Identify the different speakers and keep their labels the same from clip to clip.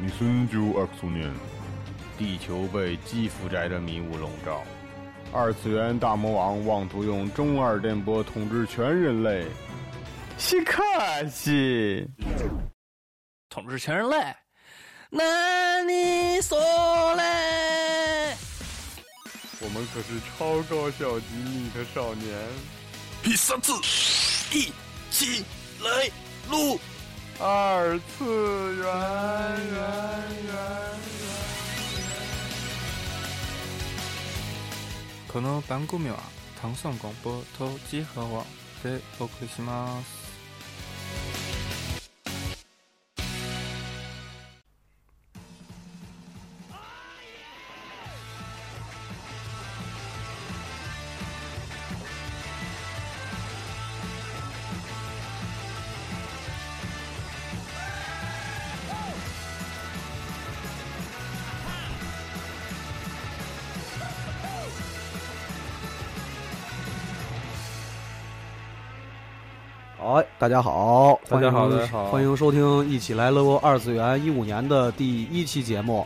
Speaker 1: 1920年，地球被基辅宅的迷雾笼罩，二次元大魔王妄图用中二电波统治全人类。西卡西，
Speaker 2: 统治全人类。那你说嘞？
Speaker 1: 我们可是超高校级逆特少年。
Speaker 2: 第三次，一起来录。
Speaker 1: 二次元，元元元。
Speaker 3: この番組は単村广播と集合网でお送りします。
Speaker 4: 哎，大家好，
Speaker 3: 大家好
Speaker 4: 欢迎
Speaker 3: 大家好
Speaker 4: 欢迎收听《一起来乐窝二次元》一五年的第一期节目。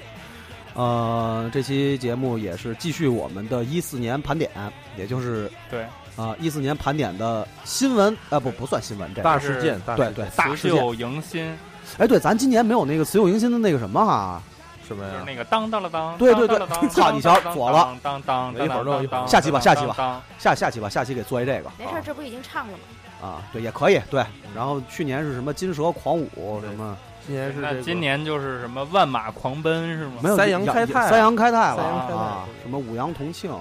Speaker 4: 呃，这期节目也是继续我们的一四年盘点，也就是
Speaker 3: 对
Speaker 4: 啊一四年盘点的新闻啊、不不算新闻，这个
Speaker 5: 大
Speaker 3: 事件
Speaker 5: 事件，大
Speaker 4: 对对大
Speaker 3: 辞
Speaker 4: 事件。
Speaker 3: 旧迎新，
Speaker 4: 哎，对，咱今年没有那个辞旧迎新的那个什么哈，
Speaker 5: 什么
Speaker 3: 就是
Speaker 5: 呀？
Speaker 3: 那个当当了当，
Speaker 4: 对对对
Speaker 3: 当当了当
Speaker 4: 操你瞧
Speaker 3: 当
Speaker 4: 左了
Speaker 3: 当当当，
Speaker 5: 一会儿弄一会儿
Speaker 3: 当
Speaker 4: 下期吧
Speaker 3: 当
Speaker 4: 下期吧
Speaker 3: 当
Speaker 4: 下下期吧，下期给做一这个
Speaker 6: 没事儿，这不已经唱了吗？
Speaker 4: 啊，对也可以对。然后去年是什么金蛇狂舞什么，
Speaker 5: 今年是这
Speaker 3: 那
Speaker 5: 个
Speaker 3: 今年就是什么万马狂奔是吗？
Speaker 4: 没有
Speaker 5: 三阳
Speaker 4: 也
Speaker 5: 开
Speaker 4: 也
Speaker 5: 泰啊
Speaker 4: 三阳开泰了
Speaker 5: 三阳开泰
Speaker 4: 啊，什么五羊同庆，啊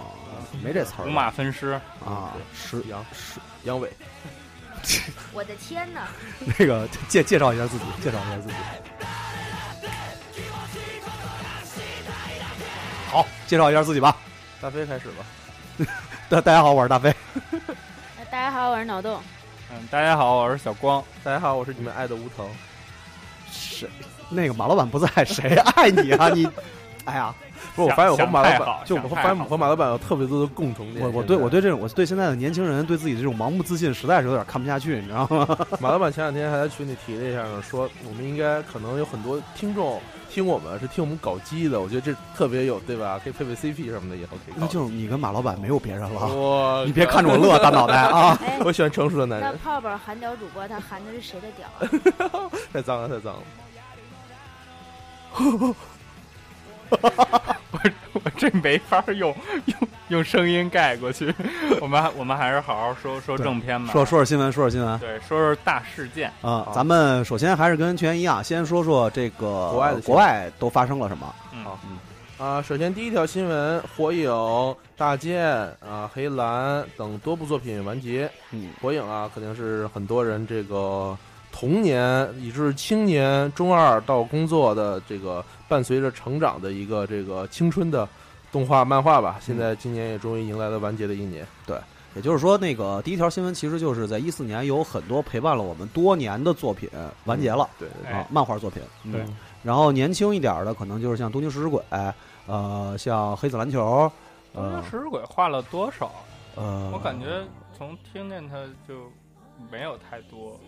Speaker 4: 没这词儿
Speaker 3: 五马分尸，
Speaker 4: 啊
Speaker 5: 对，
Speaker 4: 十
Speaker 5: 杨杨伟，
Speaker 6: 我的天哪！
Speaker 4: 那个介介绍一下自己，介绍一下自己。好，介绍一下自己吧。
Speaker 5: 大飞开始吧。
Speaker 4: 大大家好，我是大飞。
Speaker 6: 哎大家好，我是脑洞。
Speaker 3: 嗯，大家好，我是小光，
Speaker 5: 大家好，我是你们爱的无头。
Speaker 4: 谁？那个马老板不在，谁爱你啊？ 你，哎呀，
Speaker 5: 不是，我发现我和
Speaker 3: 想
Speaker 5: 马老
Speaker 3: 想太好
Speaker 5: 板，就我
Speaker 3: 想太
Speaker 5: 发现我
Speaker 3: 好
Speaker 5: 和马老板有特别多的共同点。
Speaker 4: 我我
Speaker 5: 现
Speaker 4: 对
Speaker 5: 在
Speaker 4: 我对这种我对现在的年轻人对自己这种盲目自信，实在是有点看不下去，你知道吗？
Speaker 5: 马老板前两天还在群里提了一下呢，说我们应该可能有很多听众听我们是听我们搞基的，我觉得这特别有对吧？可以配配 CP 什么的，以后可以搞。
Speaker 4: 那就是你跟马老板没有别人了。
Speaker 5: 我，
Speaker 4: 你别看着我乐，大脑袋啊！
Speaker 6: 哎，
Speaker 5: 我喜欢成熟的男
Speaker 6: 那
Speaker 5: 人，
Speaker 6: 泡泡韩屌主播他含的是谁的屌啊？
Speaker 5: 太脏了，太脏了。
Speaker 3: 我 这没法用用用声音盖过去。 我们还我们还是好好说说正片吧，
Speaker 4: 说说说新闻，说说新闻
Speaker 3: 对，说说大事件。
Speaker 4: 啊
Speaker 5: 好！
Speaker 4: 咱们首先还是跟去年一样，先说说这个
Speaker 5: 国外的
Speaker 4: 国
Speaker 5: 新闻
Speaker 4: 外都发生了什么。
Speaker 5: 啊，首先第一条新闻，《火影》《大剑》啊，《黑蓝》等多部作品完结。
Speaker 4: 嗯，
Speaker 5: 火影啊，肯定是很多人这个童年，以至青年、中二到工作的这个伴随着成长的一个这个青春的动画漫画吧。现在今年也终于迎来了完结的一年。
Speaker 4: 也就是说，那个第一条新闻其实就是在一四年有很多陪伴了我们多年的作品完结了、
Speaker 5: 对，
Speaker 3: 哎
Speaker 4: 啊，漫画作品。
Speaker 3: 对
Speaker 5: 嗯
Speaker 4: 然后年轻一点儿的，可能就是像《东京食尸鬼》，呃，像《黑子篮球》，
Speaker 3: 东京
Speaker 4: 呃
Speaker 3: 食尸鬼画了多少？
Speaker 4: 呃，
Speaker 3: 我感觉从听见他就没有太多，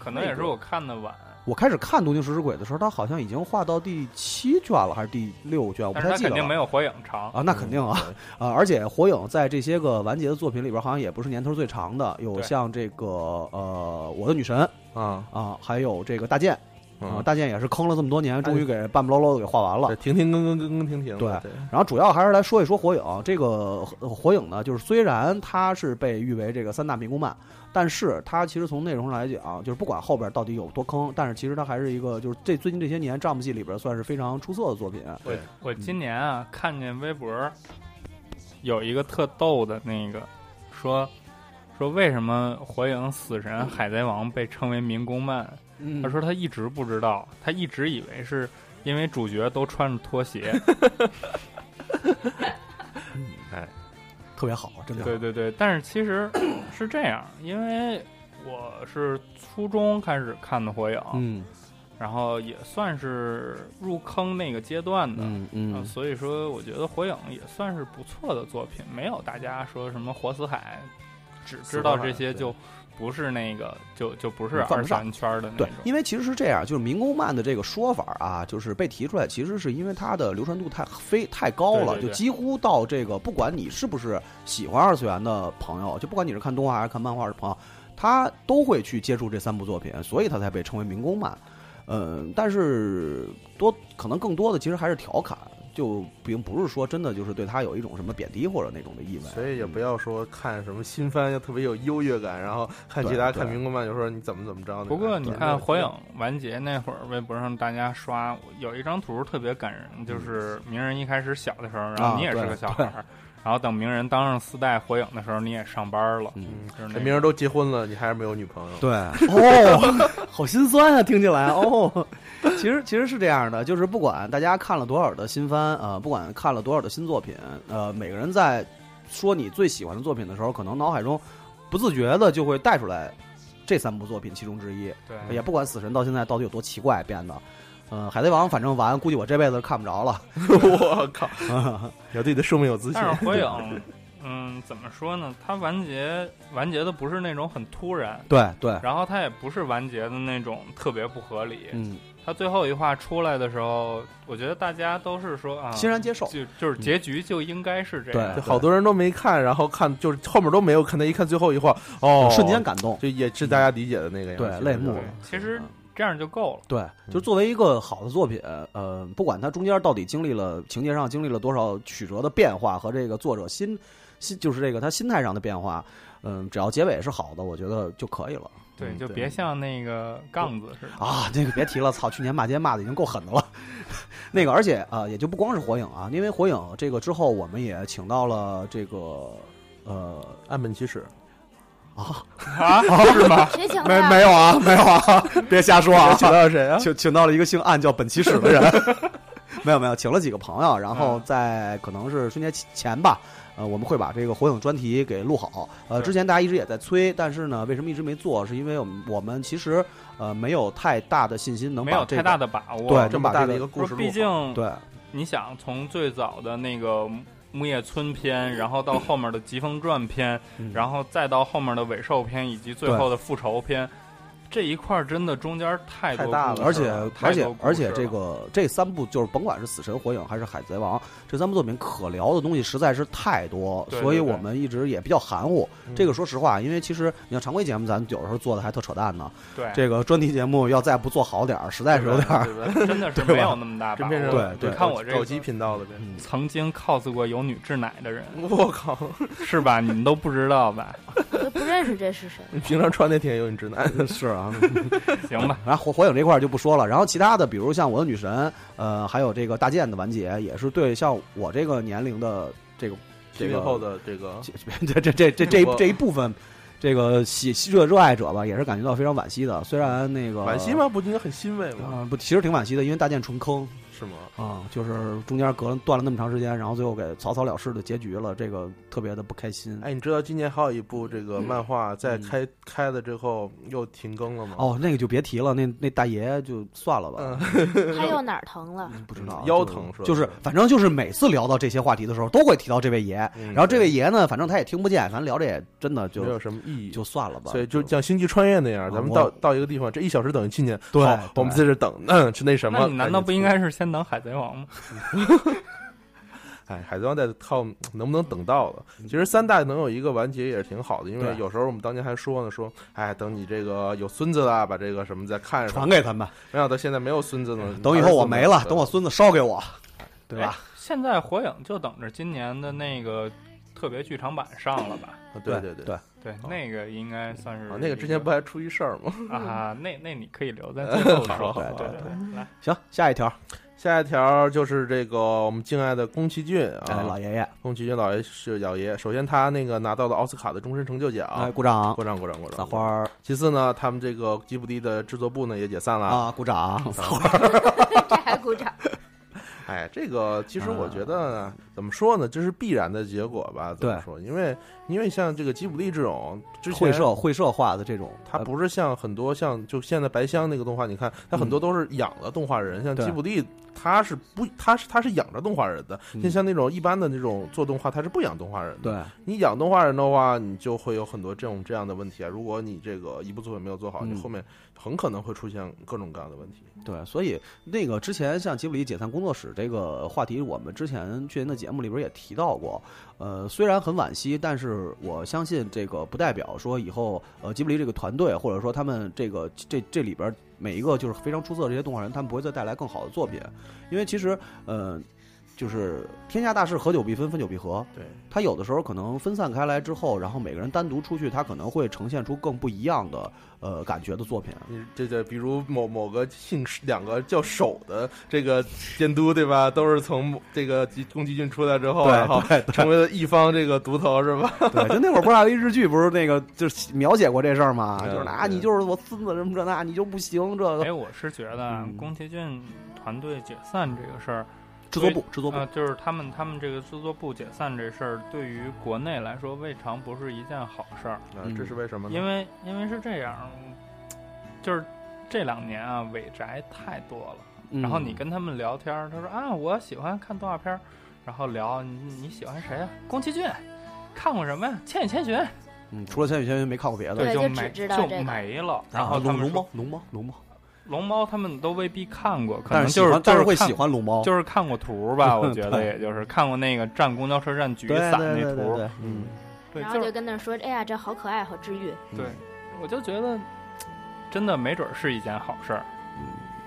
Speaker 3: 可能也是我看的晚，
Speaker 4: 我开始看《东京食尸鬼》的时候，他好像已经画到第七卷了，还是第六卷，我不
Speaker 3: 但是
Speaker 4: 太
Speaker 3: 他
Speaker 4: 记得
Speaker 3: 肯定没
Speaker 4: 了。
Speaker 3: 有火影长。
Speaker 4: 啊，那肯定啊
Speaker 5: 嗯
Speaker 4: 啊！而且《火影》在这些个完结的作品里边，好像也不是年头最长的，有
Speaker 3: 对
Speaker 4: 像这个呃《我的女神》
Speaker 5: 啊，
Speaker 4: 啊，还有这个《大剑》啊，
Speaker 5: 嗯
Speaker 4: 大剑》也是坑了这么多年，终于给半不喽喽的给画完了
Speaker 5: 对，。停停更更更更停停。
Speaker 4: 对
Speaker 5: 对，
Speaker 4: 然后主要还是来说一说火影这个呃火影呢，就是虽然它是被誉为这个三大民工漫，但是它其实从内容上来讲，就是不管后边到底有多坑，但是其实它还是一个就是这最近这些年丈夫系里边算是非常出色的作品。
Speaker 5: 对
Speaker 3: 我
Speaker 4: 嗯
Speaker 3: 今年啊，看见微博儿有一个特逗的那个说。说为什么《火影》《死神》《海贼王》被称为民工漫？
Speaker 4: 嗯
Speaker 3: 他说他一直不知道，他一直以为是因为主角都穿着拖 鞋。
Speaker 4: 特别好，啊真的。
Speaker 3: 对对对，但是其 实是这样，因为我是初中开始看的《火影》，
Speaker 4: 嗯
Speaker 3: 然后也算是入坑那个阶段的。
Speaker 4: 嗯
Speaker 3: 啊
Speaker 4: 嗯，
Speaker 3: 所以说我觉得《火影》也算是不错的作品，没有大家说什么《活死海》只
Speaker 5: 死
Speaker 3: 知道
Speaker 5: 活
Speaker 3: 这
Speaker 5: 海
Speaker 3: 些，
Speaker 5: 对
Speaker 3: 就不是那个，就就不是
Speaker 4: 犯不
Speaker 3: 二
Speaker 4: 上
Speaker 3: 三圈的那
Speaker 4: 对
Speaker 3: 种，。
Speaker 4: 因为其实是这样，就是民工漫的这个说法啊，就是被提出来，其实是因为它的流传度太非太高
Speaker 3: 对
Speaker 4: 了，
Speaker 3: 对对
Speaker 4: 就几乎到这个不管你是不是喜欢二次元的朋友，就不管你是看动画还是看漫画的朋友，他都会去接触这三部作品，所以他才被称为民工漫。嗯，但是多可能更多的其实还是调侃，就并不是说真的就是对他有一种什么贬低或者那种的意味。
Speaker 5: 所以也不
Speaker 4: 嗯
Speaker 5: 要说看什么新番要特别有优越感，然后看其
Speaker 4: 对
Speaker 5: 他
Speaker 4: 对
Speaker 5: 看民工漫就说你怎么怎么着呢。
Speaker 3: 不过你
Speaker 5: 对
Speaker 3: 看《火影
Speaker 5: 对》
Speaker 3: 完结那会儿，微博上大家刷有一张图特别感人，就是鸣人一开始小的时候，然后
Speaker 4: 嗯啊
Speaker 3: 你也是
Speaker 4: 对
Speaker 3: 个小孩儿，然后等鸣人当上四代火影的时候，你也上班了，
Speaker 4: 嗯，
Speaker 5: 嗯，
Speaker 3: 就是那
Speaker 5: 这
Speaker 3: 个
Speaker 5: 名人都结婚了，你还是没有女朋友。
Speaker 4: 对， 哦，好心酸啊，听起来哦。其实其实是这样的，就是不管大家看了多少的新番，呃，不管看了多少的新作品，呃，每个人在说你最喜欢的作品的时候，可能脑海中不自觉的就会带出来这三部作品其中之一。哎
Speaker 3: 对
Speaker 4: 也不管死神到现在到底有多奇怪变的，嗯、海贼王反正完，估计我这辈子是看不着了。
Speaker 5: 我靠，有对你的生命有自信
Speaker 3: 但。是火影，嗯，怎么说呢？它完结完结的不是那种很突然，
Speaker 4: 对对，
Speaker 3: 然后它也不是完结的那种特别不合理。
Speaker 4: 嗯，
Speaker 3: 它最后一话出来的时候，我觉得大家都是说啊，
Speaker 4: 欣然接受。嗯
Speaker 3: 就就是结局就应该是这样
Speaker 4: 对。
Speaker 5: 就好多人都没看，然后看就是后面都没有看，他一看最后一话，哦，
Speaker 4: 瞬间感动，
Speaker 5: 就也是大家理解的那个样子，
Speaker 4: 对
Speaker 5: 就是
Speaker 4: 泪目
Speaker 3: 对，其实
Speaker 4: 嗯
Speaker 3: 这样就够了。
Speaker 4: 对，就作为一个好的作品，呃，不管它中间到底经历了情节上经历了多少曲折的变化和这个作者心心就是这个他心态上的变化，嗯、只要结尾是好的，我觉得就可以了
Speaker 3: 对，
Speaker 5: 嗯
Speaker 3: 就
Speaker 5: 对
Speaker 3: 别像那个杠子似的。
Speaker 4: 啊。这个别提了，操，去年骂街骂的已经够狠的了。 那个，而且啊、呃也就不光是火影啊，因为火影这个之后，我们也请到了这个呃
Speaker 5: 岸本齐史
Speaker 4: 啊，
Speaker 3: 啊，是吗？
Speaker 6: 谁请
Speaker 4: 没
Speaker 6: 的？
Speaker 4: 没有啊，没有啊， 别瞎说啊，
Speaker 5: 请到谁啊？
Speaker 4: 请请到了一个姓岸叫本崎史的人， 没有没有，请了几个朋友，然后
Speaker 3: 嗯
Speaker 4: 在可能是春节前吧，呃，我们会把这个火影专题给录好。呃，
Speaker 3: 对
Speaker 4: 之前大家一直也在催，但是呢，为什么一直没做？是因为我们我们其实呃没有太大的信心能
Speaker 3: 没
Speaker 4: 把
Speaker 3: 有
Speaker 4: 这
Speaker 3: 太
Speaker 4: 个
Speaker 3: 大的把握。
Speaker 4: 对
Speaker 5: 这
Speaker 4: 能
Speaker 5: 么
Speaker 4: 把
Speaker 5: 大
Speaker 4: 这
Speaker 5: 的
Speaker 4: 个
Speaker 5: 一个故
Speaker 3: 不是
Speaker 5: 事录好，
Speaker 3: 毕竟
Speaker 4: 对
Speaker 3: 你想从最早的那个木叶村篇，然后到后面的疾风传篇，
Speaker 4: 嗯
Speaker 3: 然后再到后面的尾兽篇，以及最
Speaker 4: 对
Speaker 3: 后的复仇篇，这一块儿真的中间太多
Speaker 5: 太大
Speaker 3: 故
Speaker 5: 了
Speaker 3: 事
Speaker 4: 而且
Speaker 3: 太
Speaker 4: 而且
Speaker 3: 多故事
Speaker 4: 而且这
Speaker 3: 了
Speaker 4: 个这三部就是甭管是死神、火影还是海贼王，这三部作品可聊的东西实在是太多，
Speaker 3: 对
Speaker 4: 所以
Speaker 3: 对对
Speaker 4: 我们一直也比较含糊。
Speaker 5: 嗯
Speaker 4: 这个说实话，因为其实你像常规节目，咱有时候做的还特扯淡呢。
Speaker 3: 对
Speaker 4: 这个专题节目要再不做好点儿，实在是有点儿。
Speaker 5: 对吧？
Speaker 3: 真的是
Speaker 4: 对吧
Speaker 3: 没有那么大把
Speaker 5: 真
Speaker 3: 握。
Speaker 5: 变成
Speaker 4: 对对
Speaker 3: 你看我这
Speaker 5: 狗
Speaker 3: 个
Speaker 5: 急频道了呗。
Speaker 4: 嗯
Speaker 3: 曾经 cos 过有女治奶的人，
Speaker 5: 我靠，
Speaker 3: 是吧？你们都不知道吧？
Speaker 6: 我都不认识这是谁。
Speaker 5: 你平常穿那挺有你直男 的，
Speaker 4: 是啊，
Speaker 3: 行吧，
Speaker 4: 然后火火影这块儿就不说了，然后其他的，比如像我的女神，呃，还有这个大剑的完结，也是对像我这个年龄的这个 这
Speaker 5: 七零
Speaker 4: 个
Speaker 5: 后的这个
Speaker 4: 这这这这这一
Speaker 5: 啊我
Speaker 4: 这一部分，这个喜喜热热爱者吧，也是感觉到非常惋惜的。虽然那个
Speaker 5: 惋惜？吗？不应该很欣慰吗？
Speaker 4: 啊、不，其实挺惋惜的，因为大剑纯坑
Speaker 5: 是吗？
Speaker 4: 啊、就是中间隔了断了那么长时间，然后最后给草草了事的结局了，这个特别的不开心。
Speaker 5: 哎，你知道今年还有一部这
Speaker 4: 嗯
Speaker 5: 个漫画在开开了之后又停更了吗？
Speaker 4: 哦，那个就别提了，那那大爷就算了吧。
Speaker 5: 嗯，
Speaker 6: 他又哪儿疼了？
Speaker 4: 不知道
Speaker 5: 腰
Speaker 4: 就是
Speaker 5: 疼说
Speaker 4: 就是
Speaker 5: 是
Speaker 4: 反正就是每次聊到这些话题的时候，都会提到这位爷。
Speaker 5: 嗯
Speaker 4: 然后这位爷呢，反正他也听不见，咱聊这也真的
Speaker 5: 没有
Speaker 4: 就
Speaker 5: 什么意义。
Speaker 4: 就算了吧。
Speaker 5: 所以就像星际穿越那样，
Speaker 4: 啊
Speaker 5: 咱们
Speaker 4: 我
Speaker 5: 到到一个地方，这一小时等于七年。
Speaker 4: 对
Speaker 5: 好
Speaker 4: 对
Speaker 5: 我们在这等，嗯，是那什
Speaker 3: 那
Speaker 5: 么？
Speaker 3: 你难道不应该是先等海贼王吗？
Speaker 5: 哎，海贼王在靠能不能等到了？其实三代能有一个完结也是挺好的，因为
Speaker 4: 对
Speaker 5: 有时候我们当年还说呢，说哎，等你这个有孙子啦，把这个什么再看上。
Speaker 4: 传给他们，
Speaker 5: 没想到现在没有孙子呢，
Speaker 4: 等以后我没了，等
Speaker 5: 我
Speaker 4: 我孙子烧给我，对吧？
Speaker 3: 现在火影就等着今年的那个特别剧场版上了吧？
Speaker 5: 对
Speaker 4: 对
Speaker 5: 对
Speaker 4: 对
Speaker 3: 对，
Speaker 5: 好
Speaker 3: 那个应该算是
Speaker 5: 啊，那个之前不还出一事儿吗？
Speaker 3: 啊，那那你可以留在最后说。
Speaker 4: 好好
Speaker 3: 对
Speaker 4: 好
Speaker 3: 对，来，
Speaker 4: 行，下一条，
Speaker 5: 啊下一条就是这个我们敬爱的宫崎骏
Speaker 4: 哎，
Speaker 5: 啊
Speaker 4: 老，爷爷，
Speaker 5: 宫崎骏老爷是老爷。首先他那个拿到了奥斯卡的终身成就
Speaker 4: 哎，
Speaker 5: 奖，
Speaker 4: 鼓掌，
Speaker 5: 鼓掌鼓掌鼓掌。
Speaker 4: 撒花儿
Speaker 5: 其次呢，他们这个啊
Speaker 4: 啊
Speaker 5: 吉卜力的制作部呢也解散了。
Speaker 4: 啊，鼓掌，
Speaker 6: 这还鼓掌？
Speaker 5: 哎，这个其
Speaker 4: 啊
Speaker 5: 实我觉得、怎么说呢，这是必然的结果吧？怎么
Speaker 4: 对
Speaker 5: 说？因为因为像这个吉卜力这种之前
Speaker 4: 会呃社会社化的这种，
Speaker 5: 它不是像很多像就现在白箱那个动画，你看它很多都是养了动画人，像
Speaker 4: 嗯对
Speaker 5: 吉卜力，它是不，它是它是养着动画人的。
Speaker 4: 嗯
Speaker 5: 像像那种一般的那种做动画，它是不养动画人的。
Speaker 4: 对
Speaker 5: 你养动画人的话，你就会有很多这种这样的问题啊。如果你这个一部作品没有做好，
Speaker 4: 嗯
Speaker 5: 你后面很可能会出现各种各样的问题。
Speaker 4: 对，所以那个之前像吉卜力解散工作室这个话题，我们之前之前的节目里边也提到过。呃，虽然很惋惜，但是我相信这个不代表说以后呃吉卜力这个团队，或者说他们这个这这里边每一个就是非常出色的这些动画人，他们不会再带来更好的作品，因为其实呃就是天下大势合久必分，分久必合。
Speaker 5: 对，
Speaker 4: 它有的时候可能分散开来之后，然后每个人单独出去，它可能会呈现出更不一样的呃感觉的作品。
Speaker 5: 你这这，比如某某个姓两个叫手的这个监督，对吧？都是从某这个吉宫崎骏出来之 后，
Speaker 4: 对
Speaker 5: 然后成为了一方这个独头，是吧？
Speaker 4: 对，就那会儿不是还有一日剧，不是那个就是描写过这事儿吗？
Speaker 5: 对
Speaker 4: 就是啊，
Speaker 5: 对
Speaker 4: 你就是我孙子什么这那，你就不行这个
Speaker 3: 哎，我是觉得啊
Speaker 4: 嗯
Speaker 3: 宫崎骏团队解散这个事儿，
Speaker 4: 制作部制作部
Speaker 3: 呃，就是他们他们这个制作部解散这事儿，对于国内来说未尝不是一件好事儿，
Speaker 5: 啊
Speaker 4: 嗯
Speaker 5: 这是为什么呢？
Speaker 3: 因为因为是这样，就是这两年啊，伪宅太多了。
Speaker 4: 嗯
Speaker 3: 然后你跟他们聊天儿，他说啊，我喜欢看动画片儿，然后聊你你喜欢谁啊？宫崎骏，看过什么呀？《千与千寻》
Speaker 4: 嗯，除了千与千寻没看过别的，
Speaker 6: 对
Speaker 3: 就
Speaker 6: 就只
Speaker 3: 没
Speaker 6: 知道这个
Speaker 3: 就没了。然后他
Speaker 4: 龙
Speaker 3: 们
Speaker 4: 龙
Speaker 3: 说
Speaker 4: 猫龙猫龙猫，
Speaker 3: 龙猫他们都未必看过，可
Speaker 4: 但
Speaker 3: 能
Speaker 4: 是
Speaker 3: 就
Speaker 4: 喜
Speaker 3: 是
Speaker 4: 欢但
Speaker 3: 就是
Speaker 4: 会
Speaker 3: 看
Speaker 4: 喜，欢龙猫，
Speaker 3: 就是看过图儿 吧？我觉得
Speaker 4: 对
Speaker 3: 也就是看过那个站公交车站举
Speaker 4: 对
Speaker 3: 伞
Speaker 4: 对
Speaker 3: 那
Speaker 4: 对对
Speaker 3: 图儿，
Speaker 4: 对，嗯，
Speaker 3: 对，
Speaker 6: 然后
Speaker 3: 就是
Speaker 6: 就跟那儿说，哎呀，这好可爱，好治愈。
Speaker 3: 对，我就觉得真的没准儿是一件好事儿。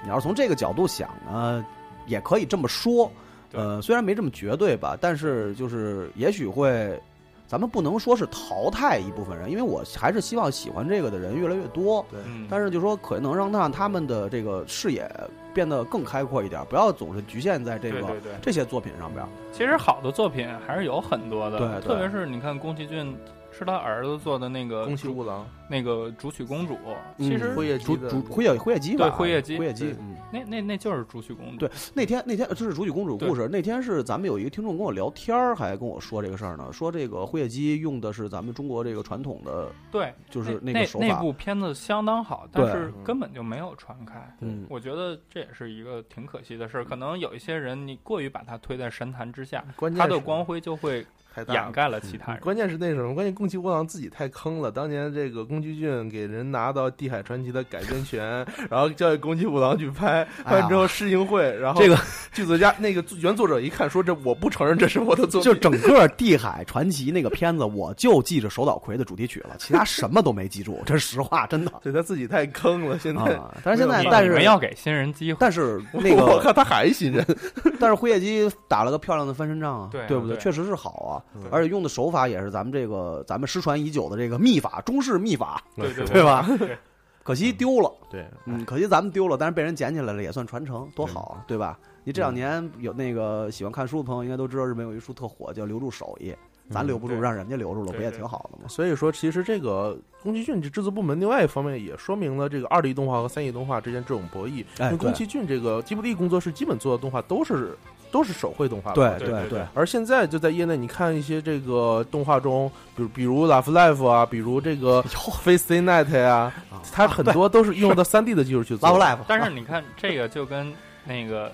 Speaker 4: 你要是从这个角度想呢，也可以这么说。
Speaker 3: 对
Speaker 4: 呃，虽然没这么绝对吧，但是就是也许会，咱们不能说是淘汰一部分人，因为我还是希望喜欢这个的人越来越多。
Speaker 3: 嗯，
Speaker 4: 但是就说可能让让他们的这个视野变得更开阔一点，不要总是局限在这
Speaker 3: 对
Speaker 4: 个
Speaker 3: 对对。
Speaker 4: 这些作品上边。
Speaker 3: 其实好的作品还是有很多的，
Speaker 4: 对对
Speaker 3: 特别是你看宫崎骏是他儿子做的那个
Speaker 5: 宫崎
Speaker 3: 主
Speaker 5: 吾郎、
Speaker 3: 那个《竹取公主》，
Speaker 4: 嗯
Speaker 3: 其实
Speaker 5: 辉夜
Speaker 4: 主
Speaker 5: 姬的
Speaker 4: 主辉夜辉夜姬吧，
Speaker 3: 对辉夜姬
Speaker 4: 辉夜姬
Speaker 5: 对。
Speaker 4: 嗯
Speaker 3: 那那那就是《竹取公主》。
Speaker 4: 对那天那天这是主体公主故事。那天是咱们有一个听众跟我聊天儿，还跟我说这个事儿呢，说这个辉夜姬用的是咱们中国这个传统的，
Speaker 3: 对，
Speaker 4: 就是
Speaker 3: 那
Speaker 4: 那个手
Speaker 3: 那
Speaker 4: 法
Speaker 3: 部片子相当好，但
Speaker 4: 对
Speaker 3: 是
Speaker 5: 嗯
Speaker 3: 根本就没有传开。
Speaker 4: 嗯
Speaker 3: 我觉得这也是一个挺可惜的事儿。可能有一些人你过于把它推在神坛之下，
Speaker 5: 关键
Speaker 3: 他的
Speaker 5: 嗯是
Speaker 3: 光辉就会
Speaker 5: 太大
Speaker 3: 掩
Speaker 5: 了。
Speaker 3: 盖了其他人。
Speaker 5: 关键是那什么？关键宫崎吾郎自己太坑了。当年这个宫崎骏给人拿到《地海传奇》的改编权，然后交给宫崎吾郎去拍，拍完之后试映会，然后
Speaker 4: 哎这个
Speaker 5: 剧作家那个原作者一看说：“这我不承认这是我的作品。”
Speaker 4: 就整个《地海传奇》那个片子，我就记着手岛葵的主题曲了，其他什么都没记住，这是实话， 真的
Speaker 5: 对他自己太坑了。现在、
Speaker 4: 啊。但是现在，
Speaker 3: 你
Speaker 4: 但
Speaker 3: 你们
Speaker 4: 是
Speaker 3: 要给新人机会，
Speaker 4: 但是 那
Speaker 5: 我
Speaker 4: 个，
Speaker 5: 看他还信任，
Speaker 4: 但是辉夜姬打了个漂亮的翻身仗啊，
Speaker 3: 对啊
Speaker 4: 不对？
Speaker 3: 对
Speaker 4: 确实是好啊
Speaker 5: 嗯，
Speaker 4: 而且用的手法也是咱们这个咱们失传已久的这个秘法，中式秘法，
Speaker 3: 对对
Speaker 4: 对吧？
Speaker 3: 对哎
Speaker 4: 可惜丢了。
Speaker 5: 对，
Speaker 4: 嗯，可惜咱们丢了，但是被人捡起来了，也算传承，
Speaker 5: 嗯
Speaker 4: 多好啊，对吧？你这两年有那个喜欢看书的朋友，应该都知道日本有一书特火，叫《留住手艺》，
Speaker 5: 嗯
Speaker 4: 咱留不住，
Speaker 3: 对
Speaker 4: 让人家留住了，
Speaker 3: 对
Speaker 4: 不也
Speaker 3: 对
Speaker 4: 挺好的吗？
Speaker 5: 所以说，其实这个宫崎骏这制作部门另外一方面也说明了这个二 D 动画和三 D 动画之间这种博弈。
Speaker 4: 哎
Speaker 5: 因
Speaker 4: 对
Speaker 5: 为宫崎骏这个吉卜力工作室基本做的动画都是都是手绘动画嘛，
Speaker 4: 对
Speaker 3: 对对
Speaker 4: 对，
Speaker 5: 而现在就在业内，你看一些这个动画中，比如比如《Love Life》啊，比如这个《Face the Night》呀
Speaker 4: 啊，
Speaker 5: 它很多都是用的三 D 的技术去做。
Speaker 4: Love Life，
Speaker 3: 但是你看这个就跟那个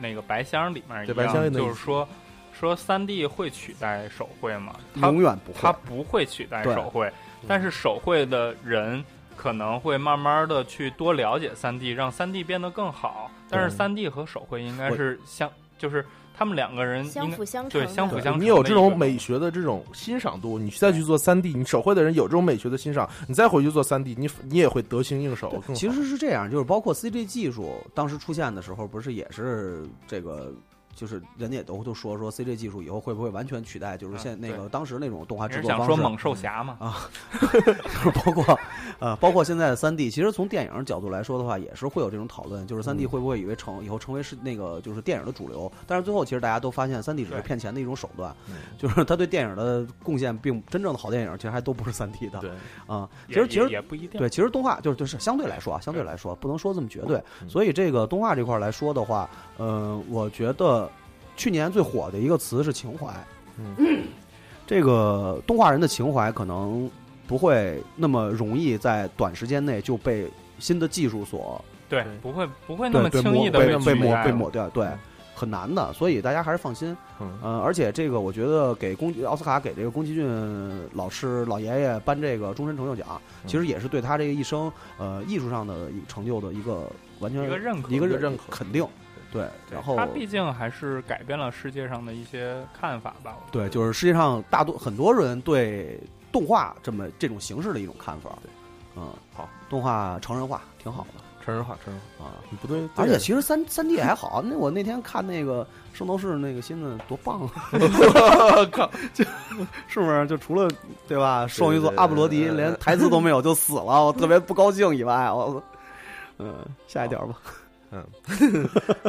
Speaker 3: 那个白箱里面一
Speaker 5: 对白箱也
Speaker 3: 样，
Speaker 5: 能
Speaker 3: 就是说说三 D 会取代手绘吗？它
Speaker 4: 永远不
Speaker 3: 它
Speaker 4: 会，
Speaker 3: 不会取代
Speaker 4: 对嗯
Speaker 3: 手绘，但是手绘的人可能会慢慢的去多了解三 D，让三 D 变得更好。但是
Speaker 5: 对
Speaker 3: 三 D 和手绘应该
Speaker 4: 我
Speaker 3: 是相，就是他们两个人嗯
Speaker 6: 相
Speaker 3: 应该
Speaker 6: 辅相成
Speaker 3: 对
Speaker 6: 的，
Speaker 3: 相辅相成。
Speaker 5: 你有这种美，学的这种欣赏度，你再去做三 D，你手绘的人有这种美学的欣赏，你再回去做三 D，你你也会得心应
Speaker 3: 哦
Speaker 5: 手。更好
Speaker 4: 其实是这样，就是包括 CG 技术当时出现的时候，不是也是这个就是人家也都就说说 CG 技术以后会不会完全取代，就是现
Speaker 3: 嗯
Speaker 4: 那
Speaker 3: 对
Speaker 4: 个当时那种动画
Speaker 3: 你
Speaker 4: 制
Speaker 3: 是
Speaker 4: 作
Speaker 3: 想
Speaker 4: 方
Speaker 3: 说
Speaker 4: 式，
Speaker 3: 猛兽侠
Speaker 4: 嗯
Speaker 3: 吗？
Speaker 4: 就是 包括呃包括现在的三 D，其实从电影角度来说的话，也是会有这种讨论，就是三
Speaker 3: 嗯
Speaker 4: D 会不会以为成以后成为是那个就是电影的主流？但是最后其实大家都发现，三 D 只是
Speaker 3: 对
Speaker 4: 骗钱的一种手段，
Speaker 3: 嗯
Speaker 4: 就是它对电影的贡献并真正的好电影其实还都不是三 D 的
Speaker 5: 对，
Speaker 4: 啊。其
Speaker 3: 也
Speaker 4: 实其
Speaker 3: 也
Speaker 4: 实
Speaker 3: 也不一定。
Speaker 4: 对，其实动画就是就是相对来说啊，相对来说不能说这么绝对。所以这个动画这块来说的话，嗯，我觉得去年最火的一个词是情怀。嗯， 这个动画人的情怀可能不会那么容易在短时间内就被新的技术所
Speaker 3: 对
Speaker 5: 对，
Speaker 3: 不会不会那
Speaker 4: 对
Speaker 3: 么
Speaker 4: 被
Speaker 3: 轻
Speaker 4: 抹
Speaker 3: 易的
Speaker 4: 被被
Speaker 3: 取
Speaker 4: 抹
Speaker 3: 代
Speaker 4: 被
Speaker 3: 了
Speaker 4: 抹掉，对
Speaker 5: 嗯，
Speaker 4: 很难的。所以大家还是放心。
Speaker 5: 嗯，
Speaker 4: 呃，而且这个我觉得给宫奥斯卡给这个宫崎骏老师老爷爷颁这个终身成就奖，其
Speaker 3: 嗯
Speaker 4: 实也是对他这个一生呃艺术上的成就的一个完全
Speaker 3: 一个认可，
Speaker 4: 一个
Speaker 5: 一个认可
Speaker 4: 肯定。对，
Speaker 3: 对
Speaker 4: 然后
Speaker 3: 他毕竟还是改变了世界上的一些看法吧。我觉
Speaker 4: 对，
Speaker 3: 得
Speaker 4: 就是世界上大多很多人对动画这么这种形式的一种看法。嗯，
Speaker 5: 好，
Speaker 4: 动画成人化挺好的
Speaker 5: 成人化，成人
Speaker 3: 嗯
Speaker 4: 啊。
Speaker 5: 化，不对，
Speaker 4: 而且其实三三 D 也还好，那我那天看那个《圣斗士》那个新的多棒啊！
Speaker 5: 靠，
Speaker 4: 是不是？就除了对吧，双鱼座
Speaker 5: 对
Speaker 4: 阿布罗迪
Speaker 5: 嗯
Speaker 4: 连台词都没有就死了，我特别不高兴以外，我嗯，下一条吧。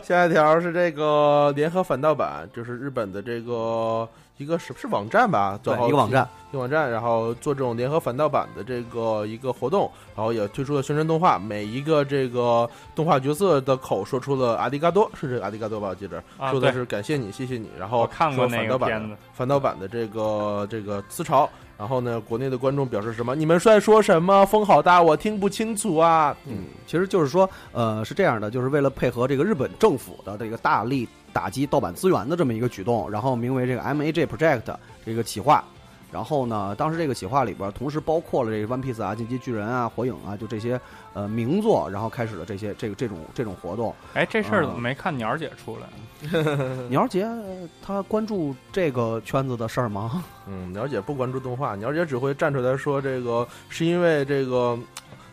Speaker 5: 下一条是这个联合反盗版，就是日本的这个一个是是网站吧，
Speaker 4: 对
Speaker 5: 然后，
Speaker 4: 一个网站，
Speaker 5: 一个网站，然后做这种联合反盗版的这个一个活动，然后也推出了宣传动画，每一个这个动画角色的口说出了阿迪嘎多，是这个阿迪嘎多吧？我记着、
Speaker 3: 啊
Speaker 5: 说的
Speaker 3: 对
Speaker 5: 是感谢你，谢谢你，然
Speaker 3: 我
Speaker 5: 后
Speaker 3: 看过
Speaker 5: 说
Speaker 3: 那
Speaker 5: 反
Speaker 3: 个
Speaker 5: 盗版
Speaker 3: 片子，
Speaker 5: 反盗版的这个这个思潮。然后呢，国内的观众表示什么？你们在说什么？风好大，我听不清楚啊！嗯，
Speaker 4: 其实就是说，呃，是这样的，就是为了配合这个日本政府的这个大力打击盗版资源的这么一个举动，然后名为这个 MAJ Project 这个企划。然后呢，当时这个企划里边，同时包括了这个《One Piece》啊、《进击巨人》啊、《火影》啊，就这些呃名作，然后开始了这些这个这种这种活动。
Speaker 3: 哎，这事儿
Speaker 4: 嗯
Speaker 3: 怎么没看鸟儿姐出来？
Speaker 4: 鸟儿姐呃她关注这个圈子的事儿吗？
Speaker 5: 嗯，鸟姐不关注动画，鸟姐只会站出来说这个是因为这个，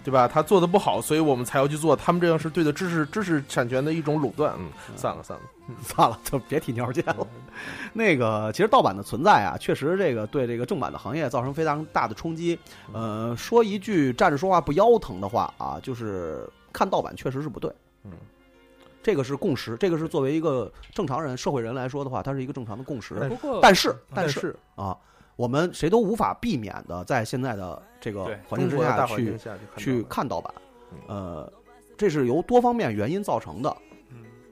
Speaker 5: 对吧？他做的不好，所以我们才要去做。他们这样是对的知识知识产权的一种垄断。嗯，算了算了，
Speaker 4: 算了，就别提鸟姐了。
Speaker 5: 嗯
Speaker 4: 那个，其实盗版的存在啊，确实这个对这个正版的行业造成非常大的冲击。
Speaker 5: 嗯
Speaker 4: 呃，说一句站着说话不腰疼的话啊，就是看盗版确实是不对。
Speaker 5: 嗯，
Speaker 4: 这个是共识，这个是作为一个正常人、社会人来说的话，它是一个正常的共识。
Speaker 5: 但
Speaker 3: 不过
Speaker 4: 哎但是，
Speaker 5: 哎嗯但
Speaker 4: 是啊，我们谁都无法避免的，在现在的这个
Speaker 3: 对
Speaker 4: 环境
Speaker 5: 中
Speaker 4: 之
Speaker 5: 国的
Speaker 4: 下
Speaker 5: 大环境
Speaker 4: 去
Speaker 5: 下
Speaker 4: 去
Speaker 5: 去看
Speaker 4: 看盗版
Speaker 5: 嗯，
Speaker 4: 呃，这是由多方面原因造成的。
Speaker 3: 嗯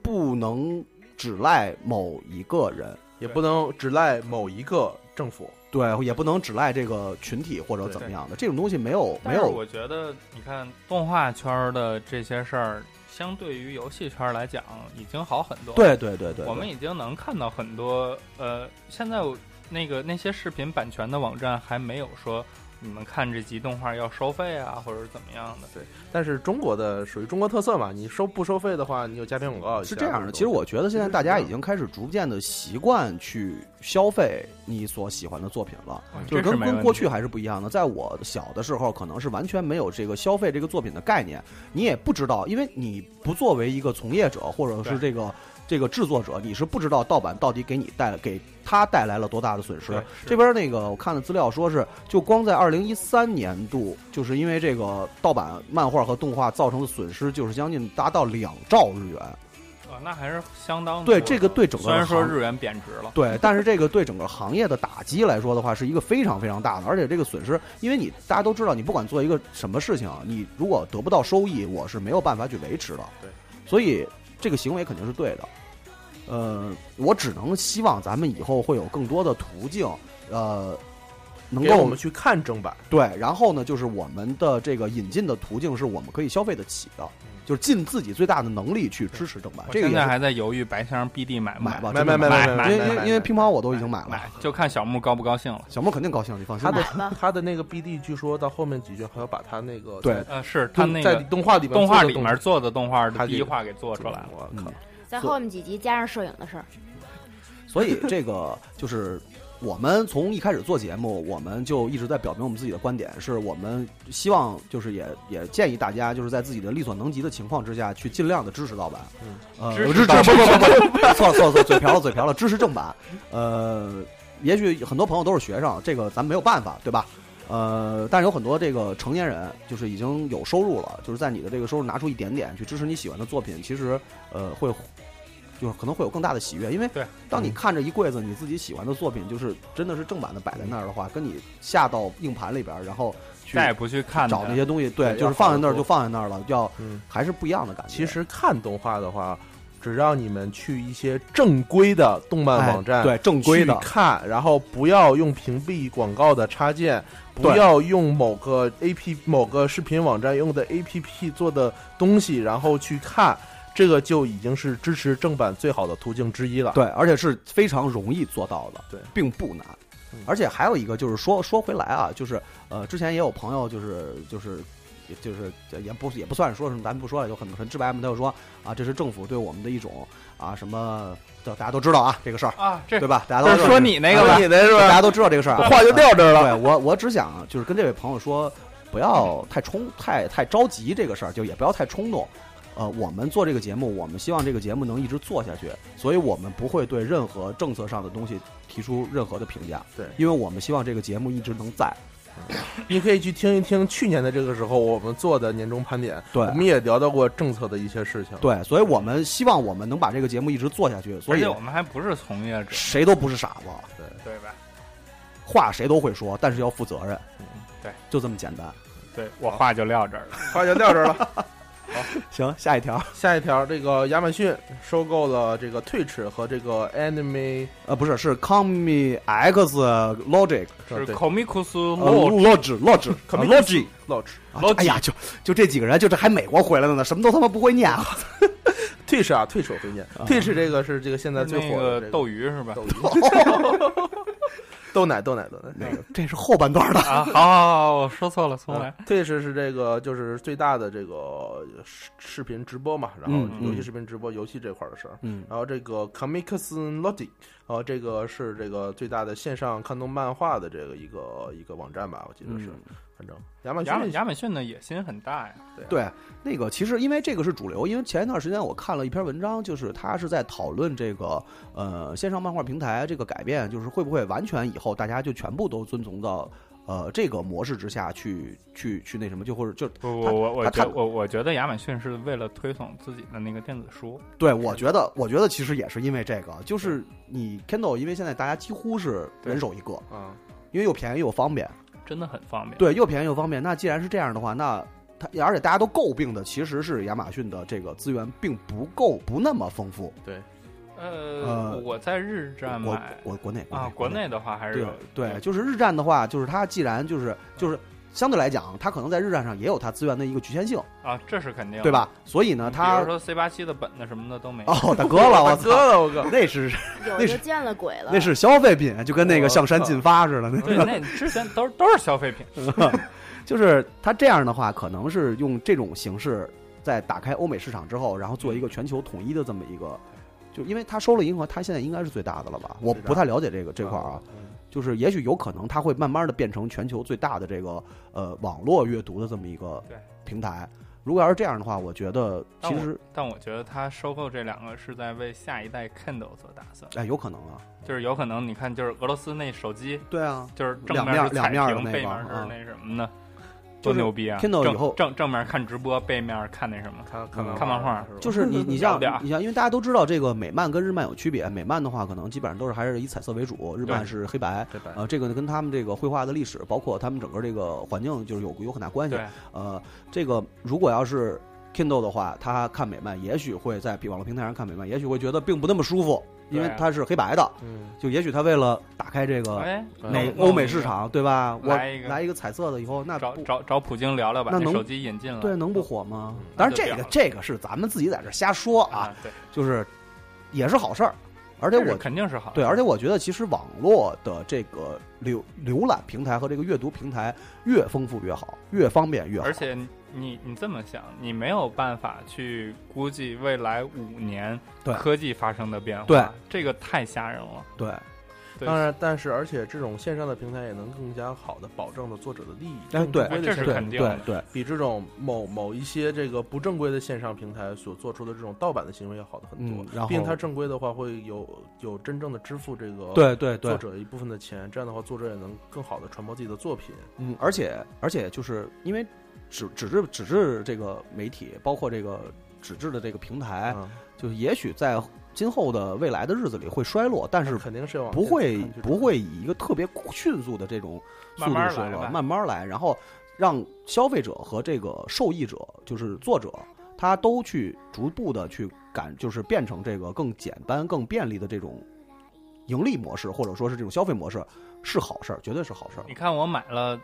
Speaker 4: 不能只赖某一个人，
Speaker 5: 到了，也不能只赖某一个政府。
Speaker 4: 对，也不能只赖这个群体或者怎么样的，这种东西没有
Speaker 3: 但
Speaker 4: 没
Speaker 3: 是
Speaker 4: 有
Speaker 3: 我觉得你看动画圈儿的这些事儿，相对于游戏圈儿来讲，已经好很多。，
Speaker 4: 对对对对，
Speaker 3: 我们已经能看到很多呃，现在我那个那些视频版权的网站还没有说你们看这集动画要收费啊，或者是怎么样的。
Speaker 5: 但是中国的属于中国特色嘛，你收不收费的话，你有加片广告
Speaker 4: 对是
Speaker 5: 加
Speaker 4: 这样的。
Speaker 5: 种
Speaker 4: 其实我觉得现在大家
Speaker 5: 是这
Speaker 4: 已
Speaker 5: 样
Speaker 4: 经开始逐渐的习惯去消费你所喜欢的作品了，就
Speaker 3: 这
Speaker 4: 是跟
Speaker 3: 没问
Speaker 4: 跟
Speaker 3: 题
Speaker 4: 过去还是不一样的。在我小的时候，可能是完全没有这个消费这个作品的概念，你也不知道，因为你不作为一个从业者或者是
Speaker 3: 对
Speaker 4: 这个这个制作者，你是不知道盗版到底给你带给他带来了多大的损失
Speaker 3: 对。
Speaker 4: 这边那个我看的资料说是，就光在二零一三年度，就是因为这个盗版漫画和动画造成的损失，就是将近达到两兆日元。
Speaker 3: 啊，那还是相当
Speaker 4: 对
Speaker 3: 多
Speaker 4: 这个
Speaker 3: 的
Speaker 4: 对整个
Speaker 3: 虽然说
Speaker 4: 行
Speaker 3: 日元贬值了，
Speaker 4: 对，但是这个对整个行业的打击来说的话，是一个非常非常大的，而且这个损失，因为你大家都知道，你不管做一个什么事情，你如果得不到收益，我是没有办法去维持的。
Speaker 5: 对，
Speaker 4: 所以这个行为肯定是对的。呃，我只能希望咱们以后会有更多的途径，呃，能
Speaker 5: 给我
Speaker 4: 够
Speaker 5: 们去看正版，
Speaker 4: 对，然后呢，就是我们的这个引进的途径是我们可以消费得起的，
Speaker 5: 嗯
Speaker 4: 就是尽自己最大的能力去支持正版。
Speaker 3: 我
Speaker 4: 这个
Speaker 3: 现
Speaker 4: 也
Speaker 3: 在
Speaker 4: 是
Speaker 3: 还在犹豫白箱 BD 买不
Speaker 4: 买吧，
Speaker 5: 买
Speaker 4: 啊真的
Speaker 5: 买
Speaker 3: 买
Speaker 5: 买
Speaker 4: 因为
Speaker 5: 买
Speaker 4: 因
Speaker 5: 买
Speaker 4: 为因为乒乓我都已经
Speaker 3: 买
Speaker 4: 买了。
Speaker 3: 买就看小木高不高兴了。
Speaker 4: 小莫肯定高兴，你放心
Speaker 5: 他。的
Speaker 6: 买 吧
Speaker 5: 他的那个 BD，据说到后面几卷还要把他那个
Speaker 4: 对
Speaker 5: 在
Speaker 3: 呃，是他那
Speaker 5: 在
Speaker 3: 个
Speaker 5: 动画里面
Speaker 3: 动画
Speaker 5: 做的
Speaker 3: 里
Speaker 5: 东
Speaker 3: 面
Speaker 5: 西
Speaker 3: 做的动画
Speaker 5: 他
Speaker 3: 的
Speaker 5: 这
Speaker 3: 第一
Speaker 5: 个
Speaker 3: 话给做出来了。
Speaker 5: 我
Speaker 4: 嗯
Speaker 5: 靠，
Speaker 6: 在后面几集加上摄影的事儿，
Speaker 4: 所以这个就是我们从一开始做节目，我们就一直在表明我们自己的观点，是我们希望就是也也建议大家就是在自己的力所能及的情况之下，去尽量的支持盗版。呃，
Speaker 3: 嗯支持
Speaker 4: 支持
Speaker 3: 盗
Speaker 4: 不不不 不，错了错了错了，嘴瓢了嘴瓢了，支持正版。呃，也许很多朋友都是学生，这个咱没有办法，对吧？呃，但是有很多这个成年人，就是已经有收入了，就是在你的这个收入拿出一点点去支持你喜欢的作品，其实呃会，就是可能会有更大的喜悦，因为
Speaker 3: 对
Speaker 4: 当
Speaker 5: 嗯
Speaker 4: 你看着一柜子你自己喜欢的作品，就是真的是正版的摆在那儿的话，跟你下到硬盘里边儿，然后去
Speaker 3: 再也不去看
Speaker 4: 找那
Speaker 3: 它
Speaker 4: 些东西，对，
Speaker 5: 对
Speaker 4: 就是
Speaker 5: 要
Speaker 4: 放
Speaker 5: 好
Speaker 4: 在
Speaker 5: 得
Speaker 4: 那儿就
Speaker 5: 多
Speaker 4: 放在那儿了，要
Speaker 5: 嗯，
Speaker 4: 还是不一样的感觉。
Speaker 5: 其实看动画的话，只要你们去一些正规的动漫
Speaker 4: 哎
Speaker 5: 网站，
Speaker 4: 对正规的
Speaker 5: 去，看，然后不要用屏蔽广告的插件，不
Speaker 4: 对
Speaker 5: 要用某个 A P 某个视频网站用的 A P P 做的东西，然后去看，这个就已经是支持正版最好的途径之一了。
Speaker 4: 对，而且是非常容易做到的，
Speaker 5: 对
Speaker 4: 并不难
Speaker 5: 嗯。
Speaker 4: 而且还有一个就是说说回来啊，就是呃，之前也有朋友就是就是也就是也不也不算是说什么，咱们不说了，就很很直白嘛，他就说啊，这是政府对我们的一种啊什么，大大家都知道啊这个事儿，
Speaker 3: 啊，这
Speaker 4: 对吧？大家都
Speaker 3: 这
Speaker 4: 知
Speaker 3: 是
Speaker 4: 道
Speaker 3: 说你那个
Speaker 4: 啊
Speaker 3: 吧
Speaker 5: 你，的是
Speaker 4: 大
Speaker 5: 吧？
Speaker 4: 家都知道这个事儿啊，
Speaker 5: 话就撂这儿了。
Speaker 4: 对我，我只想就是跟这位朋友说，不要太冲、太太着急这个事儿，就也不要太冲动。呃，我们做这个节目，我们希望这个节目能一直做下去，所以我们不会对任何政策上的东西提出任何的评价。
Speaker 5: 对
Speaker 4: 因为我们希望这个节目一直能在。
Speaker 5: 你可以去听一听去年的这个时候我们做的年终盘点，
Speaker 4: 对
Speaker 5: 我们也聊到过政策的一些事情。
Speaker 4: 对，所以我们希望我们能把这个节目一直做下去。所
Speaker 3: 而
Speaker 4: 以
Speaker 3: 且我们还不是从业者，
Speaker 4: 谁都不是傻子，
Speaker 3: 对吧？
Speaker 4: 话谁都会说，但是要负责任。
Speaker 5: 嗯
Speaker 3: 对，
Speaker 4: 就这么简单。
Speaker 3: 对我话就撂这儿
Speaker 4: 啊
Speaker 3: 了。
Speaker 5: 话就撂这儿了。
Speaker 4: 行，下一条。
Speaker 5: 下一条，这个亚马逊收购了这个 Twitch 和这个 Anime
Speaker 4: 呃，不是，是 Comi X Logic
Speaker 3: 是
Speaker 5: 对啊
Speaker 3: Comics
Speaker 4: 呃
Speaker 3: Lodge
Speaker 4: Logic Logic Logic
Speaker 5: Lodge。
Speaker 4: 啊
Speaker 3: 老
Speaker 4: 哎呀，就就这几个人，就这还美国回来的呢，什么都他妈不会念啊！
Speaker 5: Twitch 啊，Twitch 我会念
Speaker 4: 啊
Speaker 5: ，Twitch 这个是这个现在最
Speaker 3: 那
Speaker 5: 火的
Speaker 3: 个
Speaker 5: 这个
Speaker 3: 斗鱼是吧？
Speaker 5: 斗鱼， 豆奶豆奶豆奶。
Speaker 4: 那个这是后半段的，
Speaker 3: 啊，好好好，我说错了，重
Speaker 4: 啊
Speaker 3: 来。
Speaker 5: Twitch 是这个就是最大的这个视视频直播嘛，然后
Speaker 4: 嗯
Speaker 5: 游戏
Speaker 4: 嗯
Speaker 5: 视频直播游戏这块儿的事儿。
Speaker 4: 嗯
Speaker 5: 然后这个 Comics Lodi，然后这个是这个最大的线上看动漫画的这个一个一个网站吧，我记嗯得是，反正亚马
Speaker 3: 嗯亚马
Speaker 5: 逊
Speaker 3: 亚马逊的野心很大呀，
Speaker 4: 对，那个其实因为这个是主流，因为前一段时间我看了一篇文章，就是他是在讨论这个呃线上漫画平台这个改变，就是会不会完全以后大家就全部都遵从到呃这个模式之下去去去那什么，就或者就
Speaker 3: 不
Speaker 4: 他
Speaker 3: 不，我我
Speaker 4: 他
Speaker 3: 觉
Speaker 4: 他
Speaker 3: 我我觉得亚马逊是为了推崇自己的那个电子书，
Speaker 4: 对我觉得我觉得其实也是因为这个，就是你 Kindle，因为现在大家几乎是人手一个，
Speaker 5: 啊，
Speaker 4: 因为又便宜又方便。
Speaker 3: 真的很方便。
Speaker 4: 对，又便宜又方便。那既然是这样的话，那它而且大家都诟病的其实是亚马逊的这个资源并不够，不那么丰富。
Speaker 3: 呃
Speaker 4: 呃，
Speaker 3: 我在日站
Speaker 4: 国
Speaker 3: 买
Speaker 4: 国国内
Speaker 3: 啊，国内的话还是
Speaker 4: 对
Speaker 3: 有
Speaker 4: 对，就是日站的话，就是它既然就是就是相对来讲，它可能在日站上也有它资源的一个局限性，
Speaker 3: 啊，这是肯定的
Speaker 4: 对？吧？所以呢，
Speaker 3: 比
Speaker 4: 它
Speaker 3: 如说 C 八七的本子什么的都没有，
Speaker 4: 哦，大哥了，我
Speaker 5: 大哥
Speaker 4: 操，
Speaker 5: 了我哥，
Speaker 4: 那是
Speaker 6: 有
Speaker 4: 那
Speaker 6: 就是见了鬼了。
Speaker 4: 那是消费品，就跟那个
Speaker 5: 我
Speaker 4: 象山
Speaker 5: 操
Speaker 4: 进发似的，那
Speaker 3: 对，那之前都是都是消费品，
Speaker 4: 就是它这样的话，可能是用这种形式在打开欧美市场之后，然后做一个全球统一的这么一个，就因为它收了银河，它现在应该是最大的了吧？我
Speaker 5: 最大
Speaker 4: 不太了解这 个这块儿啊，
Speaker 5: 嗯，
Speaker 4: 就是也许有可能它会慢慢的变成全球最大的这个呃网络阅读的这么一个
Speaker 3: 对
Speaker 4: 平台。如果要是这样的话，我觉得
Speaker 3: 但
Speaker 4: 其
Speaker 3: 我
Speaker 4: 实
Speaker 3: 但我觉得他收购这两个是在为下一代 Kindle 做打算，
Speaker 4: 哎有可能啊，
Speaker 3: 就是有可能你看，就是俄罗斯那手机，
Speaker 4: 对啊，
Speaker 3: 就是正
Speaker 4: 两
Speaker 3: 面
Speaker 4: 面
Speaker 3: 是
Speaker 4: 两
Speaker 3: 彩
Speaker 4: 面儿的
Speaker 3: 屏，
Speaker 4: 那
Speaker 3: 背
Speaker 4: 个
Speaker 3: 面是
Speaker 4: 嗯
Speaker 3: 那什么呢？
Speaker 4: 就
Speaker 3: 多
Speaker 4: 是
Speaker 3: 牛逼啊
Speaker 4: Kindle 以后
Speaker 3: 正正正面看直播，背面看那什么。
Speaker 5: 看看
Speaker 3: 嗯看漫画
Speaker 5: 是吧
Speaker 4: 就是你， 你像
Speaker 3: 聊点儿
Speaker 4: 你像，因为大家都知道这个美漫跟日漫有区别，美漫的话可能基本上都是还是以彩色为主，日漫
Speaker 3: 对
Speaker 4: 是黑白，
Speaker 5: 对吧？
Speaker 4: 呃，这个呢跟他们这个绘画的历史，包括他们整个这个环境，就是有有很大关系
Speaker 3: 对。，
Speaker 4: 呃，这个如果要是 Kindle 的话，他看美漫，也许会在比网络平台上看美漫，也许会觉得并不那么舒服，因为
Speaker 3: 对啊
Speaker 4: 它是黑白的。
Speaker 5: 嗯，
Speaker 4: 就也许他为了打开这个
Speaker 3: 哎，
Speaker 5: 嗯
Speaker 4: 美
Speaker 3: 弄
Speaker 4: 欧美市，场，对吧？我
Speaker 3: 来一个
Speaker 4: 来一个彩色的以后，那
Speaker 3: 弄一
Speaker 4: 不
Speaker 3: 个找找找普京聊聊吧，
Speaker 4: 那
Speaker 3: 那
Speaker 4: 能
Speaker 3: 手机引进了，啊
Speaker 4: 对能不火吗
Speaker 5: 嗯？
Speaker 4: 当然，
Speaker 3: 那就
Speaker 4: 这
Speaker 3: 屌
Speaker 4: 个
Speaker 3: 了
Speaker 4: 这个是咱们自己在这瞎说啊，
Speaker 3: 啊？对，
Speaker 4: 就是也是好事儿，而且
Speaker 3: 这是
Speaker 4: 我
Speaker 3: 肯定是好的，
Speaker 4: 对，而且我觉得其实网络的这个浏浏览平台和这个阅读平台越丰富越好，越方便越好。
Speaker 3: 而且你你你这么想，你没有办法去估计未来五年
Speaker 4: 对
Speaker 3: 科技发生的变化，
Speaker 4: 对
Speaker 3: 这个太吓人了。
Speaker 4: 对，
Speaker 3: 对
Speaker 5: 当然，但是而且这种线上的平台也能更加好的保证了作者的利益。
Speaker 4: 哎对
Speaker 5: 正规的
Speaker 3: 这是
Speaker 5: 线
Speaker 4: 对
Speaker 5: 上
Speaker 3: 肯定
Speaker 4: 对
Speaker 3: 的
Speaker 4: 对，
Speaker 5: 比这种某某一些这个不正规的线上平台所做出的这种盗版的行为要好的很多。
Speaker 4: 嗯，然后
Speaker 5: 毕竟它正规的话，会有有真正的支付这个
Speaker 4: 对对
Speaker 5: 作
Speaker 4: 对，
Speaker 5: 者一部分的钱，这样的话，作者也能更好的传播自己的作品。
Speaker 4: 嗯，而且而且就是因为纸纸质纸质这个媒体，包括这个纸质的这个平台，
Speaker 5: 嗯，
Speaker 4: 就是也许在今后的未来的日子里会衰落，但是
Speaker 5: 肯定是往
Speaker 4: 不会
Speaker 5: 前看
Speaker 4: 不会以一个特别迅速的这种速
Speaker 3: 慢
Speaker 4: 度
Speaker 3: 慢
Speaker 4: 衰
Speaker 3: 来
Speaker 4: 落，
Speaker 3: 吧
Speaker 4: 慢慢来，然后让消费者和这个受益者，就是作者，他都去逐步的去感，就是变成这个更简单、更便利的这种盈利模式，或者说是这种消费模式，是好事儿，绝对是好事儿。
Speaker 3: 你看我买了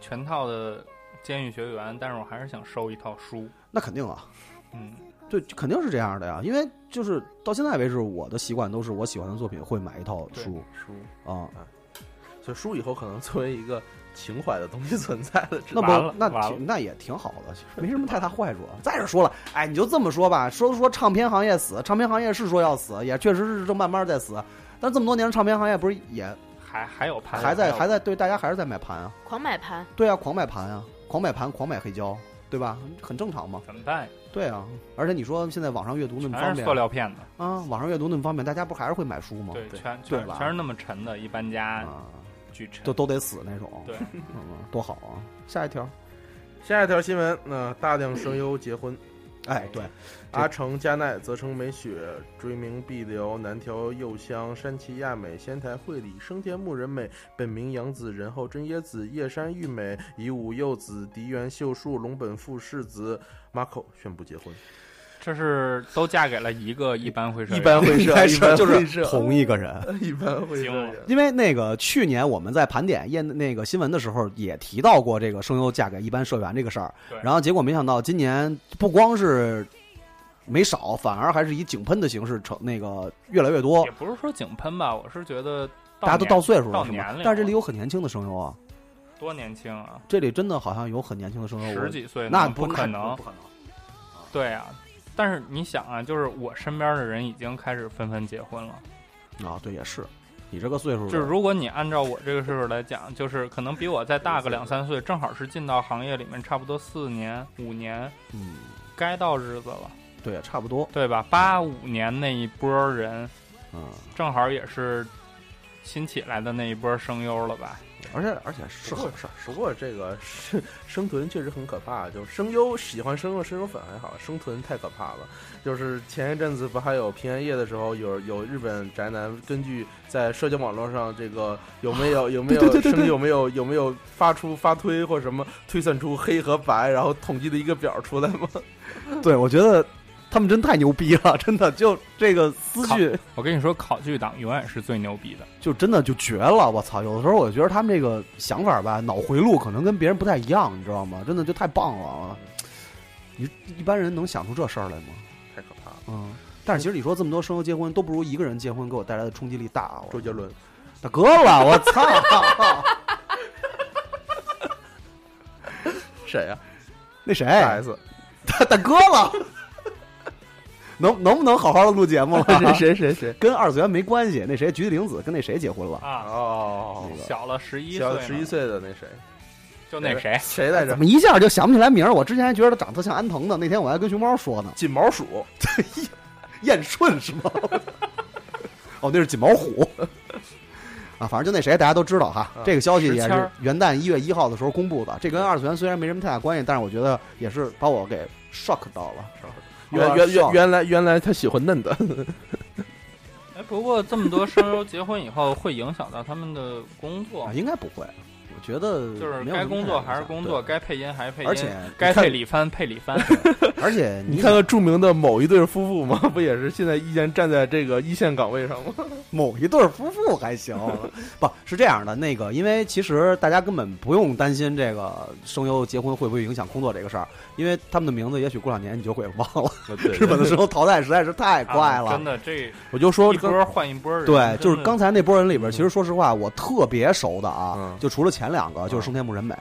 Speaker 3: 全套的《监狱学员》，但是我还是想收一套书。
Speaker 4: 那肯定啊，
Speaker 3: 嗯，
Speaker 4: 对，肯定是这样的呀，因为就是到现在为止，我的习惯都是我喜欢的作品会买一套
Speaker 3: 对
Speaker 4: 书
Speaker 5: 书，
Speaker 4: 啊、
Speaker 5: 所以书以后可能作为一个情怀的东西存在的。只
Speaker 4: 那
Speaker 3: 完
Speaker 4: 不
Speaker 3: 了，
Speaker 4: 那
Speaker 3: 完了
Speaker 4: 挺那也挺好的，其实没什么太大坏处。再者说了，哎，你就这么说吧，说说唱片行业死，唱片行业是说要死，也确实是正慢慢在死。但这么多年，唱片行业不是也
Speaker 3: 还还有盘，
Speaker 4: 还在
Speaker 3: 有
Speaker 4: 还在对大家还是在买盘啊？
Speaker 6: 狂买盘，
Speaker 4: 对啊，狂买盘啊，狂买盘，狂买黑胶，对吧？很正常嘛。
Speaker 3: 怎么办呀？
Speaker 4: 对啊，而且你说现在网上阅读那么方
Speaker 3: 全是塑
Speaker 4: 便
Speaker 3: 料片子，
Speaker 4: 啊，网上阅读那么方便，大家不还是会买书吗？
Speaker 3: 对，
Speaker 5: 对
Speaker 3: 全
Speaker 4: 对
Speaker 3: 全
Speaker 4: 吧
Speaker 3: 全是那么沉的，一搬家
Speaker 4: 啊，
Speaker 3: 巨沉
Speaker 4: 就。都得死那种。
Speaker 3: 对
Speaker 4: 嗯，多好啊！下一条，
Speaker 5: 下一条新闻，那、大量声优结婚，
Speaker 4: 哎，对，这
Speaker 5: 阿城加奈则称美雪、追名碧流、南条佑香、山崎亚美、仙台惠里、生田木人美、本名洋子、仁后真耶子、叶山裕美、以武佑子、迪原秀树、龙本富世子、Marco 宣布结婚。
Speaker 3: 这是都嫁给了一个一般会社员，
Speaker 5: 会
Speaker 4: 应该是就是同 一个人。
Speaker 5: 一般会
Speaker 3: 惊了
Speaker 5: 社。
Speaker 4: 因为那个去年我们在盘点验那个新闻的时候，也提到过这个声优嫁给一般社员这个事儿
Speaker 3: 对。
Speaker 4: 然后结果没想到今年不光是没少，反而还是以井喷的形式成那个越来越多
Speaker 3: 也。不是说井喷吧，我是觉得
Speaker 4: 大家都到
Speaker 3: 年
Speaker 4: 岁数
Speaker 3: 到
Speaker 4: 了，是吗
Speaker 3: 年龄了
Speaker 4: 但是这里有很年轻的声优啊，
Speaker 3: 多年轻啊，
Speaker 4: 这里真的好像有很年轻的声优。
Speaker 3: 十
Speaker 4: 哦我
Speaker 3: 几岁
Speaker 4: 那
Speaker 3: 不
Speaker 4: 不
Speaker 3: 可能
Speaker 4: 不，可能。
Speaker 3: 对啊。但是你想啊，就是我身边的人已经开始纷纷结婚了。
Speaker 4: 啊，对，也是，你这个岁数的，
Speaker 3: 就是如果你按照我这个岁数来讲，就是可能比我再大个两三岁，正好是进到行业里面差不多四年五年，
Speaker 4: 嗯，
Speaker 3: 该到日子了，
Speaker 4: 对，差不多，
Speaker 3: 对吧？八五年那一波人，
Speaker 4: 嗯，
Speaker 3: 正好也是新起来的那一波声优了吧？
Speaker 4: 而且而且是
Speaker 5: 不
Speaker 4: 好
Speaker 5: 过
Speaker 4: 事儿，
Speaker 5: 不过这个生生豚确实很可怕，就声优喜欢声优声优粉还好，生豚太可怕了。就是前一阵子不还有平安夜的时候，有有日本宅男根据在社交网络上这个有没有有没有声优有没有有没有发出发推或什么推算出黑和白，然后统计的一个表出来吗？
Speaker 4: 对我觉得他们真太牛逼了，真的就这个思绪。
Speaker 3: 我跟你说，考据党永远是最牛逼的。
Speaker 4: 就真的就绝了，我操！有的时候我觉得他们这个想法吧，脑回路可能跟别人不太一样，你知道吗？真的就太棒了，你一般人能想出这事儿来吗？
Speaker 5: 太可怕了。
Speaker 4: 嗯，但是其实你说这么多声优结婚，都不如一个人结婚给我带来的冲击力大啊。我
Speaker 5: 周杰伦，
Speaker 4: 大哥了，我操！
Speaker 5: 谁啊呀、
Speaker 4: 那谁，
Speaker 5: 大 S，
Speaker 4: 大大哥了， 能能不能好好的录节目了？
Speaker 5: 哎 谁谁谁？
Speaker 4: 跟二次元没关系，那谁菊地凛子跟那谁结婚了？
Speaker 3: 啊，
Speaker 5: 哦，
Speaker 3: 小了十一岁
Speaker 5: 小
Speaker 3: 呢，
Speaker 5: 十一岁哎的那谁，
Speaker 3: 就那谁，
Speaker 5: 谁来着
Speaker 4: 怎？么一下就想不起来名儿？我之前还觉得他长得特像安藤呢，那天我还跟熊猫说呢。
Speaker 5: 锦毛鼠。
Speaker 4: 燕顺是吗？ 哦，那是锦毛虎。啊，反正就那谁，大家都知道哈。
Speaker 5: 啊
Speaker 4: 这个消息
Speaker 3: 石
Speaker 4: 也
Speaker 3: 谦
Speaker 4: 是
Speaker 3: 儿
Speaker 4: 元旦一月一号的时候公布的。这跟二次元虽然没什么太大关系，但是我觉得也是把我给 shock 到了。
Speaker 5: 原
Speaker 4: 有
Speaker 5: 原
Speaker 4: 点
Speaker 5: 原
Speaker 4: shock
Speaker 5: 原来原来他喜欢嫩的，
Speaker 3: 哎，不过这么多声优结婚以后，会影响到他们的工作
Speaker 4: 啊，，应该不会。我觉得
Speaker 3: 就是
Speaker 4: 没有
Speaker 3: 该
Speaker 4: 什么
Speaker 3: 工作还是工作，
Speaker 4: 太
Speaker 3: 该配音还是配
Speaker 4: 大
Speaker 3: 音，
Speaker 4: 影响，对
Speaker 3: 该
Speaker 5: 你看
Speaker 3: 配李帆配李帆。
Speaker 4: 而且而 且
Speaker 5: 你
Speaker 4: 你
Speaker 5: 看看著名的某一对夫妇嘛， 不也是现在依然站在这个一线岗位 上吗？
Speaker 4: 某一对儿夫妇还行，不是这样的。那个，因为其实大家根本不用担心这个声优结婚会不会影响工作这个事儿，因为他们的名字也许过两年你就会忘了。日本的时候淘汰实在是太快了，
Speaker 3: 啊真的这
Speaker 5: 我就说
Speaker 3: 一
Speaker 5: 刚
Speaker 3: 波换一波人，
Speaker 4: 对，就
Speaker 3: 真
Speaker 4: 是
Speaker 3: 的
Speaker 4: 刚才那波人里边，
Speaker 5: 嗯
Speaker 4: 其实说实话，我特别熟的啊
Speaker 5: 嗯，
Speaker 4: 就除了前两个，就是
Speaker 5: 嗯
Speaker 4: 生田木 人美，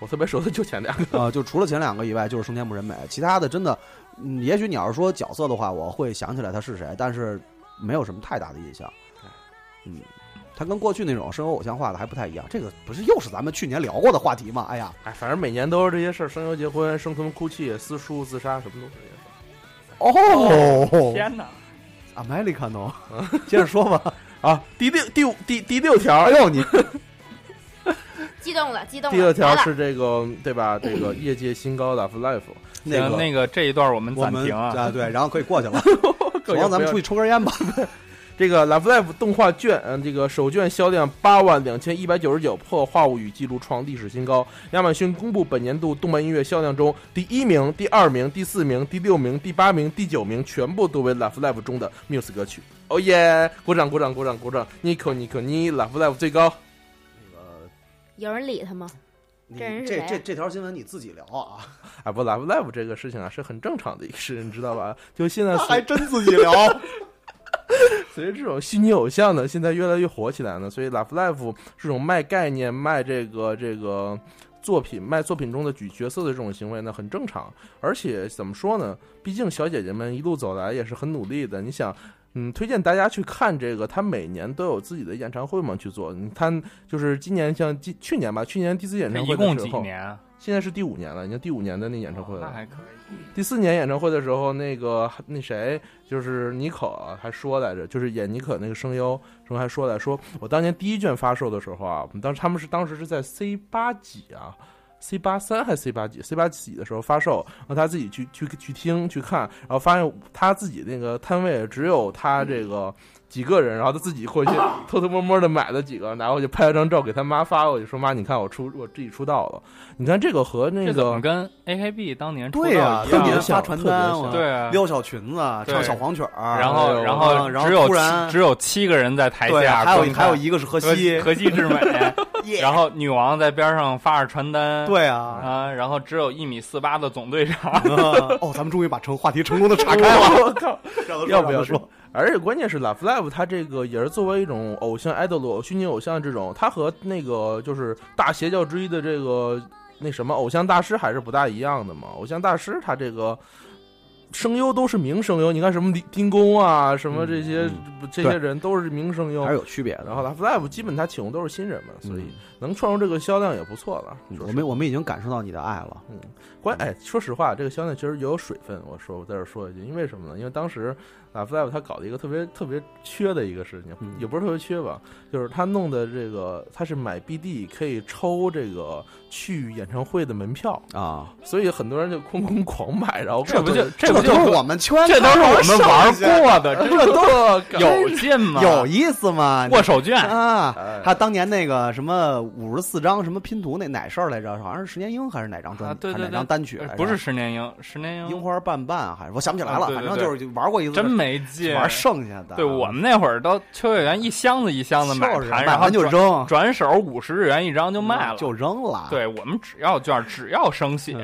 Speaker 5: 我特别熟的就前两个，
Speaker 4: 呃，就除了前两个以外，就是生田木人美，其他的真的，嗯，也许你要是说角色的话，我会想起来他是谁，但是没有什么太大的印象。嗯，它跟过去那种声优偶像化的还不太一样。这个不是又是咱们去年聊过的话题吗？哎呀，
Speaker 5: 哎，反正每年都是这些事儿：声优结婚、生存、哭泣、私书、自杀，什么都是这些事儿。
Speaker 4: 哦
Speaker 3: 天哪！
Speaker 4: ，Americano，接着 说吧。
Speaker 5: 啊，第六第五第第六条，
Speaker 4: 哎呦你，
Speaker 6: 激动了，激动了。
Speaker 5: 第六条
Speaker 6: 来了
Speaker 5: 是这个对吧？这个业界新高的 Life，
Speaker 4: 那
Speaker 3: 行
Speaker 4: 个
Speaker 3: 那个这一段我们
Speaker 4: 我
Speaker 3: 暂
Speaker 4: 们
Speaker 3: 停啊，
Speaker 4: 对，然后可以过去了。
Speaker 5: 更
Speaker 4: 走吧，咱们出去
Speaker 5: 去
Speaker 4: 抽根烟吧。
Speaker 5: 这个 Love Life 动画卷，嗯，这个首卷销量八万两千一百九十九，破《话物语》记录，创历史新高。亚马逊公布本年度动漫音乐销量中第一名、第二名、第四名、第六名、第八名、第九名，全部都为 Love Life 中的 Muse 歌曲。哦耶！鼓掌鼓掌鼓掌鼓掌！Nico Nico 你 Love Life 最高。
Speaker 6: 有人理他吗？
Speaker 4: 你
Speaker 6: 这人是
Speaker 4: 这
Speaker 6: 谁啊
Speaker 4: 这这条新闻你自己聊啊，
Speaker 5: 啊不，Love Live 这个事情啊是很正常的一个事，你知道吧？就现在随
Speaker 4: 真自己聊。
Speaker 5: 随着这种虚拟偶像呢，现在越来越火起来呢，所以 Love Live 这种卖概念、卖这个这个作品、卖作品中的举角色的这种行为呢，很正常。而且怎么说呢？毕竟小姐姐们一路走来也是很努力的。你想。嗯，推荐大家去看这个，他每年都有自己的演唱会嘛去做。嗯他就是今年像今去年吧，去年第四演
Speaker 3: 这
Speaker 5: 唱
Speaker 3: 一
Speaker 5: 会
Speaker 3: 共
Speaker 5: 的时
Speaker 3: 几
Speaker 5: 候，
Speaker 3: 年啊？
Speaker 5: 现在是第五年了，已经第五年的那演唱会了。
Speaker 3: 那还可以。
Speaker 5: 第四年演唱会的时候，那个那谁就是妮可啊还说来着，就是演妮可那个声优，什么还说来说，我当年第一卷发售的时候啊，我们当他们是当时是在 C 八几啊。C 八三还是 C 八几？C 八几的时候发售，然后他自己去去去听去看，然后发现他自己那个摊位只有他这个几个人，然后他自己 回去偷偷摸摸的买了几个，拿回去拍了张照给他妈发过去，说妈你看我出我自己出道了，你看这个和那
Speaker 3: 这怎么
Speaker 5: 个
Speaker 3: 跟 AKB 当年出
Speaker 4: 对
Speaker 3: 道
Speaker 4: 呀，
Speaker 3: 一
Speaker 4: 当
Speaker 5: 特别
Speaker 4: 年
Speaker 3: 样？啊
Speaker 5: 像
Speaker 4: 发传单，
Speaker 5: 特别像
Speaker 4: 我
Speaker 3: 对啊，
Speaker 4: 撩小裙子，唱
Speaker 3: 对
Speaker 4: 小黄曲儿，啊
Speaker 3: 然
Speaker 5: 哎
Speaker 3: 后
Speaker 5: 呦
Speaker 3: 后
Speaker 4: 然后
Speaker 3: 只有
Speaker 4: 突然
Speaker 3: 七只有七个人在台
Speaker 4: 对，
Speaker 3: 下观看，
Speaker 4: 还有还有一个是荷 西，
Speaker 3: 河西 之美，
Speaker 4: 耶
Speaker 3: 然后女王在边上发着传单，
Speaker 4: 对啊。
Speaker 3: 啊，然后只有一米四八的总队长，
Speaker 4: 嗯哦，咱们终于把成话题成功的岔开 了。
Speaker 5: 我靠！
Speaker 4: 让他说
Speaker 5: 要不
Speaker 4: 让
Speaker 5: 要
Speaker 4: 他说？？
Speaker 5: 而且关键是 Love Live 它这个也是作为一种偶像 idol 虚拟偶像这种，它和那个就是大邪教之一的这个那什么偶像大师还是不大一样的嘛。偶像大师他这个。声优都是名声优，你看什么李丁工啊，什么这些、
Speaker 4: 嗯
Speaker 5: 这些人都是名声优
Speaker 4: 还。是有区别的。
Speaker 5: 然后 Love Live 基本他请的都是新人嘛，所以
Speaker 4: 嗯
Speaker 5: 能创出这个销量也不错了。就是
Speaker 4: 我们我们已经感受到你的爱了。
Speaker 5: 关哎，说实话，这个销量其实也有水分。我说，我在这儿说一句，因为什么呢？因为当时 Love Live 他搞了一个特别特别缺的一个事情，
Speaker 4: 嗯
Speaker 5: 也不是特别缺吧，就是他弄的这个，他是买 BD 可以抽这个去演唱会的门票，
Speaker 4: 啊，
Speaker 5: 所以很多人就空空狂买，然后
Speaker 3: 这不就
Speaker 4: 这
Speaker 3: 不
Speaker 4: 都
Speaker 3: 就是
Speaker 4: 我们圈子，
Speaker 3: 这都是我们玩
Speaker 4: 上一
Speaker 3: 过 的，这
Speaker 5: 这都
Speaker 3: 有劲吗？
Speaker 4: 有意思吗？
Speaker 3: 握手券，
Speaker 4: 啊，
Speaker 5: 哎
Speaker 4: 还有当年那个什么五十四张什么拼图那哪事儿来着？好像是石年英还是哪张专
Speaker 3: 啊
Speaker 4: 辑？
Speaker 3: 对对
Speaker 4: 还是哪
Speaker 3: 对
Speaker 4: 张单曲来着？
Speaker 3: 不是十年樱，十年
Speaker 4: 樱
Speaker 3: 樱
Speaker 4: 花瓣瓣还是我想不起来
Speaker 3: 啊
Speaker 4: 了，
Speaker 3: 对
Speaker 4: 反
Speaker 3: 对
Speaker 4: 正就是就玩过一次，
Speaker 3: 真没劲，
Speaker 4: 玩剩下的。
Speaker 3: 对我们那会儿到秋叶原一箱子一箱子买
Speaker 4: 就是
Speaker 3: 盘，
Speaker 4: 买
Speaker 3: 然后
Speaker 4: 完就
Speaker 3: 转
Speaker 4: 扔，嗯
Speaker 3: 转手五十日元一张就卖了，
Speaker 4: 就扔了。
Speaker 3: 对我们只要券，只要生血，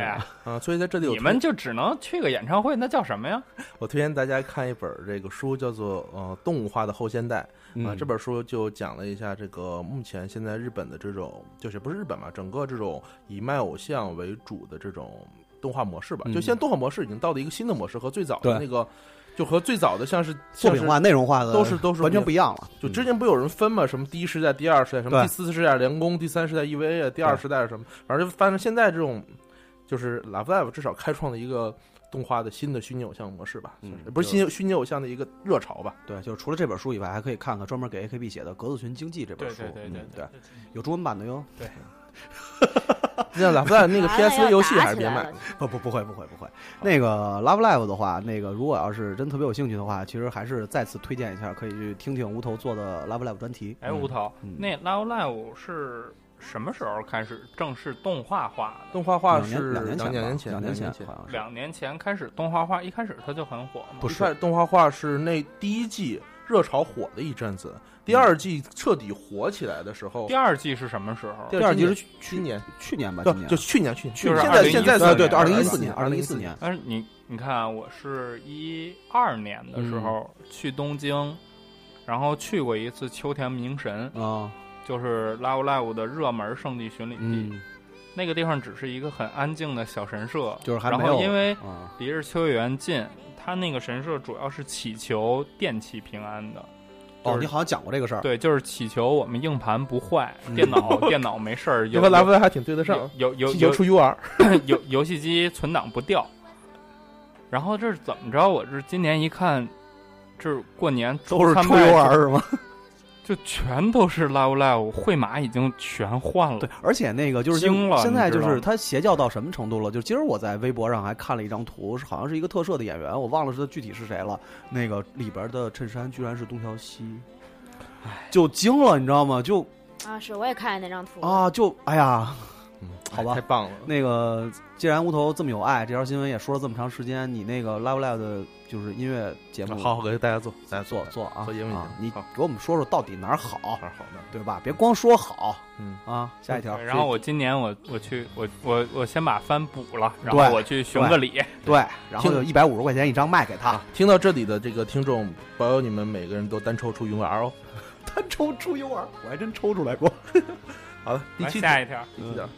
Speaker 4: 嗯
Speaker 5: 啊，所以在这里有
Speaker 3: 你们就只能去个演唱会，那叫什么呀？
Speaker 5: 我推荐大家看一本这个书，叫做呃《动物化的后现代》啊、
Speaker 4: 嗯，
Speaker 5: 这本书就讲了一下这个目前现在日本的这种，就是不是日本嘛，整个这种以卖偶像为主的这种动画模式吧。
Speaker 4: 嗯
Speaker 5: 就现在动画模式已经到了一个新的模式，和最早的
Speaker 4: 对
Speaker 5: 那个，就和最早的像是
Speaker 4: 作品，化、内容化的
Speaker 5: 都是都是
Speaker 4: 完全不一样了。嗯
Speaker 5: 像是就之前不有人分嘛，什么第一时代、第二时代，什么
Speaker 4: 对
Speaker 5: 第四时代梁工，第三时代 EVA 啊，第二时代是什么，反正就反正现在这种就是 Love Live 至少开创了一个动画的新的虚拟偶像模式吧，
Speaker 4: 嗯
Speaker 5: 算是不是新虚拟偶像的一个热潮吧。
Speaker 4: 对，就是除了这本书以外，还可以看看专门给 AKB 写的《格子裙经济》这本书。嗯对，有中文版的哟。
Speaker 5: 像 Love Live 那个
Speaker 6: 完了
Speaker 5: PS
Speaker 6: 要
Speaker 5: 游戏
Speaker 6: 打
Speaker 5: 还是
Speaker 6: 起
Speaker 5: 别
Speaker 6: 来
Speaker 5: 买
Speaker 6: 了。
Speaker 4: 不不不会不会不会，那个 Love Live 的话，那个如果要是真特别有兴趣的话，其实还是再次推荐一下，可以去听听无头做的 Love Live 专题。
Speaker 3: 哎，吴涛，
Speaker 4: 嗯
Speaker 3: 那 Love Live 是什么时候开始正式动画化的？
Speaker 5: 动画化
Speaker 4: 两
Speaker 5: 是
Speaker 4: 年两
Speaker 5: 两
Speaker 4: 年
Speaker 5: 年
Speaker 4: 前
Speaker 5: 前，
Speaker 4: 吧，
Speaker 5: 年
Speaker 4: 前
Speaker 5: 前
Speaker 4: 好像是。
Speaker 3: 两年前开始动画化，一开始它就很火嘛。
Speaker 4: 不
Speaker 5: 一
Speaker 4: 是
Speaker 5: 开始动画化是那第一季热潮火的一阵子，第二季彻底火起来的时候
Speaker 3: 第，二季是什么时候？
Speaker 5: 第
Speaker 4: 第二季是
Speaker 5: 今年
Speaker 4: 去
Speaker 5: 去年，
Speaker 4: 去年吧，
Speaker 5: 对
Speaker 4: 今，年啊
Speaker 5: 就去年去年，
Speaker 3: 就是
Speaker 5: 现在
Speaker 3: 2014
Speaker 5: 现
Speaker 4: 对
Speaker 5: 在
Speaker 3: 年
Speaker 4: 对对，二零一四
Speaker 5: 2014
Speaker 4: 年，二零一四
Speaker 5: 2014
Speaker 4: 年，
Speaker 3: 但是你你看啊，我是一二年的时候
Speaker 4: 嗯
Speaker 3: 去东京，然后去过一次秋田明神，
Speaker 4: 啊，
Speaker 3: 就是 Love Live 的热门圣地巡礼地。
Speaker 4: 嗯，
Speaker 3: 那个地方只是一个很安静的小神社，
Speaker 4: 就是还
Speaker 3: 然
Speaker 4: 没
Speaker 3: 后
Speaker 4: 有，
Speaker 3: 因为
Speaker 4: 啊，
Speaker 3: 离着秋叶原近，它那个神社主要是祈求电器平安的，就是
Speaker 4: 哦，你好像讲过这个事儿，
Speaker 3: 对，就是祈求我们硬盘不坏，
Speaker 4: 嗯
Speaker 3: 电 脑电脑没事儿，
Speaker 5: 这
Speaker 3: 有
Speaker 5: 和莱文还挺对得上
Speaker 3: 有，有有
Speaker 5: 气球
Speaker 3: 有
Speaker 5: 出 UR，
Speaker 3: 游 游戏机存档不掉。然后这是怎么着？我这今年一看，这是过年
Speaker 4: 都是
Speaker 3: 参
Speaker 4: 出
Speaker 3: 拜
Speaker 4: U R 是吗？
Speaker 3: 就全都是 Live Live，会码已经全换了
Speaker 4: 对。，而且那个就是
Speaker 3: 惊了
Speaker 4: 现在
Speaker 3: 你知
Speaker 4: 就
Speaker 3: 道
Speaker 4: 是
Speaker 3: 吗
Speaker 4: 他邪教到什么程度了？就今儿我在微博上还看了一张图，是好像是一个特摄的演员，我忘了是具体是谁了。那个里边的衬衫居然是东条希，就惊了，你知道吗？就
Speaker 6: 啊，是我也看见那张图了，
Speaker 4: 啊，就哎呀，
Speaker 5: 嗯
Speaker 4: 好吧
Speaker 5: 太棒了。
Speaker 4: 那个既然无头这么有爱，这条新闻也说了这么长时间，你那个 Live Live 的就是音乐节目，
Speaker 5: 好好给大家做，大家
Speaker 4: 做
Speaker 5: 做
Speaker 4: 做啊，
Speaker 5: 做英语
Speaker 4: 啊
Speaker 5: 节，目
Speaker 4: 你
Speaker 5: 好
Speaker 4: 给我们说说到底哪儿好，
Speaker 5: 好好的，
Speaker 4: 对吧？别光说好
Speaker 5: 嗯，
Speaker 4: 啊，下一条。
Speaker 3: 然后我今年我我去我我我先把番补了，然
Speaker 4: 对
Speaker 3: 后我去寻个礼。
Speaker 4: 对，然后就一百五十块钱一张卖给他，
Speaker 5: 听到这里的这个听众，保佑你们每个人都单抽出 UR 哦。
Speaker 4: 他抽出 U R，我还真抽出来过。
Speaker 5: 好的，第
Speaker 3: 来
Speaker 5: 七
Speaker 3: 下一条，
Speaker 5: 第七点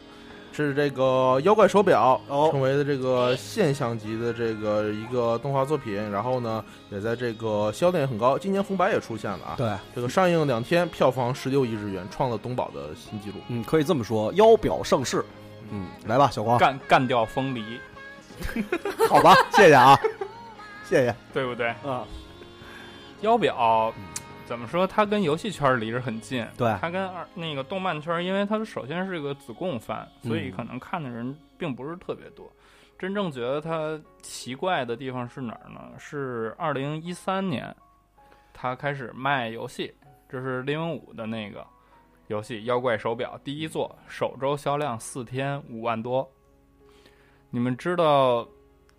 Speaker 5: 是这个妖怪手表
Speaker 4: 哦
Speaker 5: 成为的这个现象级的这个一个动画作品，然后呢，也在这个销量也很高，今年红白也出现了啊。
Speaker 4: 对，
Speaker 5: 这个上映两天，票房十六亿日元，创了东宝的新纪录。
Speaker 4: 嗯，可以这么说，腰表盛世。嗯，来吧，小光，
Speaker 3: 干干掉风离，
Speaker 4: 好吧，谢谢啊，谢谢。
Speaker 3: 对不对？
Speaker 4: 啊，
Speaker 3: 腰表
Speaker 4: 嗯
Speaker 3: 怎么说？它跟游戏圈离着很近，
Speaker 4: 对
Speaker 3: 它跟二那个动漫圈，因为它首先是个子供番，所以
Speaker 4: 嗯
Speaker 3: 可能看的人并不是特别多。真正觉得它奇怪的地方是哪儿呢？是二零一三年，它开始卖游戏，这是林文武的那个游戏《妖怪手表》第一座，首周销量四天五万多。你们知道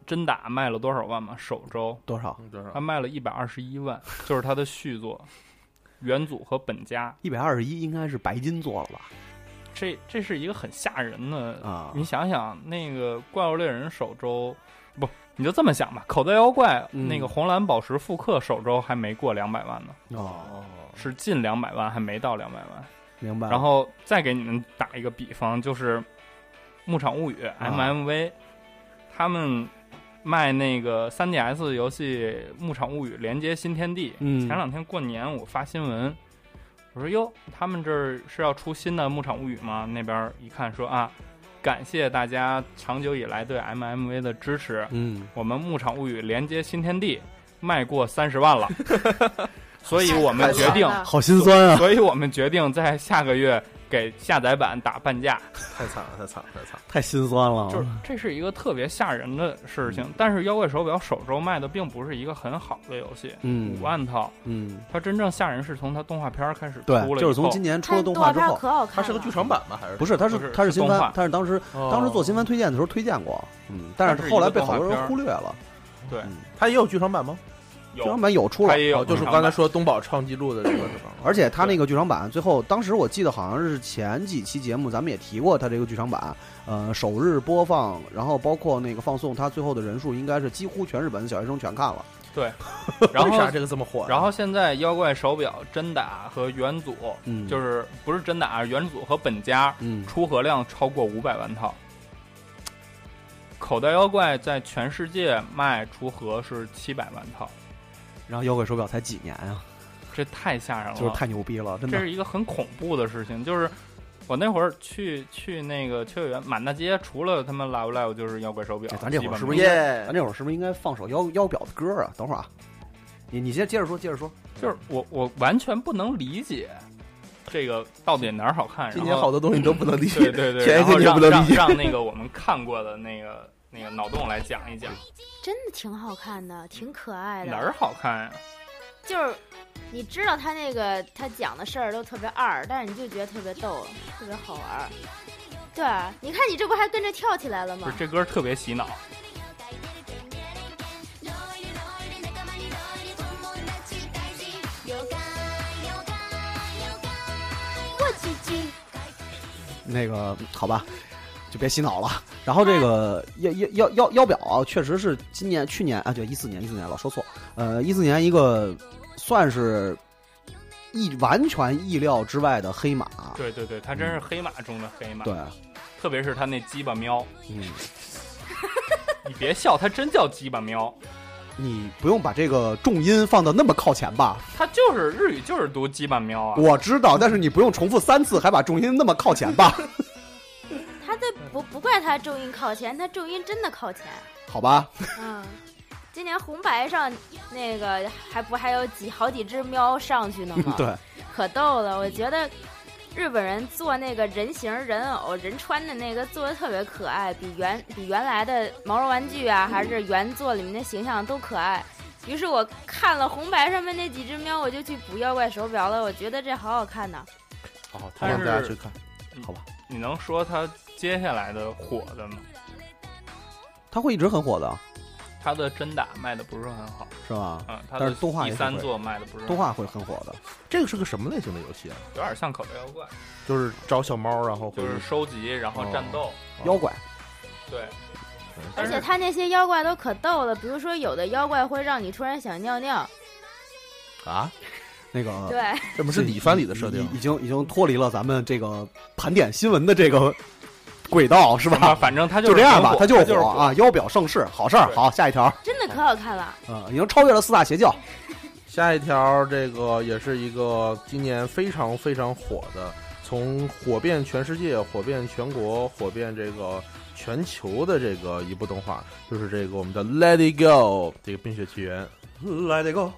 Speaker 3: 真打卖了多少万吗？首周
Speaker 4: 多少？
Speaker 5: 嗯多少
Speaker 3: 他？卖了一百二十一万，就是他的续作《元祖》和《本家
Speaker 4: 一百二十一应该是白金做了吧？》。
Speaker 3: 这这是一个很吓人的
Speaker 4: 啊
Speaker 3: 你想想，那个《怪物猎人》首周不，你就这么想吧，《口袋妖怪》
Speaker 4: 嗯
Speaker 3: 那个红蓝宝石复刻首周还没过两百万呢，
Speaker 4: 哦，
Speaker 3: 是近两百万，还没到两百万。
Speaker 4: 明白了。
Speaker 3: 然后再给你们打一个比方，就是《牧场物
Speaker 4: 啊
Speaker 3: 语》MMV，他们卖那个 3DS 游戏《牧场物语》连接新天地。
Speaker 4: 嗯
Speaker 3: 前两天过年我发新闻，我说哟，他们这儿是要出新的《牧场物语》吗？那边儿一看说啊，感谢大家长久以来对 MMV 的支持，
Speaker 4: 嗯，
Speaker 3: 我们《牧场物语》连接新天地卖过三十万了，所以我们决定
Speaker 6: 太惨了
Speaker 4: 好心酸啊。
Speaker 3: 所以我们决定在下个月给下载版打半价，
Speaker 5: 太惨了，太惨了，太惨了！
Speaker 4: 太心酸了，啊
Speaker 3: 就是这是一个特别吓人的事情。但是《妖怪手表》首周卖的并不是一个很好的游戏，
Speaker 4: 嗯
Speaker 3: 五万套。
Speaker 4: 嗯，
Speaker 3: 它真正吓人是从它动画片儿开始出
Speaker 4: 对
Speaker 3: 了以后，，
Speaker 4: 就是从今年出
Speaker 6: 看
Speaker 4: 了动画之
Speaker 6: 片
Speaker 4: 后，
Speaker 6: 可好看
Speaker 5: 它
Speaker 6: 了，
Speaker 5: 是个剧场版吧？还是
Speaker 4: 不是，他
Speaker 3: 不
Speaker 4: 是
Speaker 3: 是哦
Speaker 4: 他是新
Speaker 3: 动
Speaker 4: 番
Speaker 3: 画，
Speaker 4: 他是当时当时做新番推荐的时候推荐过，嗯，但
Speaker 3: 但
Speaker 4: 是
Speaker 3: 是
Speaker 4: 后来
Speaker 3: 一个
Speaker 4: 被
Speaker 3: 动
Speaker 4: 好
Speaker 3: 画
Speaker 4: 多
Speaker 3: 片
Speaker 4: 人
Speaker 3: 儿
Speaker 4: 忽略了。
Speaker 3: 对
Speaker 4: 嗯
Speaker 5: 它也有剧场版吗？
Speaker 4: 剧场
Speaker 3: 有，
Speaker 4: 版有出了
Speaker 3: 它，也有
Speaker 5: 哦，就
Speaker 3: 剧
Speaker 5: 是刚
Speaker 3: 场
Speaker 5: 才
Speaker 3: 版
Speaker 5: 说东宝创纪录的这个是吧？
Speaker 4: 而且他那个剧场版最后，当时我记得好像是前几期节目咱们也提过他这个剧场版，呃，首日播放，然后包括那个放送，他最后的人数应该是几乎全日本的小学生全看了。
Speaker 3: 然
Speaker 5: 为啥
Speaker 3: 后
Speaker 5: 这个这么火呀？
Speaker 3: 然后现在《妖怪手表》真打和元祖，
Speaker 4: 嗯
Speaker 3: 就是不是真打元祖和本家
Speaker 4: 嗯
Speaker 3: 出盒量超过五百万套。口袋妖怪在全世界卖出盒是七百万套，
Speaker 4: 然后妖怪手表才几年啊，
Speaker 3: 这太吓人了，
Speaker 4: 就是太牛逼了，真
Speaker 3: 这
Speaker 4: 的。
Speaker 3: 是一个很恐怖的事情。就是我那会儿去去那个秋叶原，满大街除了他们 Live Live 就是妖怪手表
Speaker 4: 哎，咱这会儿是不是
Speaker 3: 基
Speaker 4: 应
Speaker 3: 本
Speaker 4: 该，咱这会儿是不是应该放首妖妖表的歌啊？等会儿啊，你你先接着说，接着说。
Speaker 3: 没有就是我我完全不能理解这个到底哪儿好看。
Speaker 5: 今
Speaker 3: 然
Speaker 5: 年
Speaker 3: 后
Speaker 5: 好多东西你都不能理
Speaker 3: 对
Speaker 5: 解，
Speaker 3: 对对，
Speaker 5: 前一
Speaker 3: 然
Speaker 5: 个
Speaker 3: 后
Speaker 5: 你也
Speaker 3: 让
Speaker 5: 不能
Speaker 3: 让
Speaker 5: 理解。
Speaker 3: 让那个我们看过的那个那个脑洞来讲一讲
Speaker 6: 真的挺好看的，挺可爱的。
Speaker 3: 哪儿好看啊呀、
Speaker 6: 就是你知道他那个他讲的事儿都特别二，但是你就觉得特别逗，特别好玩儿。对啊，你看你这不还跟着跳起来了
Speaker 3: 不
Speaker 6: 吗
Speaker 3: 是？这歌特别洗脑，
Speaker 6: 我去去，
Speaker 4: 那个好吧，就别洗脑了。然后这个腰腰腰腰腰表啊确实是今年去年啊，对，一四年一四年老说错，呃，一四年一个算是意完全意料之外的黑马，啊
Speaker 3: 对对对，它真是黑马中的黑马，
Speaker 4: 对，
Speaker 3: 特别是它那鸡巴喵，
Speaker 4: 嗯，
Speaker 3: 你别笑，它真叫鸡巴喵，
Speaker 4: 你不用把这个重音放的那么靠前吧？
Speaker 3: 它就是日语就是读鸡巴喵啊，
Speaker 4: 我知道，但是你不用重复三次，还把重音那么靠前吧？
Speaker 6: 他的不不怪他重音靠前，他重音真的靠前。
Speaker 4: 好吧，
Speaker 6: 嗯，今年红白上那个还不还有几好几只喵上去呢吗？，
Speaker 4: 对，
Speaker 6: 可逗了。我觉得日本人做那个人形人偶、人穿的那个做的特别可爱，比原比原来的毛绒玩具啊，还是原作里面的形象都可爱。于是我看了红白上面那几只喵，我就去补妖怪手表了。我觉得这好好看呢。
Speaker 5: 好，
Speaker 3: 但
Speaker 5: 推荐
Speaker 3: 是
Speaker 5: 大家去看。
Speaker 3: 你能说它接下来的火的吗？
Speaker 4: 它会一直很火的，
Speaker 3: 它的真打卖的不是很好，
Speaker 4: 是吧？
Speaker 3: 嗯，它
Speaker 4: 但
Speaker 3: 的
Speaker 4: 是动画
Speaker 3: 第
Speaker 4: 也是
Speaker 3: 三
Speaker 4: 会
Speaker 3: 作卖的不是很
Speaker 4: 动画会很火的，
Speaker 5: 这个是个什么类型的游戏啊？
Speaker 3: 有点像口袋妖怪，
Speaker 5: 就是找小猫，然后会
Speaker 3: 就是收集然后战斗，
Speaker 4: 妖怪
Speaker 3: 对，
Speaker 6: 而
Speaker 4: 嗯
Speaker 3: 但
Speaker 6: 且
Speaker 3: 是
Speaker 6: 他那些妖怪都可逗了，比如说有的妖怪会让你突然想尿尿，
Speaker 5: 啊，
Speaker 4: 那个
Speaker 6: 对，
Speaker 5: 这不是里番里的设定
Speaker 4: 已已经已经脱离了咱们这个盘点新闻的这个轨道，是吧？
Speaker 3: 反正它
Speaker 4: 就这样吧，它
Speaker 3: 它
Speaker 4: 就是
Speaker 3: 是
Speaker 4: 火啊！妖表盛世，好事儿。
Speaker 3: 对
Speaker 4: 好，下一条，
Speaker 6: 真的可好看了。
Speaker 4: 嗯，已经超越了四大邪教。
Speaker 5: 下一条，这个也是一个今年非常非常火的，从火遍全世界、火遍全国、火遍这个全球的这个一部动画，就是这个我们的《Let It Go》这个《冰雪奇缘》。
Speaker 4: 嗯 Let it go，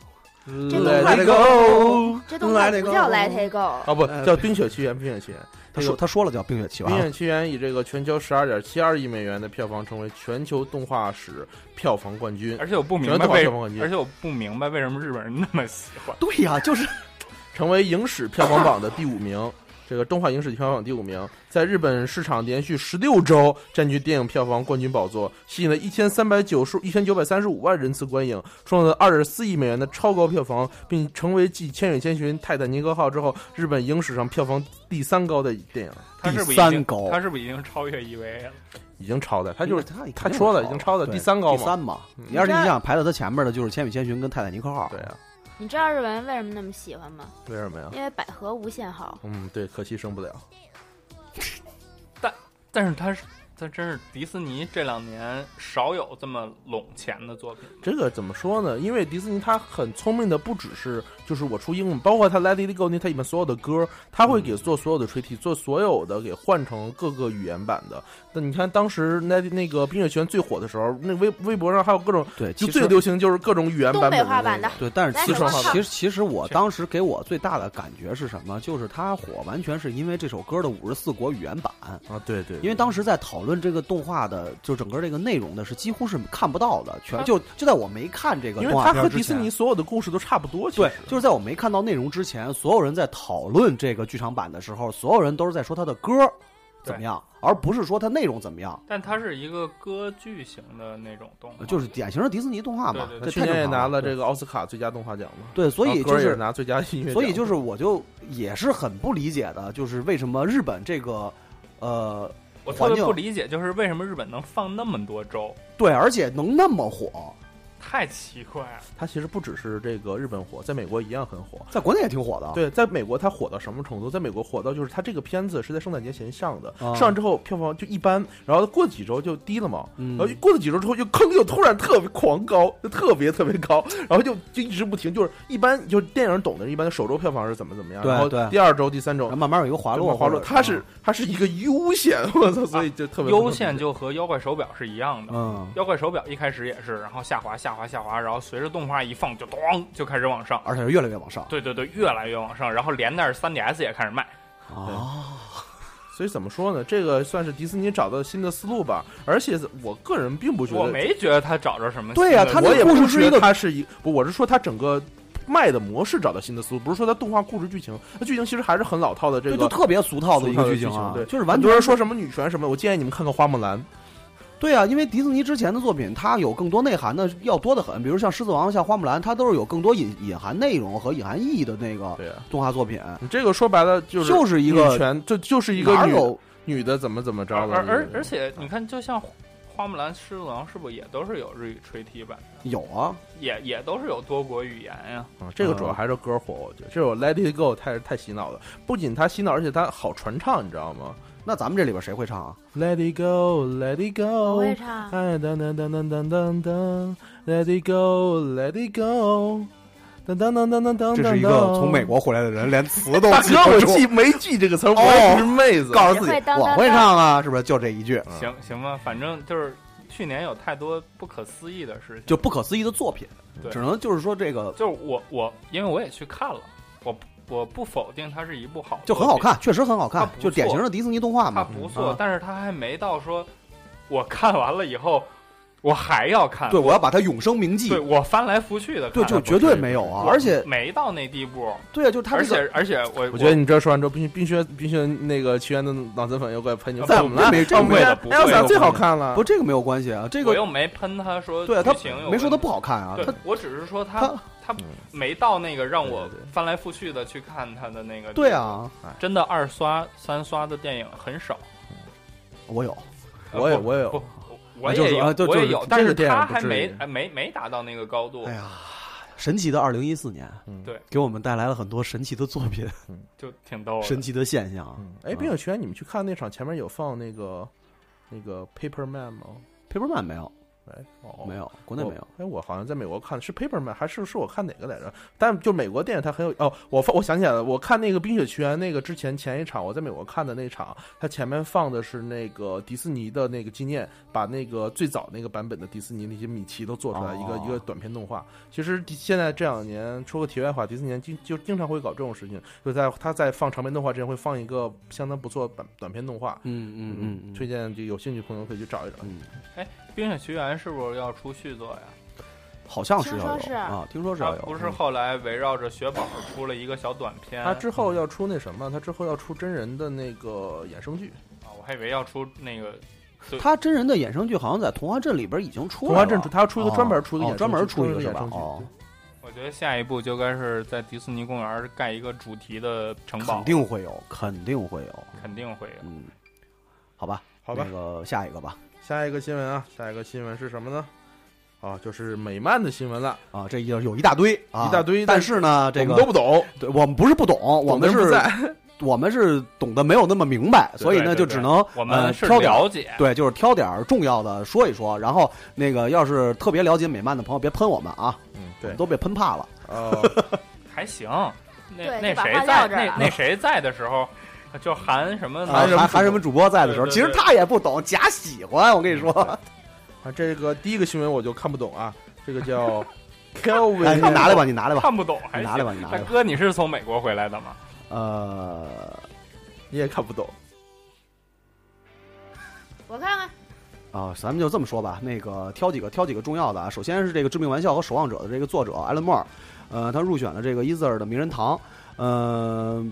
Speaker 4: 嗯
Speaker 6: 动画
Speaker 5: Let It Go
Speaker 6: 这动画
Speaker 4: Let it
Speaker 6: 不叫
Speaker 4: go
Speaker 6: Let It Go，
Speaker 5: 啊，不
Speaker 4: 呃
Speaker 5: 叫《冰雪奇缘》，《冰雪奇缘》。
Speaker 4: 他说他说了叫《冰雪奇
Speaker 5: 《冰
Speaker 4: 缘
Speaker 5: 雪奇缘》以这个全球十二点七二亿美元的票房，成为全球动画史票房冠军，
Speaker 3: 而且我不明
Speaker 5: 全
Speaker 3: 白
Speaker 5: 动画
Speaker 3: 为
Speaker 5: 票，房冠
Speaker 3: 而
Speaker 5: 军，
Speaker 3: 且我不明白为什么日本人那么喜欢》。。
Speaker 4: 对呀，就是
Speaker 5: 成为影史票房榜的第五名。这个动画影史票房榜第五名，在日本市场连续十六周占据电影票房冠军宝座，吸引了一千三百九十一千九百三十五万人次观影，创造了二十四亿美元的超高票房，并成为继《千与千寻》《泰坦尼克号》之后，日本影史上票房第三高的电影，
Speaker 3: 它是不是已
Speaker 4: 第三
Speaker 3: 经
Speaker 4: 高
Speaker 3: 它是不是已经超越 EVA 了？
Speaker 5: 已经超的，他
Speaker 4: 他
Speaker 5: 就是
Speaker 4: 他
Speaker 5: 他说了已经超的第三高
Speaker 4: 第
Speaker 5: 嘛，
Speaker 4: 三嘛。
Speaker 5: 嗯
Speaker 4: 你要是你想排到他前面的，就是《千与千寻》跟《泰坦尼克号》。
Speaker 5: 对啊，
Speaker 6: 你知道日本人为什么那么喜欢吗？
Speaker 5: 为什么呀？
Speaker 6: 因为百合无限好。
Speaker 5: 嗯，对，可惜生不了。
Speaker 3: 但是它是它真是迪士尼这两年少有这么拢钱的作品。
Speaker 5: 这个怎么说呢？因为迪士尼它很聪明的，不只是就是我出英文，包括它《Let It Go》那它里面所有的歌，它
Speaker 4: 嗯
Speaker 5: 会给做所有的吹替，做所有的给换成各个语言版的。那你看当时那那个《冰雪奇缘》最火的时候，那微微博上还有各种，
Speaker 4: 对，
Speaker 5: 就
Speaker 4: 其
Speaker 5: 最
Speaker 4: 实
Speaker 5: 流行就是各种语言版本、
Speaker 6: 东北话版的，
Speaker 4: 对，但是
Speaker 6: 来
Speaker 4: 其实
Speaker 5: 四川话
Speaker 4: 其实其实我当时给我最大的感觉是什么？就是它火完全是因为这首歌的五十四国语言版。
Speaker 5: 啊，对对，
Speaker 4: 因为当时在讨论这个动画的，就整个这个内容的是几乎是看不到的，全就就在我没看这个
Speaker 5: 因为
Speaker 4: 动画
Speaker 5: 它
Speaker 4: 片
Speaker 5: 和
Speaker 4: 之
Speaker 5: 迪士
Speaker 4: 前
Speaker 5: 尼所有的故事都差不多，其
Speaker 4: 对
Speaker 5: 实，
Speaker 4: 就是在我没看到内容之前，所有人在讨论这个剧场版的时候，所有人都是在说它的歌儿怎么样，而不是说它内容怎么样，
Speaker 3: 但它是一个歌剧型的那种动
Speaker 5: 哦
Speaker 3: 画，
Speaker 4: 呃就是典型的迪士尼动画嘛
Speaker 3: 对。
Speaker 5: 它
Speaker 4: 这
Speaker 5: 去
Speaker 4: 太
Speaker 5: 年也
Speaker 4: 正常
Speaker 5: 拿了这
Speaker 4: 对
Speaker 5: 个奥斯卡最佳动画奖嘛，
Speaker 4: 对，所
Speaker 5: 然后
Speaker 4: 以
Speaker 5: 歌
Speaker 4: 就
Speaker 5: 儿也
Speaker 4: 是
Speaker 5: 是拿最佳音乐奖，
Speaker 4: 所以就是，我就也是很不理解的，就是为什么日本这个，呃，
Speaker 3: 我特
Speaker 4: 环
Speaker 3: 别
Speaker 4: 境
Speaker 3: 不理解，就是为什么日本能放那么多周，
Speaker 4: 对，而且能那么火，
Speaker 3: 太奇怪了。
Speaker 5: 它其实不只是这个日本火，在美国一样很火。
Speaker 4: 在国内也挺火的。，
Speaker 5: 对，在美国它火到什么程度？在美国火到就是它这个片子是在圣诞节前上的，
Speaker 4: 啊
Speaker 5: 上之后票房就一般，然后过几周就低了嘛，
Speaker 4: 嗯
Speaker 5: 然后过了几周之后就坑又突然特别狂高，就特别特别高，然后就就一直不停，就是一般就是电影懂的人，一般首周票房是怎么怎么样，
Speaker 4: 对
Speaker 5: 然后
Speaker 4: 对
Speaker 5: 第二周、第三
Speaker 4: 然
Speaker 5: 周
Speaker 4: 后慢慢有一个滑落，
Speaker 5: 滑
Speaker 4: 或
Speaker 5: 落，
Speaker 4: 者
Speaker 5: 它是它是一个优先，我操，所以就特别
Speaker 3: 优线就和妖怪手表是一样的。
Speaker 4: 嗯，
Speaker 3: 妖怪手表一开始也是，然后下滑下滑下滑，然后随着动画一放就咚就开始往上，
Speaker 4: 而且是越来越往上
Speaker 3: 对对对，越来越往上，然后连带着 3DS 也开始卖。
Speaker 4: 啊。
Speaker 5: 所以怎么说呢？这个算是迪士尼找到新的思路吧，而且我个人并不觉
Speaker 3: 我
Speaker 5: 得
Speaker 3: 没觉得他找着什么新的。
Speaker 4: 对啊呀他那
Speaker 5: 我也
Speaker 4: 故事
Speaker 5: 不
Speaker 4: 是
Speaker 5: 觉
Speaker 4: 一
Speaker 5: 得
Speaker 4: 个
Speaker 5: 它是一，不，我是说它整个卖的模式找到新的思路，不是说它动画故事剧情，它剧情其实还是很老套的这
Speaker 4: 对，
Speaker 5: 个。
Speaker 4: 就特别俗套的一
Speaker 5: 俗套
Speaker 4: 个
Speaker 5: 的
Speaker 4: 剧情啊，
Speaker 5: 剧情对
Speaker 4: 就是
Speaker 5: 很
Speaker 4: 完
Speaker 5: 多
Speaker 4: 全
Speaker 5: 人说什么女权什么，我建议你们看看《花木兰》，
Speaker 4: 对啊，因为迪士尼之前的作品，它有更多内涵的要多得很，比如像《狮子王》、像《花木兰》，它都是有更多隐隐含内容和隐含意义的那个
Speaker 5: 对啊，
Speaker 4: 动画作品，
Speaker 5: 你这个说白了就是
Speaker 4: 就
Speaker 5: 就是
Speaker 4: 一个
Speaker 5: 女权，就就是一个
Speaker 4: 哪
Speaker 5: 女
Speaker 4: 有
Speaker 5: 女的怎么怎么着
Speaker 3: 而
Speaker 5: 的。
Speaker 3: 而而而
Speaker 5: 且
Speaker 3: 且你看，就像花木兰、狮子王，是不是也都是有日语吹替版，
Speaker 4: 有啊？
Speaker 3: 也也都是有多国语言呀、
Speaker 5: 啊这个主要还是歌火，我觉得这首《Let It Go》太太洗脑了，不仅它洗脑，而且它好传唱，你知道吗？
Speaker 4: 那咱们这里边谁会唱啊？
Speaker 5: Let it go, let it
Speaker 6: 我
Speaker 5: go，
Speaker 6: 会唱。
Speaker 5: 哎噔噔噔噔噔噔噔，Let it go, let it go，噔噔噔噔噔噔噔。
Speaker 4: 这是一个从美国回来的人，连词都
Speaker 5: 大
Speaker 4: 记
Speaker 5: 哥，
Speaker 4: 不
Speaker 5: 我
Speaker 4: 住，
Speaker 5: 记没记这个词儿？我也不是妹子。
Speaker 4: 告诉自己
Speaker 6: 也会当
Speaker 4: 我
Speaker 6: 当
Speaker 4: 会
Speaker 6: 当
Speaker 4: 唱啊，是不是？就这一句，
Speaker 5: 嗯
Speaker 3: 行行吧，反正就是去年有太多不可思议的事情，
Speaker 4: 就不可思议的作品，
Speaker 3: 对
Speaker 4: 只能就是说这个
Speaker 3: 就是我我因为我也去看了，我我不否定它是一部好，
Speaker 4: 就很好，看，确实很好看
Speaker 3: 它不，错
Speaker 4: 就典型的迪士尼动画
Speaker 3: 它
Speaker 4: 嘛。
Speaker 3: 不错
Speaker 4: 嗯，
Speaker 3: 但是它还没到说我看完了以后我还要看，
Speaker 4: 对，我要把它永生铭
Speaker 3: 啊
Speaker 4: 记
Speaker 3: 对。我翻来覆去的看，
Speaker 4: 对，就绝对没有啊！
Speaker 3: 我
Speaker 4: 而且，
Speaker 3: 没到那地步，
Speaker 4: 对啊，就是他
Speaker 3: 而
Speaker 4: 这个
Speaker 3: 且而且我
Speaker 5: 我觉得你这说完之后，必须必须必须那个奇缘的脑子粉又怪喷你，
Speaker 3: 在
Speaker 5: 怎么了？
Speaker 4: 没这
Speaker 5: 我们
Speaker 3: 会
Speaker 5: 家
Speaker 3: 的不
Speaker 5: 哎，我
Speaker 3: 会
Speaker 5: 想
Speaker 4: 的
Speaker 5: 最好看了。
Speaker 4: 不，这个没有关系啊。这
Speaker 3: 我
Speaker 4: 个
Speaker 3: 又没喷他说
Speaker 4: 对啊，他
Speaker 3: 剧情有
Speaker 4: 没说
Speaker 3: 问
Speaker 4: 他
Speaker 3: 题
Speaker 4: 不好看啊，
Speaker 3: 对
Speaker 4: 他，
Speaker 3: 我只是说他
Speaker 4: 他
Speaker 3: 他
Speaker 5: 嗯
Speaker 3: 没到那个让我
Speaker 5: 对对对
Speaker 3: 翻来覆去的去看他的那个。
Speaker 4: 对，啊，
Speaker 3: 真的二刷三刷的电影很少。
Speaker 4: 我有，
Speaker 3: 呃
Speaker 5: 我也
Speaker 3: 不
Speaker 5: 我也有
Speaker 3: 不我
Speaker 4: 啊
Speaker 3: 我
Speaker 4: 就是
Speaker 3: 也
Speaker 4: 啊
Speaker 3: 有
Speaker 4: 就
Speaker 3: 我
Speaker 4: 就
Speaker 3: 也
Speaker 4: 是
Speaker 3: 有
Speaker 5: 真，
Speaker 3: 但
Speaker 5: 是
Speaker 3: 是
Speaker 5: 电影
Speaker 3: 他
Speaker 5: 不
Speaker 3: 还
Speaker 5: 至
Speaker 3: 没
Speaker 5: 于
Speaker 3: 还没没达到那个高度
Speaker 4: 哎，呀，神奇的二零一四年
Speaker 5: 嗯，
Speaker 3: 对
Speaker 4: 给我们带来了很多神奇的作 品，
Speaker 3: 就挺逗
Speaker 4: 神
Speaker 3: 的。
Speaker 4: 奇的现象。
Speaker 5: 嗯，哎，冰雪奇缘，你们去看那场前面有放那个那个 Paper Man 吗？
Speaker 4: Paperman 没有，
Speaker 5: 哎，哦，
Speaker 4: 没有，国
Speaker 5: 我，
Speaker 4: 内没有。
Speaker 5: 哎，我好像在美国看的是 Paperman，还是是我看哪个来着？但就美国电影它很有哦，我放我想起来了，我看那个《冰雪奇缘》那个之前前一场，我在美国看的那场，它前面放的是那个迪士尼的那个纪念，把那个最早那个版本的迪士尼那些米奇都做出来一个、
Speaker 4: 哦
Speaker 5: 一个短片动画。其实迪现在这两年说个题外话，迪士尼经就经常会搞这种事情，就在他在放长篇动画之前会放一个相当不错的短短片动画。
Speaker 4: 嗯嗯嗯
Speaker 5: 推荐就有兴趣的朋友可以去找一找。
Speaker 4: 嗯，
Speaker 3: 冰雪奇缘是不是要出续作呀？
Speaker 4: 好像是
Speaker 6: 听
Speaker 4: 要
Speaker 6: 说是
Speaker 4: 有啊，听说是
Speaker 3: 他
Speaker 4: 要有，
Speaker 3: 不是后来围绕着雪宝出了一个小短片
Speaker 5: 他
Speaker 3: 啊？
Speaker 5: 之后要出那什么？他之后要出真人的那个衍生剧，
Speaker 3: 啊我还以为要出那个
Speaker 4: 他真人的衍生剧好像在童话镇里边已经出
Speaker 5: 童
Speaker 4: 来了。
Speaker 5: 话镇出，他要出一个专门出一
Speaker 4: 哦哦
Speaker 5: 个衍生剧、
Speaker 4: 专门出一个
Speaker 5: 专
Speaker 4: 是
Speaker 5: 门衍
Speaker 4: 吧
Speaker 5: 生？剧
Speaker 4: 哦，
Speaker 3: 我觉得下一步就该是在迪士尼公园盖一个主题的城堡，
Speaker 4: 肯定会有，肯定会有。
Speaker 3: 肯定会有。
Speaker 4: 嗯，好吧，
Speaker 5: 好吧
Speaker 4: 那个下一个吧。
Speaker 5: 下一个新闻啊，下一个新闻是什么呢？啊，就是美漫的新闻了，
Speaker 4: 啊，这有有一大堆啊，
Speaker 5: 一大堆
Speaker 4: 但是呢，这
Speaker 5: 我
Speaker 4: 个
Speaker 5: 们都不懂，
Speaker 4: 对我们不是不懂，我们
Speaker 5: 懂得不
Speaker 4: 是
Speaker 5: 在嗯
Speaker 4: 我们是懂得没有那么明白，所以
Speaker 3: 对
Speaker 4: 呢，
Speaker 3: 对
Speaker 4: 就只能
Speaker 3: 我
Speaker 4: 呃
Speaker 3: 们是
Speaker 4: 挑点儿
Speaker 3: 了解，
Speaker 4: 对，就是挑点儿重要的说一说，然后那个要是特别了解美漫的朋友，别喷我们啊，
Speaker 5: 嗯，
Speaker 4: 我
Speaker 5: 对
Speaker 4: 们，都被喷怕了。
Speaker 5: 呃，
Speaker 3: 还行。那
Speaker 6: 对
Speaker 3: 那
Speaker 6: 就把
Speaker 3: 谁
Speaker 6: 话
Speaker 3: 在
Speaker 6: 撂这儿
Speaker 3: 那
Speaker 6: 了
Speaker 3: 那谁在的时候，就含什么呢
Speaker 5: 啊
Speaker 4: 还
Speaker 5: 什么
Speaker 4: 还什么主播在的时候，
Speaker 3: 对对
Speaker 4: 其实
Speaker 3: 对
Speaker 4: 他也不懂，假喜欢。我跟你说，
Speaker 5: 啊，这个第一个新闻我就看不懂啊，这 个叫
Speaker 4: 哎，你
Speaker 5: Kelvin，
Speaker 4: 拿来吧，你拿来吧，
Speaker 3: 看不懂还
Speaker 4: 你
Speaker 3: 行
Speaker 4: 拿来吧，你拿
Speaker 3: 大
Speaker 4: 来吧。
Speaker 3: 哥，你是从美国回来的吗？
Speaker 4: 呃
Speaker 5: 你也看不懂，
Speaker 6: 我看看，
Speaker 4: 啊，咱们就这么说吧，那个挑几个挑几个重要的啊。首先是这个《致命玩笑》和《守望者》的这个作者艾伦莫尔，呃，他入选了这个伊兹尔的名人堂，呃。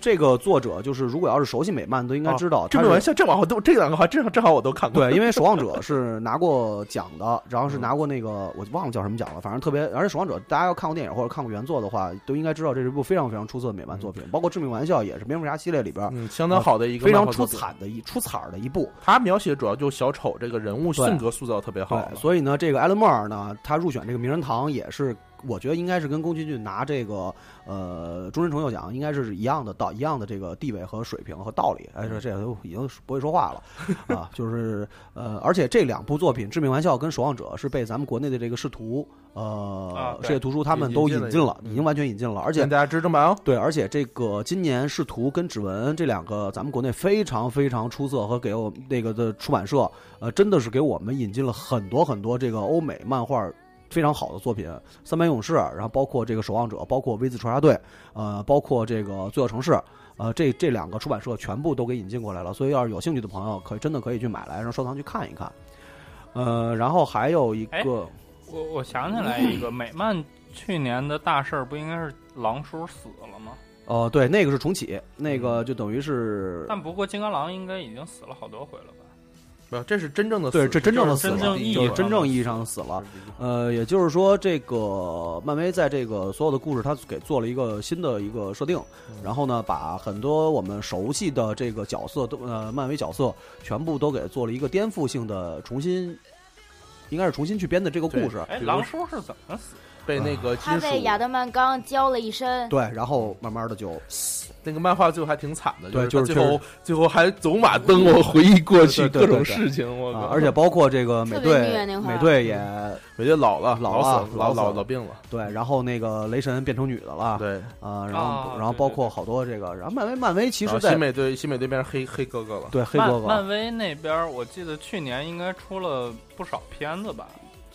Speaker 4: 这个作者就是，如果要是熟悉美漫，都应该知道。
Speaker 5: 这
Speaker 4: 他
Speaker 5: 个
Speaker 4: 是
Speaker 5: 哦玩笑，这往后都这两个话正正好我都看过，
Speaker 4: 对， 因为《守望者》是拿过奖的，然
Speaker 5: 嗯
Speaker 4: 后是拿过那个我忘了叫什么奖了，反正特别。而且《守望者》，大家要看过电影或者看过原作的话，都应该知道这是一部非常非常出色的美漫作品，包括《致命玩笑》也是蝙蝠侠系列里边儿
Speaker 5: 嗯，相当好的一个
Speaker 4: 非
Speaker 5: 漫
Speaker 4: 常
Speaker 5: 画
Speaker 4: 出
Speaker 5: 作品，
Speaker 4: 彩的一出彩儿的一部。
Speaker 5: 他描写主要就小丑这个人物
Speaker 4: 对
Speaker 5: 性格塑造特别好嘛，
Speaker 4: 对，所以呢，这个艾伦莫尔呢，他入选这个名人堂也是，我觉得应该是跟宫崎骏拿这个呃终身成就奖应该是一样的道一样的这个地位和水平和道理。哎，这这都已经不会说话了啊，就是呃，而且这两部作品《致命玩笑》跟《守望者》是被咱们国内的这个视图
Speaker 3: 啊
Speaker 4: 呃
Speaker 3: 对
Speaker 4: 世界图书他们都引
Speaker 5: 引
Speaker 4: 进
Speaker 5: 进
Speaker 4: 了
Speaker 5: 了，
Speaker 4: 已经完全引进了，而且
Speaker 5: 请大家支持版哦，
Speaker 4: 对，而且这个今年视图跟指纹这两个咱们国内非常非常出色和给我们那个的出版社，呃，真的是给我们引进了很多很多这个欧美漫画非常好的作品，《三百勇士》，然后包括这个《守望者》，包括《V 字仇杀队》，呃，包括这个《罪恶城市》。呃，这这两个出版社全部都给引进过来了，所以要是有兴趣的朋友，可以真的可以去买来，让收藏去看一看。呃，然后还有一
Speaker 3: 哎
Speaker 4: 个，
Speaker 3: 我我想起来一个美漫去年的大事儿，不应该是狼叔死了吗？
Speaker 4: 呃，对，那个是重启，那个就等于是
Speaker 3: 但不过金刚狼应该已经死了好多回了吧？
Speaker 5: 不，这是真正的死，
Speaker 4: 对，这真正的死
Speaker 3: 真
Speaker 4: 了，
Speaker 3: 正意义
Speaker 4: 就是
Speaker 3: 上
Speaker 4: 真
Speaker 3: 的
Speaker 4: 正
Speaker 3: 死
Speaker 4: 意义上的死了。
Speaker 5: 这是一个
Speaker 4: 呃，也就是说，这个漫威在这个所有的故事，它给做了一个新的一个设定，然后呢，把很多我们熟悉的这个角色都呃，漫威角色全部都给做了一个颠覆性的重新，应该是重新去编的这个故事。
Speaker 3: 哎，
Speaker 5: 比如
Speaker 3: 狼叔是怎么死的？
Speaker 5: 被那个金
Speaker 6: 他
Speaker 5: 属
Speaker 6: 被亚德曼刚教了一身，
Speaker 4: 对，然后慢慢的就
Speaker 5: 那个漫画最后还挺惨的，
Speaker 4: 对
Speaker 5: 就
Speaker 4: 就
Speaker 5: 是
Speaker 4: 是
Speaker 5: 他最后最后还走马灯，我回忆过去
Speaker 4: 对对
Speaker 5: 各
Speaker 4: 对对对
Speaker 5: 种事情，
Speaker 3: 嗯
Speaker 5: 我靠
Speaker 4: 啊，！而且包括这个美
Speaker 6: 特别虐
Speaker 4: 队，
Speaker 6: 那块儿
Speaker 4: 美队也
Speaker 5: 我觉得老了，
Speaker 4: 老
Speaker 5: 老
Speaker 4: 了
Speaker 5: 死老
Speaker 4: 老死
Speaker 5: 老
Speaker 4: 了
Speaker 5: 老病了，
Speaker 4: 对，然后那个雷神变成女的了，
Speaker 5: 对。
Speaker 4: 啊，然后
Speaker 3: 啊
Speaker 4: 然后
Speaker 3: 对对
Speaker 4: 包
Speaker 3: 啊
Speaker 4: 括好多这个，然后漫威漫威其
Speaker 5: 然
Speaker 4: 实
Speaker 5: 后
Speaker 4: 在
Speaker 5: 新美队新美队变成黑黑哥哥了，
Speaker 4: 对黑
Speaker 3: 漫
Speaker 4: 哥哥
Speaker 3: 漫威那边儿，我记得去年应该出了不少片子吧？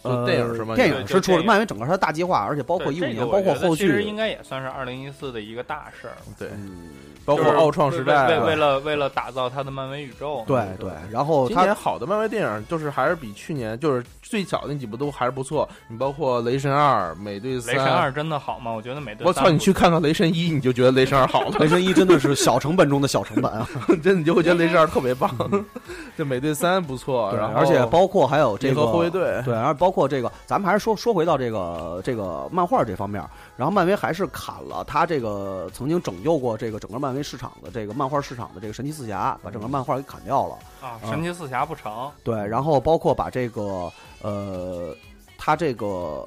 Speaker 5: 就
Speaker 4: 呃
Speaker 5: 电影是吗？
Speaker 4: 电
Speaker 3: 对
Speaker 4: 影
Speaker 3: 就是
Speaker 4: 出
Speaker 3: 电
Speaker 4: 了
Speaker 3: 影
Speaker 4: 漫威整个它的大计划，而且包括
Speaker 3: 对
Speaker 4: 一五
Speaker 3: 这
Speaker 4: 年，
Speaker 3: 个
Speaker 4: 包
Speaker 3: 我
Speaker 4: 括
Speaker 3: 觉得
Speaker 4: 后
Speaker 3: 其实
Speaker 4: 续
Speaker 3: 应，该也算是二零一四的一个大事儿，
Speaker 5: 对，
Speaker 4: 嗯，
Speaker 5: 包括
Speaker 3: 就是
Speaker 5: 奥创时代
Speaker 3: 为为为
Speaker 5: 啊。
Speaker 3: 了为了打造他的漫威宇宙，
Speaker 4: 对对，然后
Speaker 5: 今
Speaker 4: 他
Speaker 5: 年好的漫威电影就是还是比去年，就是最早那几部都还是不错。你包括《雷神二》《美队三
Speaker 3: 雷》，神二真的好吗？我觉得美队
Speaker 5: 我
Speaker 3: 三
Speaker 5: 操！你
Speaker 3: 不
Speaker 5: 去看看《雷神一》，你就觉得《雷神二》好了，
Speaker 4: 雷神一真的是小成本中的小成本 啊，
Speaker 5: 真的你就会觉得《雷神二》特别棒。 这《美队三》不错，
Speaker 4: 对，
Speaker 5: 然后
Speaker 4: 而且包括还有这
Speaker 5: 银
Speaker 4: 个
Speaker 5: 河护卫队，
Speaker 4: 对，然后包括这个，咱们还是说说回到这个这个漫画这方面儿，然后漫威还是砍了他这个曾经拯救过这个整个漫威市场的这个漫画市场的这个神奇四侠，把整个漫画给砍掉了。
Speaker 3: 啊，神奇四侠不成，
Speaker 4: 对，然后包括把这个呃，他这个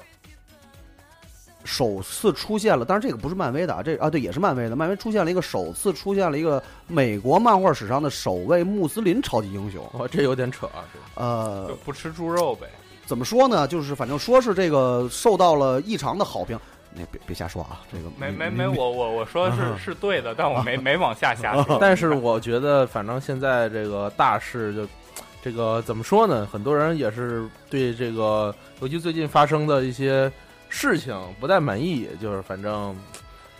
Speaker 4: 首次出现了，当然这个不是漫威的啊，这啊对也是漫威的，漫威出现了一个首次出现了一个美国漫画史上的首位穆斯林超级英雄。
Speaker 3: 哦
Speaker 5: 哇，这有点扯啊！这
Speaker 4: 呃
Speaker 3: 就，不吃猪肉呗。
Speaker 4: 怎么说呢？就是反正说是这个受到了异常的好评。那别别瞎说啊，这个
Speaker 3: 没
Speaker 4: 你
Speaker 3: 没
Speaker 4: 你啊
Speaker 3: 没，我我我说是是对的，但我 没没往下瞎说。
Speaker 5: 但是我觉得，反正现在这个大势就，这个怎么说呢？很多人也是对这个，尤其最近发生的一些事情不太满意，就是反正，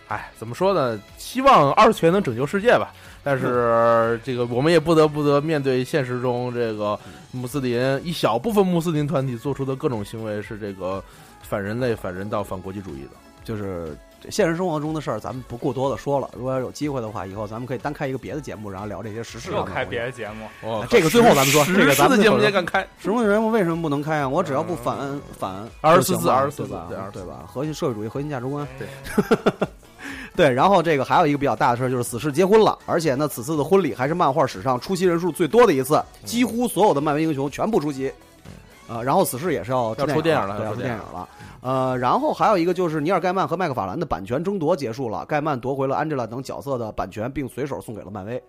Speaker 5: 哎，怎么说呢？希望二次元能拯救世界吧。但是这个我们也不得不得面对现实中这个穆斯林一小部分穆斯林团体做出的各种行为是这个反人类、反人道、反国际主义的。
Speaker 4: 嗯就是这现实生活中的事儿，咱们不过多的说了。如果要有机会的话，以后咱们可以单开一个别的节目，然后聊这些时事上
Speaker 3: 又
Speaker 4: 的东西。
Speaker 3: 开别的节 目，
Speaker 5: 哦
Speaker 4: 这个最后咱们说这个咱们
Speaker 5: 的节目
Speaker 4: 最后
Speaker 5: 也敢开，
Speaker 4: 什么人为什么不能开啊？我只
Speaker 5: 嗯
Speaker 4: 要不反反
Speaker 5: 24
Speaker 4: 就行
Speaker 5: 字
Speaker 4: 了
Speaker 5: 24
Speaker 4: 对
Speaker 5: 字对
Speaker 4: 吧
Speaker 5: 24？
Speaker 4: 对吧？核心社会主义核心价值观。
Speaker 5: 对
Speaker 4: 对，然后这个还有一个比较大的事儿就是死侍结婚了，而且呢，此次的婚礼还是漫画史上出席人数最多的一
Speaker 5: 嗯
Speaker 4: 次，几乎所有的漫威英雄全部出席。呃，然后死侍也是要出
Speaker 5: 要出电影了
Speaker 4: 对，
Speaker 5: 要
Speaker 4: 要
Speaker 5: 出
Speaker 4: 出
Speaker 5: 电
Speaker 4: 电
Speaker 5: 影
Speaker 4: 影了。呃，然后还有一个就是尼尔盖曼和麦克法兰的版权争夺结束了，盖曼夺回了安吉拉等角色的版权，并随手送给了漫威。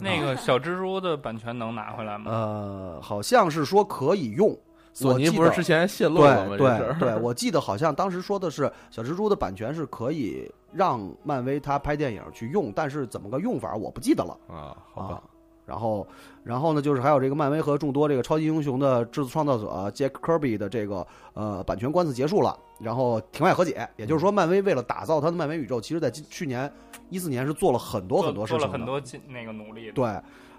Speaker 3: 那个小蜘蛛的版权能拿回来吗？
Speaker 4: 呃，好像是说可以用。
Speaker 5: 索尼
Speaker 4: 我记
Speaker 5: 不是
Speaker 4: 得
Speaker 5: 之前泄露了吗？
Speaker 4: 对
Speaker 5: 这事儿
Speaker 4: 对 对，我记得好像当时说的是小蜘蛛的版权是可以让漫威他拍电影去用，但是怎么个用法我不记得了
Speaker 5: 啊，好吧
Speaker 4: 啊，。然后，然后呢，就是还有这个漫威和众多这个超级英雄的制作创造者 Jack Kirby 的这个呃版权官司结束了，然后庭外和解。也就是说，漫威为了打造他的漫威宇宙，其实在今去年一四年是做了很多
Speaker 3: 做
Speaker 4: 很多事
Speaker 3: 做
Speaker 4: 情
Speaker 3: 了
Speaker 4: 的，
Speaker 3: 很多进那个努力的。
Speaker 4: 对，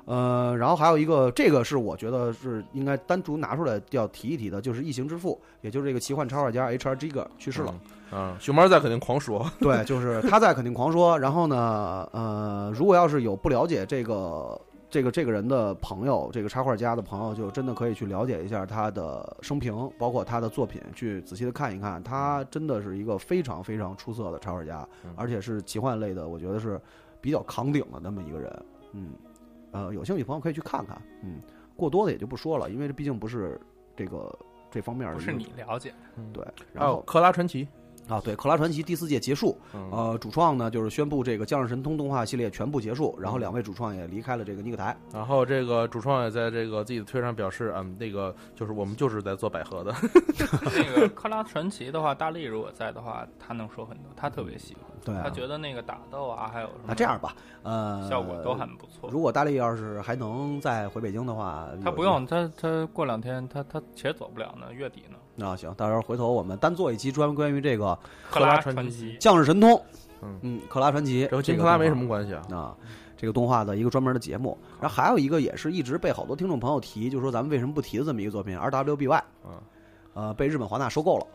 Speaker 4: 呃，然后还有一个，这个是我觉得是应该单独拿出来要提一提的，就是《异形之父》，也就是这个奇幻插画家 H.R. Giger 去世了。
Speaker 5: 嗯，熊猫在肯定狂说，
Speaker 4: 对，就是他在肯定狂说。然后呢，呃，如果要是有不了解这个。这个这个人的朋友，这个插画家的朋友，就真的可以去了解一下他的生平，包括他的作品，去仔细的看一看。他真的是一个非常非常出色的插画家
Speaker 5: 嗯，
Speaker 4: 而且是奇幻类的，我觉得是比较扛顶的那么一个人。嗯，呃，有兴趣朋友可以去看看。嗯，过多的也就不说了，因为这毕竟不是这个这方面的
Speaker 3: 不
Speaker 4: 一个。
Speaker 3: 是你哦了解，
Speaker 4: 对，
Speaker 5: 还
Speaker 4: 然
Speaker 5: 有
Speaker 4: 后
Speaker 5: 克拉传奇，
Speaker 4: 啊，对，《克拉传奇》第四届结束，
Speaker 5: 嗯，
Speaker 4: 呃，主创呢就是宣布这个《降世神通》动画系列全部结束，然后两位主创也离开了这个尼克台。
Speaker 5: 然后这个主创也在这个自己的推上表示，嗯，那个就是我们就是在做百合的，
Speaker 3: 那 个克拉传奇的话，大力如果在的话，他能说很多，他特别喜欢，
Speaker 4: 对
Speaker 3: 他
Speaker 4: 啊，
Speaker 3: 觉得那个打斗啊，还有什
Speaker 4: 那
Speaker 3: 么
Speaker 4: 这样吧，呃，
Speaker 3: 效果都很不错。
Speaker 4: 如果大力要是还能再回北京的话，
Speaker 3: 他
Speaker 4: 有
Speaker 3: 不用，他他过两天他他且走不了呢，月底呢。
Speaker 4: 那行，到时候回头我们单做一期专门关于这个《
Speaker 3: 克
Speaker 5: 拉
Speaker 3: 拉
Speaker 5: 传
Speaker 3: 传
Speaker 5: 奇
Speaker 3: 奇，
Speaker 4: 降世神通》，
Speaker 5: 嗯
Speaker 4: 嗯，克拉传奇》
Speaker 5: 这和
Speaker 4: 这
Speaker 5: 金
Speaker 4: 个
Speaker 5: 克拉
Speaker 4: 动画
Speaker 5: 没什么关系啊。
Speaker 4: 啊，这个动画的一个专门的节目。然后还有一个也是一直被好多听众朋友提，就说咱们为什么不提的这么一个作品 RWBY，
Speaker 5: 嗯
Speaker 4: 呃，被日本华纳收购了。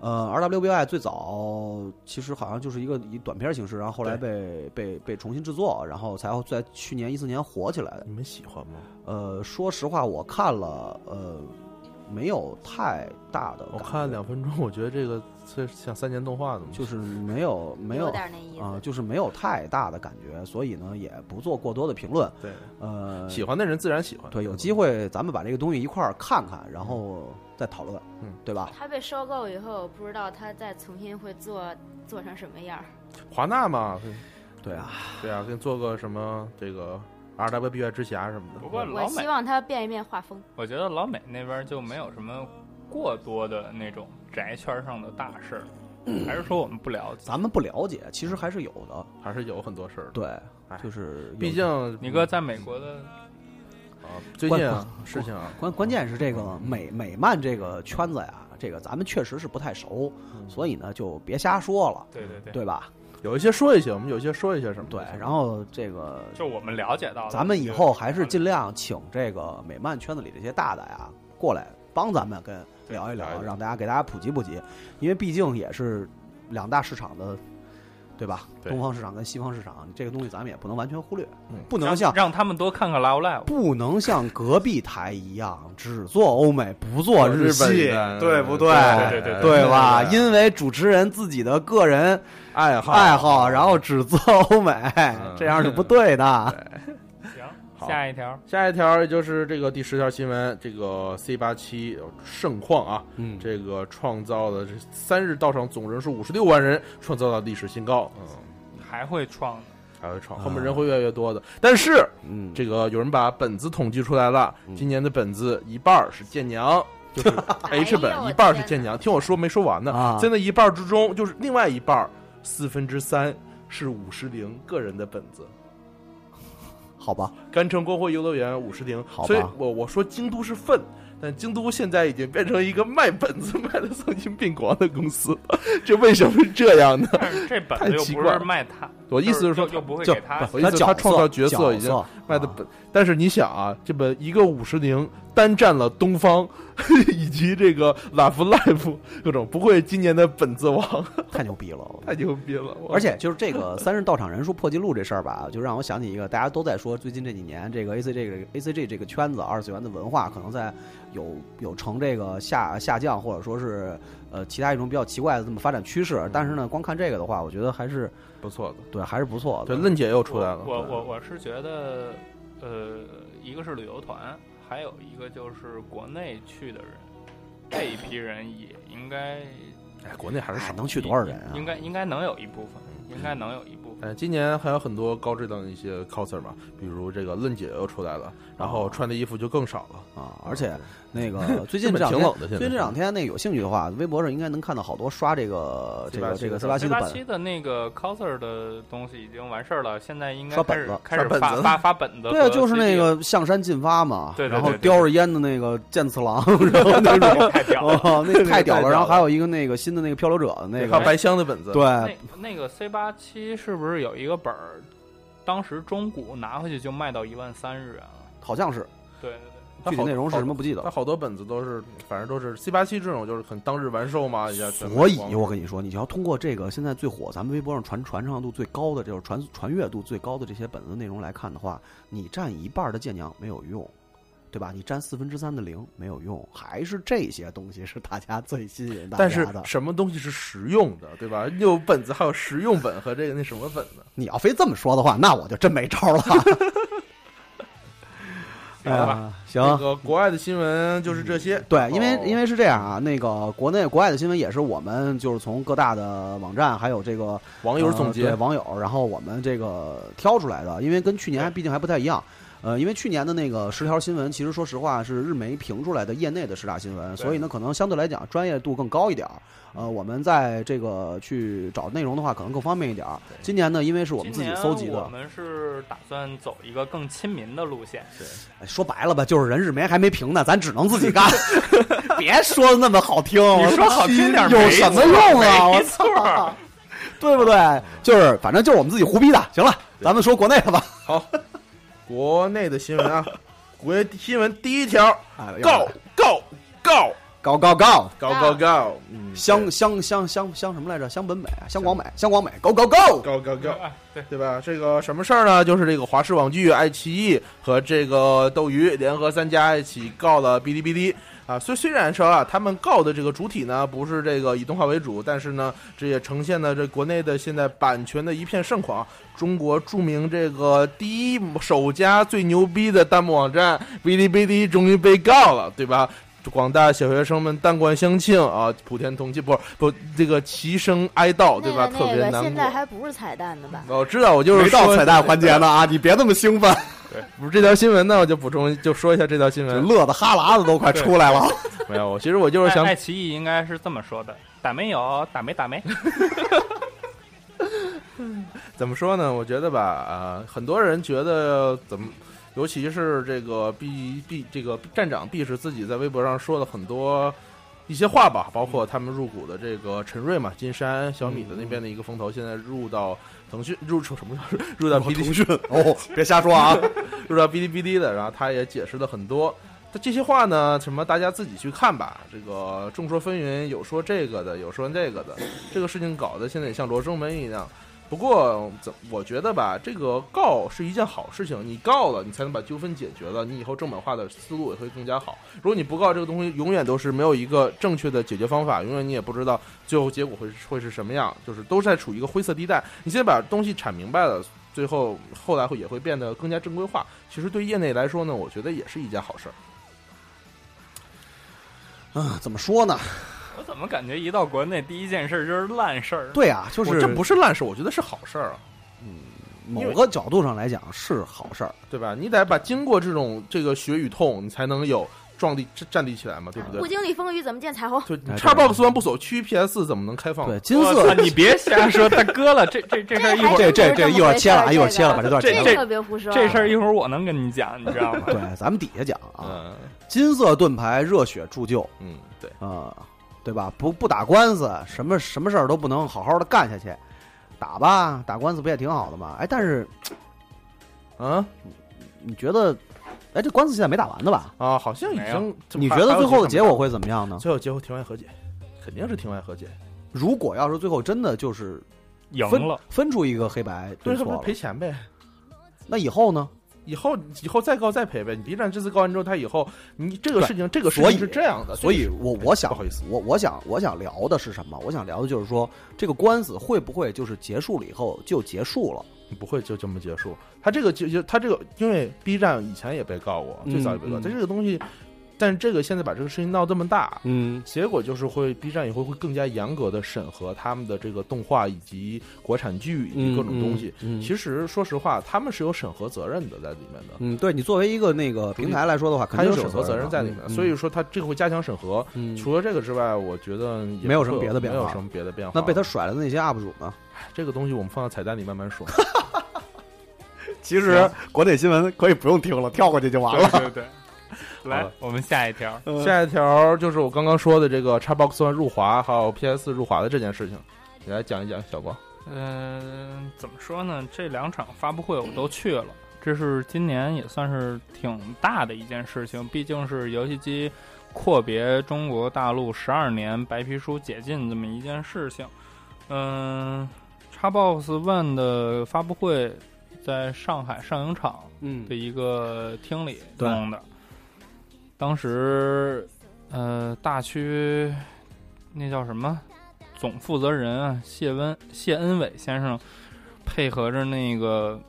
Speaker 4: 呃，RWBY 最早其实好像就是一个以短片形式，然后后来被被被重新制作，然后才在去年一四年火起来的。
Speaker 5: 你们喜欢吗？
Speaker 4: 呃，说实话，我看了，呃，没有太大的感觉，
Speaker 5: 我看了两分钟，我觉得这个这像三年动画的嘛，
Speaker 4: 就是没有没有
Speaker 6: 点那意
Speaker 4: 啊、
Speaker 6: 思。
Speaker 4: 就是没有太大的感觉，所以呢，也不做过多的评论。
Speaker 5: 对，
Speaker 4: 呃，
Speaker 5: 喜欢的人自然喜欢。
Speaker 4: 对，有机会咱们把这个东西一块儿看看，然后再讨论，
Speaker 5: 嗯，
Speaker 4: 对吧？
Speaker 6: 他被收购以后，不知道他再重新会做做成什么样儿。
Speaker 5: 华纳嘛，
Speaker 4: 对啊，
Speaker 5: 对啊，给你做个什么这个 R W 碧月之侠什么的。
Speaker 3: 不过
Speaker 6: 我
Speaker 3: 老美
Speaker 6: 希，望他变一变画风。
Speaker 3: 我觉得老美那边就没有什么过多的那种宅圈上的大事儿，还是说我们不了解。
Speaker 4: 咱们不了解，其实还是有的。
Speaker 5: 还是有很多事儿的，
Speaker 4: 对
Speaker 5: 哎，
Speaker 4: 就是有
Speaker 5: 毕竟
Speaker 3: 你哥在美国的
Speaker 5: 啊，最近啊事情啊，
Speaker 4: 关关键是这个美美漫这个圈子呀，这个咱们确实是不太熟，所以呢就别瞎说了，
Speaker 3: 对对对，
Speaker 4: 对吧？
Speaker 5: 有一些说一些，我们有一些说一些什么
Speaker 4: 对
Speaker 5: 的。，
Speaker 4: 然后这个
Speaker 3: 就我们了解到的，
Speaker 4: 咱们以后还是尽量请这个美漫圈子里这些大大呀过来帮咱们跟聊一
Speaker 5: 对
Speaker 4: 聊，
Speaker 5: 对
Speaker 4: 让大家给大家普及普及，因为毕竟也是两大市场的，对吧？
Speaker 5: 对
Speaker 4: 东方市场跟西方市场这个东西咱们也不能完全忽略
Speaker 5: 嗯，
Speaker 4: 不能
Speaker 3: 让
Speaker 4: 像
Speaker 3: 让他们多看看 Love Live。
Speaker 4: 不能像隔壁台一样只做欧美不做日系，对不对？
Speaker 3: 对对
Speaker 4: 对吧？因为主持人自己的个人
Speaker 5: 爱好
Speaker 4: 爱好，然后只做欧美，这样是不对的。
Speaker 3: 行，
Speaker 5: 好
Speaker 3: 下一条，
Speaker 5: 下一条也就是这个第十条新闻，这个 C 八七盛况啊，
Speaker 4: 嗯
Speaker 5: 这个创造的这三日到场总人数五十六万人，创造了历史新高。嗯，
Speaker 3: 还会创
Speaker 5: 还会创，
Speaker 4: 啊
Speaker 5: 后面人会越来越多的。但是
Speaker 4: 嗯，
Speaker 5: 这个有人把本子统计出来了，
Speaker 4: 嗯
Speaker 5: 今年的本子一半儿是剑娘，就是 H
Speaker 6: 哎呦
Speaker 5: 本
Speaker 6: 我
Speaker 5: 一半儿
Speaker 6: 天
Speaker 5: 是
Speaker 6: 哪
Speaker 5: 剑娘。听我说没说完呢，
Speaker 4: 啊
Speaker 5: 在那一半儿之中，就是另外一半儿四分之三是五十铃个人的本子。
Speaker 4: 好吧，
Speaker 5: 甘城光辉游乐园五十铃
Speaker 4: 好，吧
Speaker 5: 所以我我说京都是粪，但京都现在已经变成一个卖本子卖的丧心病狂的公司 了，这为什么是这样呢？
Speaker 3: 但是这本子
Speaker 5: 太
Speaker 3: 又
Speaker 5: 奇
Speaker 3: 不
Speaker 5: 怪
Speaker 3: 是
Speaker 5: 了
Speaker 3: 卖他，
Speaker 5: 我意思
Speaker 3: 就
Speaker 5: 是说
Speaker 3: 就，就不会
Speaker 4: 就
Speaker 3: 给他
Speaker 5: 我意思是他
Speaker 4: 角
Speaker 5: 创造角
Speaker 4: 角
Speaker 5: 色已经卖的
Speaker 4: 啊
Speaker 5: 本，但是你想啊，这本一个五十铃单占了东方 以及这个 Love Life 各种，不会今年的本子王
Speaker 4: 太牛逼了。
Speaker 5: 太牛逼了，我
Speaker 4: 而且就是这个三日到场人数破纪录这事儿吧，就让我想起一个大家都在说，最近这几年这个 A C 这个 A C G 这个圈子二次元的文化可能在有有呈这个下下降，或者说是呃其他一种比较奇怪的这么发展趋势。但是呢，光看这个的话，我觉得还是
Speaker 5: 不错的，
Speaker 4: 对还是不错
Speaker 5: 对，
Speaker 4: 的。
Speaker 5: 论姐又出来了，
Speaker 3: 我我我是觉得，呃，一个是旅游团，还有一个就是国内去的人，这一批人也应该
Speaker 5: 哎，国内还是
Speaker 4: 哎
Speaker 5: 少。
Speaker 4: 能去多少人啊？嗯
Speaker 3: 应该应该能有一部分，应该能有一部分。
Speaker 5: 哎，今年还有很多高质量的一些 coser 嘛，比如这个论姐又出来了，然后穿的衣服就更少了，
Speaker 4: 啊！哦而且那 个最近
Speaker 5: 这
Speaker 4: 这
Speaker 5: 本
Speaker 4: 两
Speaker 5: 挺
Speaker 4: 天，
Speaker 5: 冷的。现在
Speaker 4: 最近这两天那个有兴趣的话，微博上应该能看到好多刷这个这个这个
Speaker 5: C87
Speaker 3: 七
Speaker 4: 四八七嗯的
Speaker 3: 八
Speaker 4: 本
Speaker 3: 七的那个 coser 的东西已经完事儿了，现在应该
Speaker 4: 刷
Speaker 3: 开
Speaker 4: 本子
Speaker 3: 始开始
Speaker 5: 刷本
Speaker 3: 发
Speaker 5: 子
Speaker 3: 发发本子。
Speaker 4: 对啊，就是那， 个象山进发嘛，
Speaker 3: 对对对
Speaker 4: 然后
Speaker 3: 对对
Speaker 4: 叼着烟的那个剑次郎，然后那种，
Speaker 3: 太屌 了。
Speaker 4: 哦，那太屌
Speaker 5: 太屌了
Speaker 4: 了。然后还有一个那个新的那个漂流者的那
Speaker 5: 还有
Speaker 4: 个，
Speaker 5: 白香的本子，
Speaker 4: 对，
Speaker 3: 那那个 C 八七是不是有一个本儿，当时中古拿回去就卖到一万三日元了？
Speaker 4: 好像是，
Speaker 3: 对对对。
Speaker 5: 它
Speaker 4: 具体
Speaker 5: 好
Speaker 4: 内容是什么不记得
Speaker 5: 他
Speaker 4: 了。
Speaker 5: 好多本子都是，反正都是 C 八七这种，就是很当日完售嘛，一下全卖
Speaker 4: 所以
Speaker 5: 光了
Speaker 4: 我跟你说，你只要通过这个现在最火，咱们微博上传传唱度最高的，就是传传阅度最高的这些本子内容来看的话，你占一半的舰娘没有用，对吧？你占四分之三的零没有用，还是这些东西是大家最吸引大
Speaker 5: 但是
Speaker 4: 家的。
Speaker 5: 什么东西是实用的，对吧？有本子，还有实用本和这个那什么本呢？
Speaker 4: 你要非这么说的话，那我就真没招了。
Speaker 3: 行吧
Speaker 4: 啊，行，嗯
Speaker 5: 那个国外的新闻就是这些。
Speaker 4: 对，因为
Speaker 5: 哦
Speaker 4: 因为是这样啊，那个国内国外的新闻也是我们就是从各大的网站还有这个
Speaker 5: 网友总
Speaker 4: 呃
Speaker 5: 结
Speaker 4: 对，网友，然后我们这个挑出来的，因为跟去年还毕竟还不太一样。呃，因为去年的那个十条新闻，其实说实话是日媒评出来的业内的十大新闻，所以呢，可能相对来讲专业度更高一点儿。呃，我们在这个去找内容的话，可能更方便一点儿。今年呢，因为是我们自己搜集
Speaker 3: 今年我
Speaker 4: 的，
Speaker 3: 们是打算走一个更亲民的路线，
Speaker 4: 哎说白了吧，就是人日媒还没评呢，咱只能自己干。 别说的那么好听，
Speaker 3: 你说好听点儿
Speaker 4: 有
Speaker 3: 没
Speaker 4: 什么用啊？
Speaker 3: 错
Speaker 4: 我
Speaker 3: 没错
Speaker 4: 操，对不对？就是反正就是我们自己胡逼的。行了，咱们说国内的吧。
Speaker 5: 国内的新闻啊，国内新闻第一条，
Speaker 4: 哎
Speaker 5: 告告告
Speaker 4: 高高高，
Speaker 5: 告告告，嗯，
Speaker 4: 香香香香香什么来着？香本美，香广美，香广美，Go Go Go！
Speaker 5: 告告告。
Speaker 3: 哎对，
Speaker 5: 对吧？这个什么事儿呢？就是这个华视网剧、爱奇艺和这个斗鱼联合三家一起告了哔哩哔哩啊。虽虽然说啊，他们告的这个主体呢不是这个以动画为主，但是呢，这也呈现了这国内的现在版权的一片盛况。中国著名这个第一首家最牛逼的弹幕网站哔哩哔哩终于被告了，对吧？广大小学生们弹冠相庆啊，普天同庆，不是不这个齐声哀悼，对吧？
Speaker 6: 那
Speaker 5: 特
Speaker 6: 个
Speaker 5: 别
Speaker 6: 那个现
Speaker 5: 难
Speaker 6: 在
Speaker 5: 过。
Speaker 6: 还不是彩蛋呢吧？
Speaker 5: 我知道，我就是
Speaker 1: 没到
Speaker 5: 说
Speaker 1: 彩蛋环节呢啊！你别那么兴奋，
Speaker 5: 不是这条新闻呢，我就补充 就说一下这条新
Speaker 1: 就
Speaker 5: 闻。
Speaker 1: 乐的哈喇子都快出 来了。
Speaker 5: 没有，我其实我就是想
Speaker 3: 爱爱奇艺应该是这么说的：打没有，打没打没。
Speaker 5: 怎么说呢？我觉得吧，呃，很多人觉得怎么，尤其是这个 B B 这个站长 B 是自己在微博上说了很多一些话吧，包括他们入股的这个陈瑞嘛，金山小米的那边的一个风投，现在入到腾讯入什么叫入到
Speaker 1: 腾
Speaker 5: BD
Speaker 1: 讯哦，别瞎说 啊！
Speaker 5: 入到哔哩哔哩的，然后他也解释了很多。他这些话呢，什么大家自己去看吧。这个众说纷纭，有说这个的，有说那个的，这个事情搞得现在也像罗生门一样。不过，怎我觉得吧，这个告是一件好事情，你告了，你才能把纠纷解决了，你以后正本化的思路也会更加好。如果你不告，这个东西永远都是没有一个正确的解决方法，永远你也不知道最后结果会会是什么样，就是都在处于一个灰色地带。你先把东西阐明白了，最后后来会也会变得更加正规化。其实对业内来说呢，我觉得也是一件好事儿。
Speaker 4: 啊，怎么说呢？
Speaker 3: 我怎么感觉一到国内第一件事就是烂事儿？
Speaker 4: 对啊，就
Speaker 5: 我
Speaker 4: 是
Speaker 5: 这不是烂事儿，我觉得是好事儿啊，
Speaker 4: 某个角度上来讲是好事儿，
Speaker 5: 对吧？你得把经过这种这个血与痛，你才能有壮地站立起来嘛，对不
Speaker 6: 不
Speaker 5: 对？
Speaker 6: 经历风雨怎么见彩虹？
Speaker 5: 就
Speaker 4: 哎
Speaker 5: Xbox 完不锁区，PS 怎么能开放呢？
Speaker 4: 对，金
Speaker 3: 哦我操
Speaker 4: 色
Speaker 3: 你别瞎说，大哥了，这这哎这事儿一会儿
Speaker 4: 这这
Speaker 6: 这
Speaker 4: 一会儿切了啊一会儿切了把这
Speaker 6: 这
Speaker 4: 段
Speaker 3: 切了
Speaker 6: 这特别胡说。啊
Speaker 3: 这事儿一会儿我能跟你讲，你知道吗？
Speaker 4: 对，咱们底下讲啊，
Speaker 5: 嗯
Speaker 4: 金色盾牌热血铸就
Speaker 5: 嗯，对，
Speaker 4: 啊、对吧？不不打官司，什么什么事儿都不能好好的干下去，打吧，打官司不也挺好的吗？哎，但是
Speaker 5: 啊
Speaker 4: 你觉得，哎，这官司现在没打完的吧？
Speaker 5: 啊，好像已
Speaker 3: 没
Speaker 5: 经
Speaker 3: 有，
Speaker 5: 这
Speaker 4: 你
Speaker 5: 还
Speaker 4: 觉得
Speaker 5: 还有
Speaker 4: 最后的
Speaker 5: 几
Speaker 4: 结
Speaker 5: 场
Speaker 4: 果会怎么样呢
Speaker 5: 吧？最后结果庭外和解，肯定是庭外和解，
Speaker 4: 如果要是最后真的就是
Speaker 3: 赢
Speaker 4: 分
Speaker 3: 了，
Speaker 4: 分出一个黑白对
Speaker 5: 他不是
Speaker 4: 错了
Speaker 5: 赔，钱呗？
Speaker 4: 那以后呢？
Speaker 5: 以后以后再告再赔呗。你 B 站这次告完之后，他以后你这个
Speaker 4: 对
Speaker 5: 事情这个事
Speaker 4: 所
Speaker 5: 情
Speaker 4: 以
Speaker 5: 是这样的，
Speaker 4: 所以
Speaker 5: 这个哎
Speaker 4: 我
Speaker 3: 哎
Speaker 4: 我想
Speaker 5: 不好意思，
Speaker 4: 我我想我想聊的是什么？我想聊的就是说，这个官司会不会就是结束了以后就结束了？
Speaker 5: 是不会就这么结束。他这个就就他这个，因为 B 站以前也被告过，
Speaker 4: 嗯
Speaker 5: 最早也被告，
Speaker 4: 嗯
Speaker 5: 但这个东西，但这个现在把这个事情闹这么大。
Speaker 4: 嗯，
Speaker 5: 结果就是会，B 站以后会更加严格的审核他们的这个动画以及国产剧以及各种东西。
Speaker 4: 嗯，
Speaker 5: 其实说实话，他们是有审核责任的在里面的。
Speaker 4: 嗯，对你作为一个那个平台来说的话，肯
Speaker 5: 它
Speaker 4: 定
Speaker 5: 有
Speaker 4: 是
Speaker 5: 审核责任在里面，所以说它这个会加强审核。
Speaker 4: 嗯，
Speaker 5: 除了这个之外，我觉得也
Speaker 4: 没有
Speaker 5: 不
Speaker 4: 什么
Speaker 5: 会
Speaker 4: 别的变
Speaker 5: 没有
Speaker 4: 化
Speaker 5: 什么别的变化。
Speaker 4: 那被他甩了的那些 UP 主呢？
Speaker 5: 这个东西，我们放到彩蛋里慢慢说。
Speaker 1: 其实国内新闻可以不用听了，跳过去就完了。
Speaker 3: 对对对。来，我们下一条。
Speaker 5: 下一条就是我刚刚说的这个 Xbox One 入华，还有 PS 入华的这件事情，你来讲一讲，小光。
Speaker 3: 嗯、怎么说呢？这两场发布会我都去了，这是今年也算是挺大的一件事情，毕竟是游戏机阔别中国大陆十二年，白皮书解禁这么一件事情。嗯、x b o x One 的发布会在上海上影厂
Speaker 4: 嗯
Speaker 3: 的一个厅里
Speaker 4: 对
Speaker 3: 弄的。当时，呃，大区那叫什么总负责人啊，谢温谢恩伟先生，配合着那个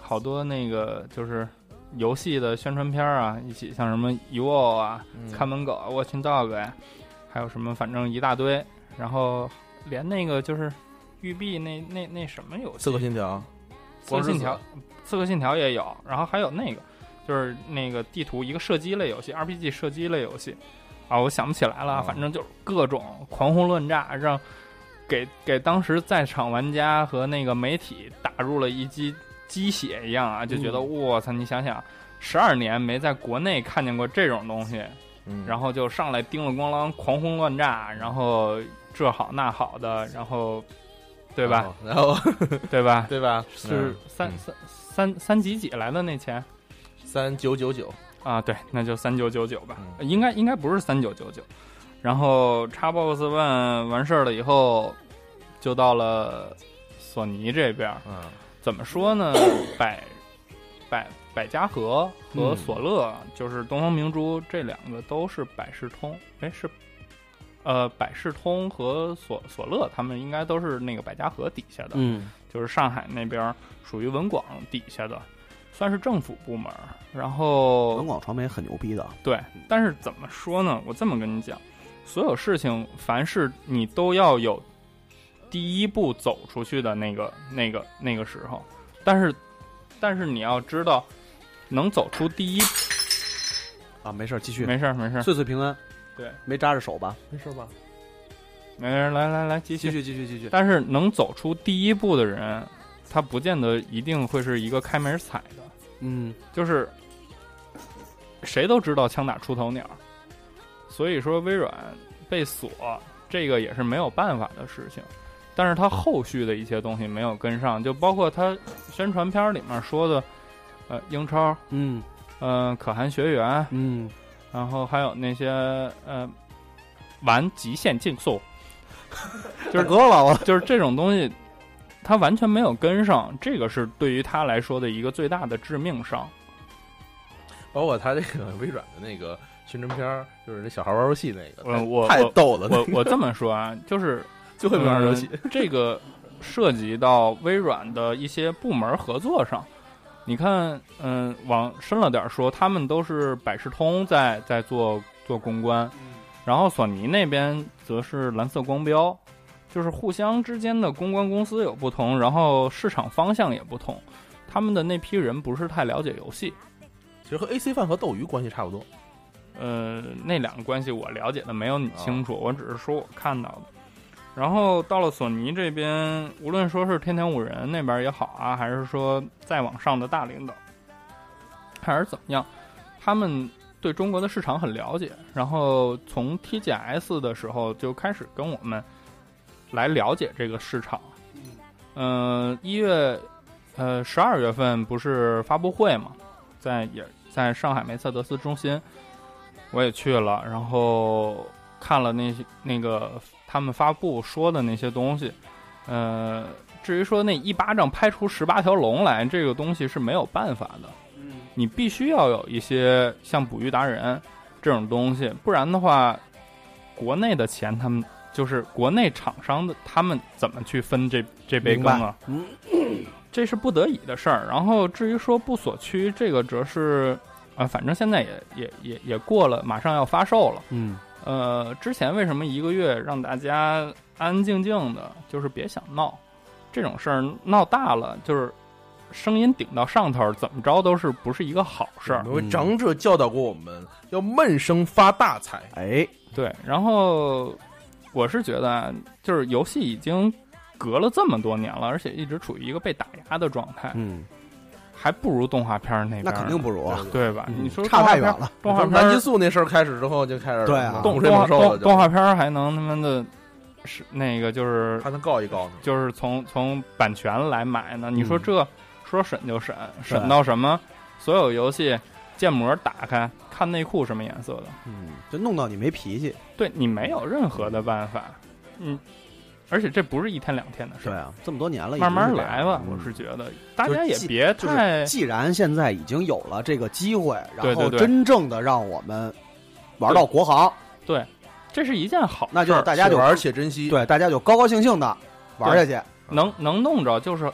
Speaker 3: 好多那个就是游戏的宣传片儿啊，一起像什么 UO 啊、
Speaker 5: 嗯
Speaker 3: 看门狗、啊、Watching Dog 呀、还有什么反正一大堆，然后连那个就是育碧那那那什么游戏，啊
Speaker 5: 刺客信条，
Speaker 3: 刺客
Speaker 5: 光之
Speaker 3: 信
Speaker 5: 子
Speaker 3: 条，刺客信条也有，然后还有那个就是那个地图一个射击类游戏，RPG 射击类游戏啊，我想不起来了，
Speaker 5: 哦
Speaker 3: 反正就是各种狂轰乱炸，让给给当时在场玩家和那个媒体打入了一击鸡血一样啊，就觉得
Speaker 5: 嗯
Speaker 3: 我操、你想想，十二年没在国内看见过这种东西，
Speaker 5: 嗯，
Speaker 3: 然后就上来叮了咣啷狂轰乱炸，然后这好那好的，然后对吧？？
Speaker 5: 然后
Speaker 3: 对吧？
Speaker 5: 对吧？嗯
Speaker 3: 是三三三三几几来的那钱
Speaker 5: 三九九九，
Speaker 3: 啊？对，那就三九九九吧，
Speaker 5: 嗯
Speaker 3: 呃应该应该不是三九九九。然后 Xbox One 完事儿了以后，就到了索尼这边儿。
Speaker 5: 嗯
Speaker 3: 怎么说呢？百百百家和和
Speaker 5: 嗯
Speaker 3: 索乐，就是东方明珠这两个都是百事通，哎是。呃，百事通和索索乐，他们应该都是那个百家和底下的。
Speaker 4: 嗯
Speaker 3: 就是上海那边儿属于文广底下的。算是政府部门儿，然后
Speaker 4: 文广嗯传媒很牛逼的，啊
Speaker 3: 对，但是怎么说呢？我这么跟你讲，所有事情，凡是你都要有第一步走出去的那个、那个、那个时候。但是，但是你要知道，能走出第一，
Speaker 4: 啊，没事儿，继续。
Speaker 3: 没事儿，没事儿，
Speaker 4: 岁岁平安，
Speaker 3: 对，
Speaker 4: 没扎着手吧？
Speaker 5: 没事吧？
Speaker 3: 没事儿，来来来，继续
Speaker 4: 继。续，继续，继续。
Speaker 3: 但是能走出第一步的人，他不见得一定会是一个开门踩的，
Speaker 4: 嗯，
Speaker 3: 就是谁都知道枪打出头鸟，所以说微软被锁这个也是没有办法的事情。但是它后续的一些东西没有跟上，就包括它宣传片里面说的，呃，英超，
Speaker 4: 嗯，
Speaker 3: 嗯、可汗学员，
Speaker 4: 嗯，
Speaker 3: 然后还有那些呃，玩极限竞 速，就是
Speaker 4: 哥了，我
Speaker 3: 就是这种东西，它完全没有跟上，这个是对于他来说的一个最大的致命伤。
Speaker 5: 包括他这个微软的那个宣传片儿，就是那小孩玩游戏那个，
Speaker 3: 嗯，我
Speaker 5: 太
Speaker 3: 我
Speaker 5: 逗了，
Speaker 3: 我我这么说啊，就是
Speaker 5: 就会玩游戏。
Speaker 3: 呃这个涉及到微软的一些部门合作上。你看，嗯，往深了点儿说，他们都是百事通在在做做公关，
Speaker 5: 嗯
Speaker 3: 然后索尼那边则是蓝色光标，就是互相之间的公关公司有不同，然后市场方向也不同。他们的那批人不是太了解游戏，
Speaker 5: 其实和 AC 饭和斗鱼关系差不多。
Speaker 3: 呃，那两个关系我了解的没有你清楚，我只是说我看到的。然后到了索尼这边，无论说是天天五人那边也好啊，还是说再往上的大领导，还是怎么样，他们对中国的市场很了解。然后从 TGS 的时候就开始跟我们来了解这个市场。嗯、一月，呃，十二月份不是发布会嘛，在也在上海梅赛德斯中心。我也去了，然后看了那些那个他们发布说的那些东西，呃，至于说那一巴掌拍出十八条龙来，这个东西是没有办法的，你必须要有一些像捕鱼达人这种东西，不然的话，国内的钱他们就是国内厂商的，他们怎么去分这这杯羹啊？
Speaker 4: 明
Speaker 3: 这是不得已的事儿。然后至于说不锁区，这个则是。啊，反正现在也也也也过了，马上要发售了。
Speaker 4: 嗯，
Speaker 3: 呃，之前为什么一个月让大家安安静静的，就是别想闹，这种事儿闹大了，就是声音顶到上头，怎么着都是不是一个好事
Speaker 4: 嗯
Speaker 3: 儿。
Speaker 5: 因为长者教导过我们要闷声发大财。
Speaker 4: 哎，
Speaker 3: 对，然后我是觉得啊，就是游戏已经隔了这么多年了，而且一直处于一个被打压的状态，
Speaker 4: 嗯，
Speaker 3: 还不如动画片儿那边
Speaker 4: 那
Speaker 3: 儿
Speaker 4: 肯定不如啊，
Speaker 3: 对吧？
Speaker 4: 嗯
Speaker 3: 你说
Speaker 4: 差
Speaker 3: 动画
Speaker 4: 太
Speaker 3: 片
Speaker 4: 远
Speaker 3: 儿，
Speaker 4: 了。
Speaker 3: 动画片儿
Speaker 5: 南极速那事儿开始之后就开始
Speaker 4: 对啊
Speaker 3: 动
Speaker 5: 洪水
Speaker 3: 动画
Speaker 5: 猛兽了
Speaker 3: 动
Speaker 5: 就，
Speaker 3: 动画片儿还能他妈的，是那个就是
Speaker 5: 还能告一告呢。
Speaker 3: 就是从从版权来买呢？你说
Speaker 4: 嗯
Speaker 3: 这、说审就审，审到什么？所有游戏建模打开看内裤什么颜色的，
Speaker 4: 嗯，就弄到你没脾气。
Speaker 3: 对你没有任何的办法。嗯，而且这不是一天两天的事
Speaker 4: 对
Speaker 3: 儿，
Speaker 4: 啊，这么多年了，
Speaker 3: 慢慢
Speaker 4: 一直这样
Speaker 3: 来吧。
Speaker 4: 嗯
Speaker 3: 我是觉得大
Speaker 4: 就
Speaker 3: 家也
Speaker 4: 既
Speaker 3: 别
Speaker 4: 就是
Speaker 3: 太
Speaker 4: 既然现在已经有了这个机会，然
Speaker 3: 对
Speaker 4: 后
Speaker 3: 对对
Speaker 4: 真正的让我们玩到国行，
Speaker 3: 这是一件好事儿，
Speaker 4: 那就大家就
Speaker 5: 且玩且珍惜。
Speaker 4: 对大家就高高兴兴的玩下去。
Speaker 3: 能能弄着就是。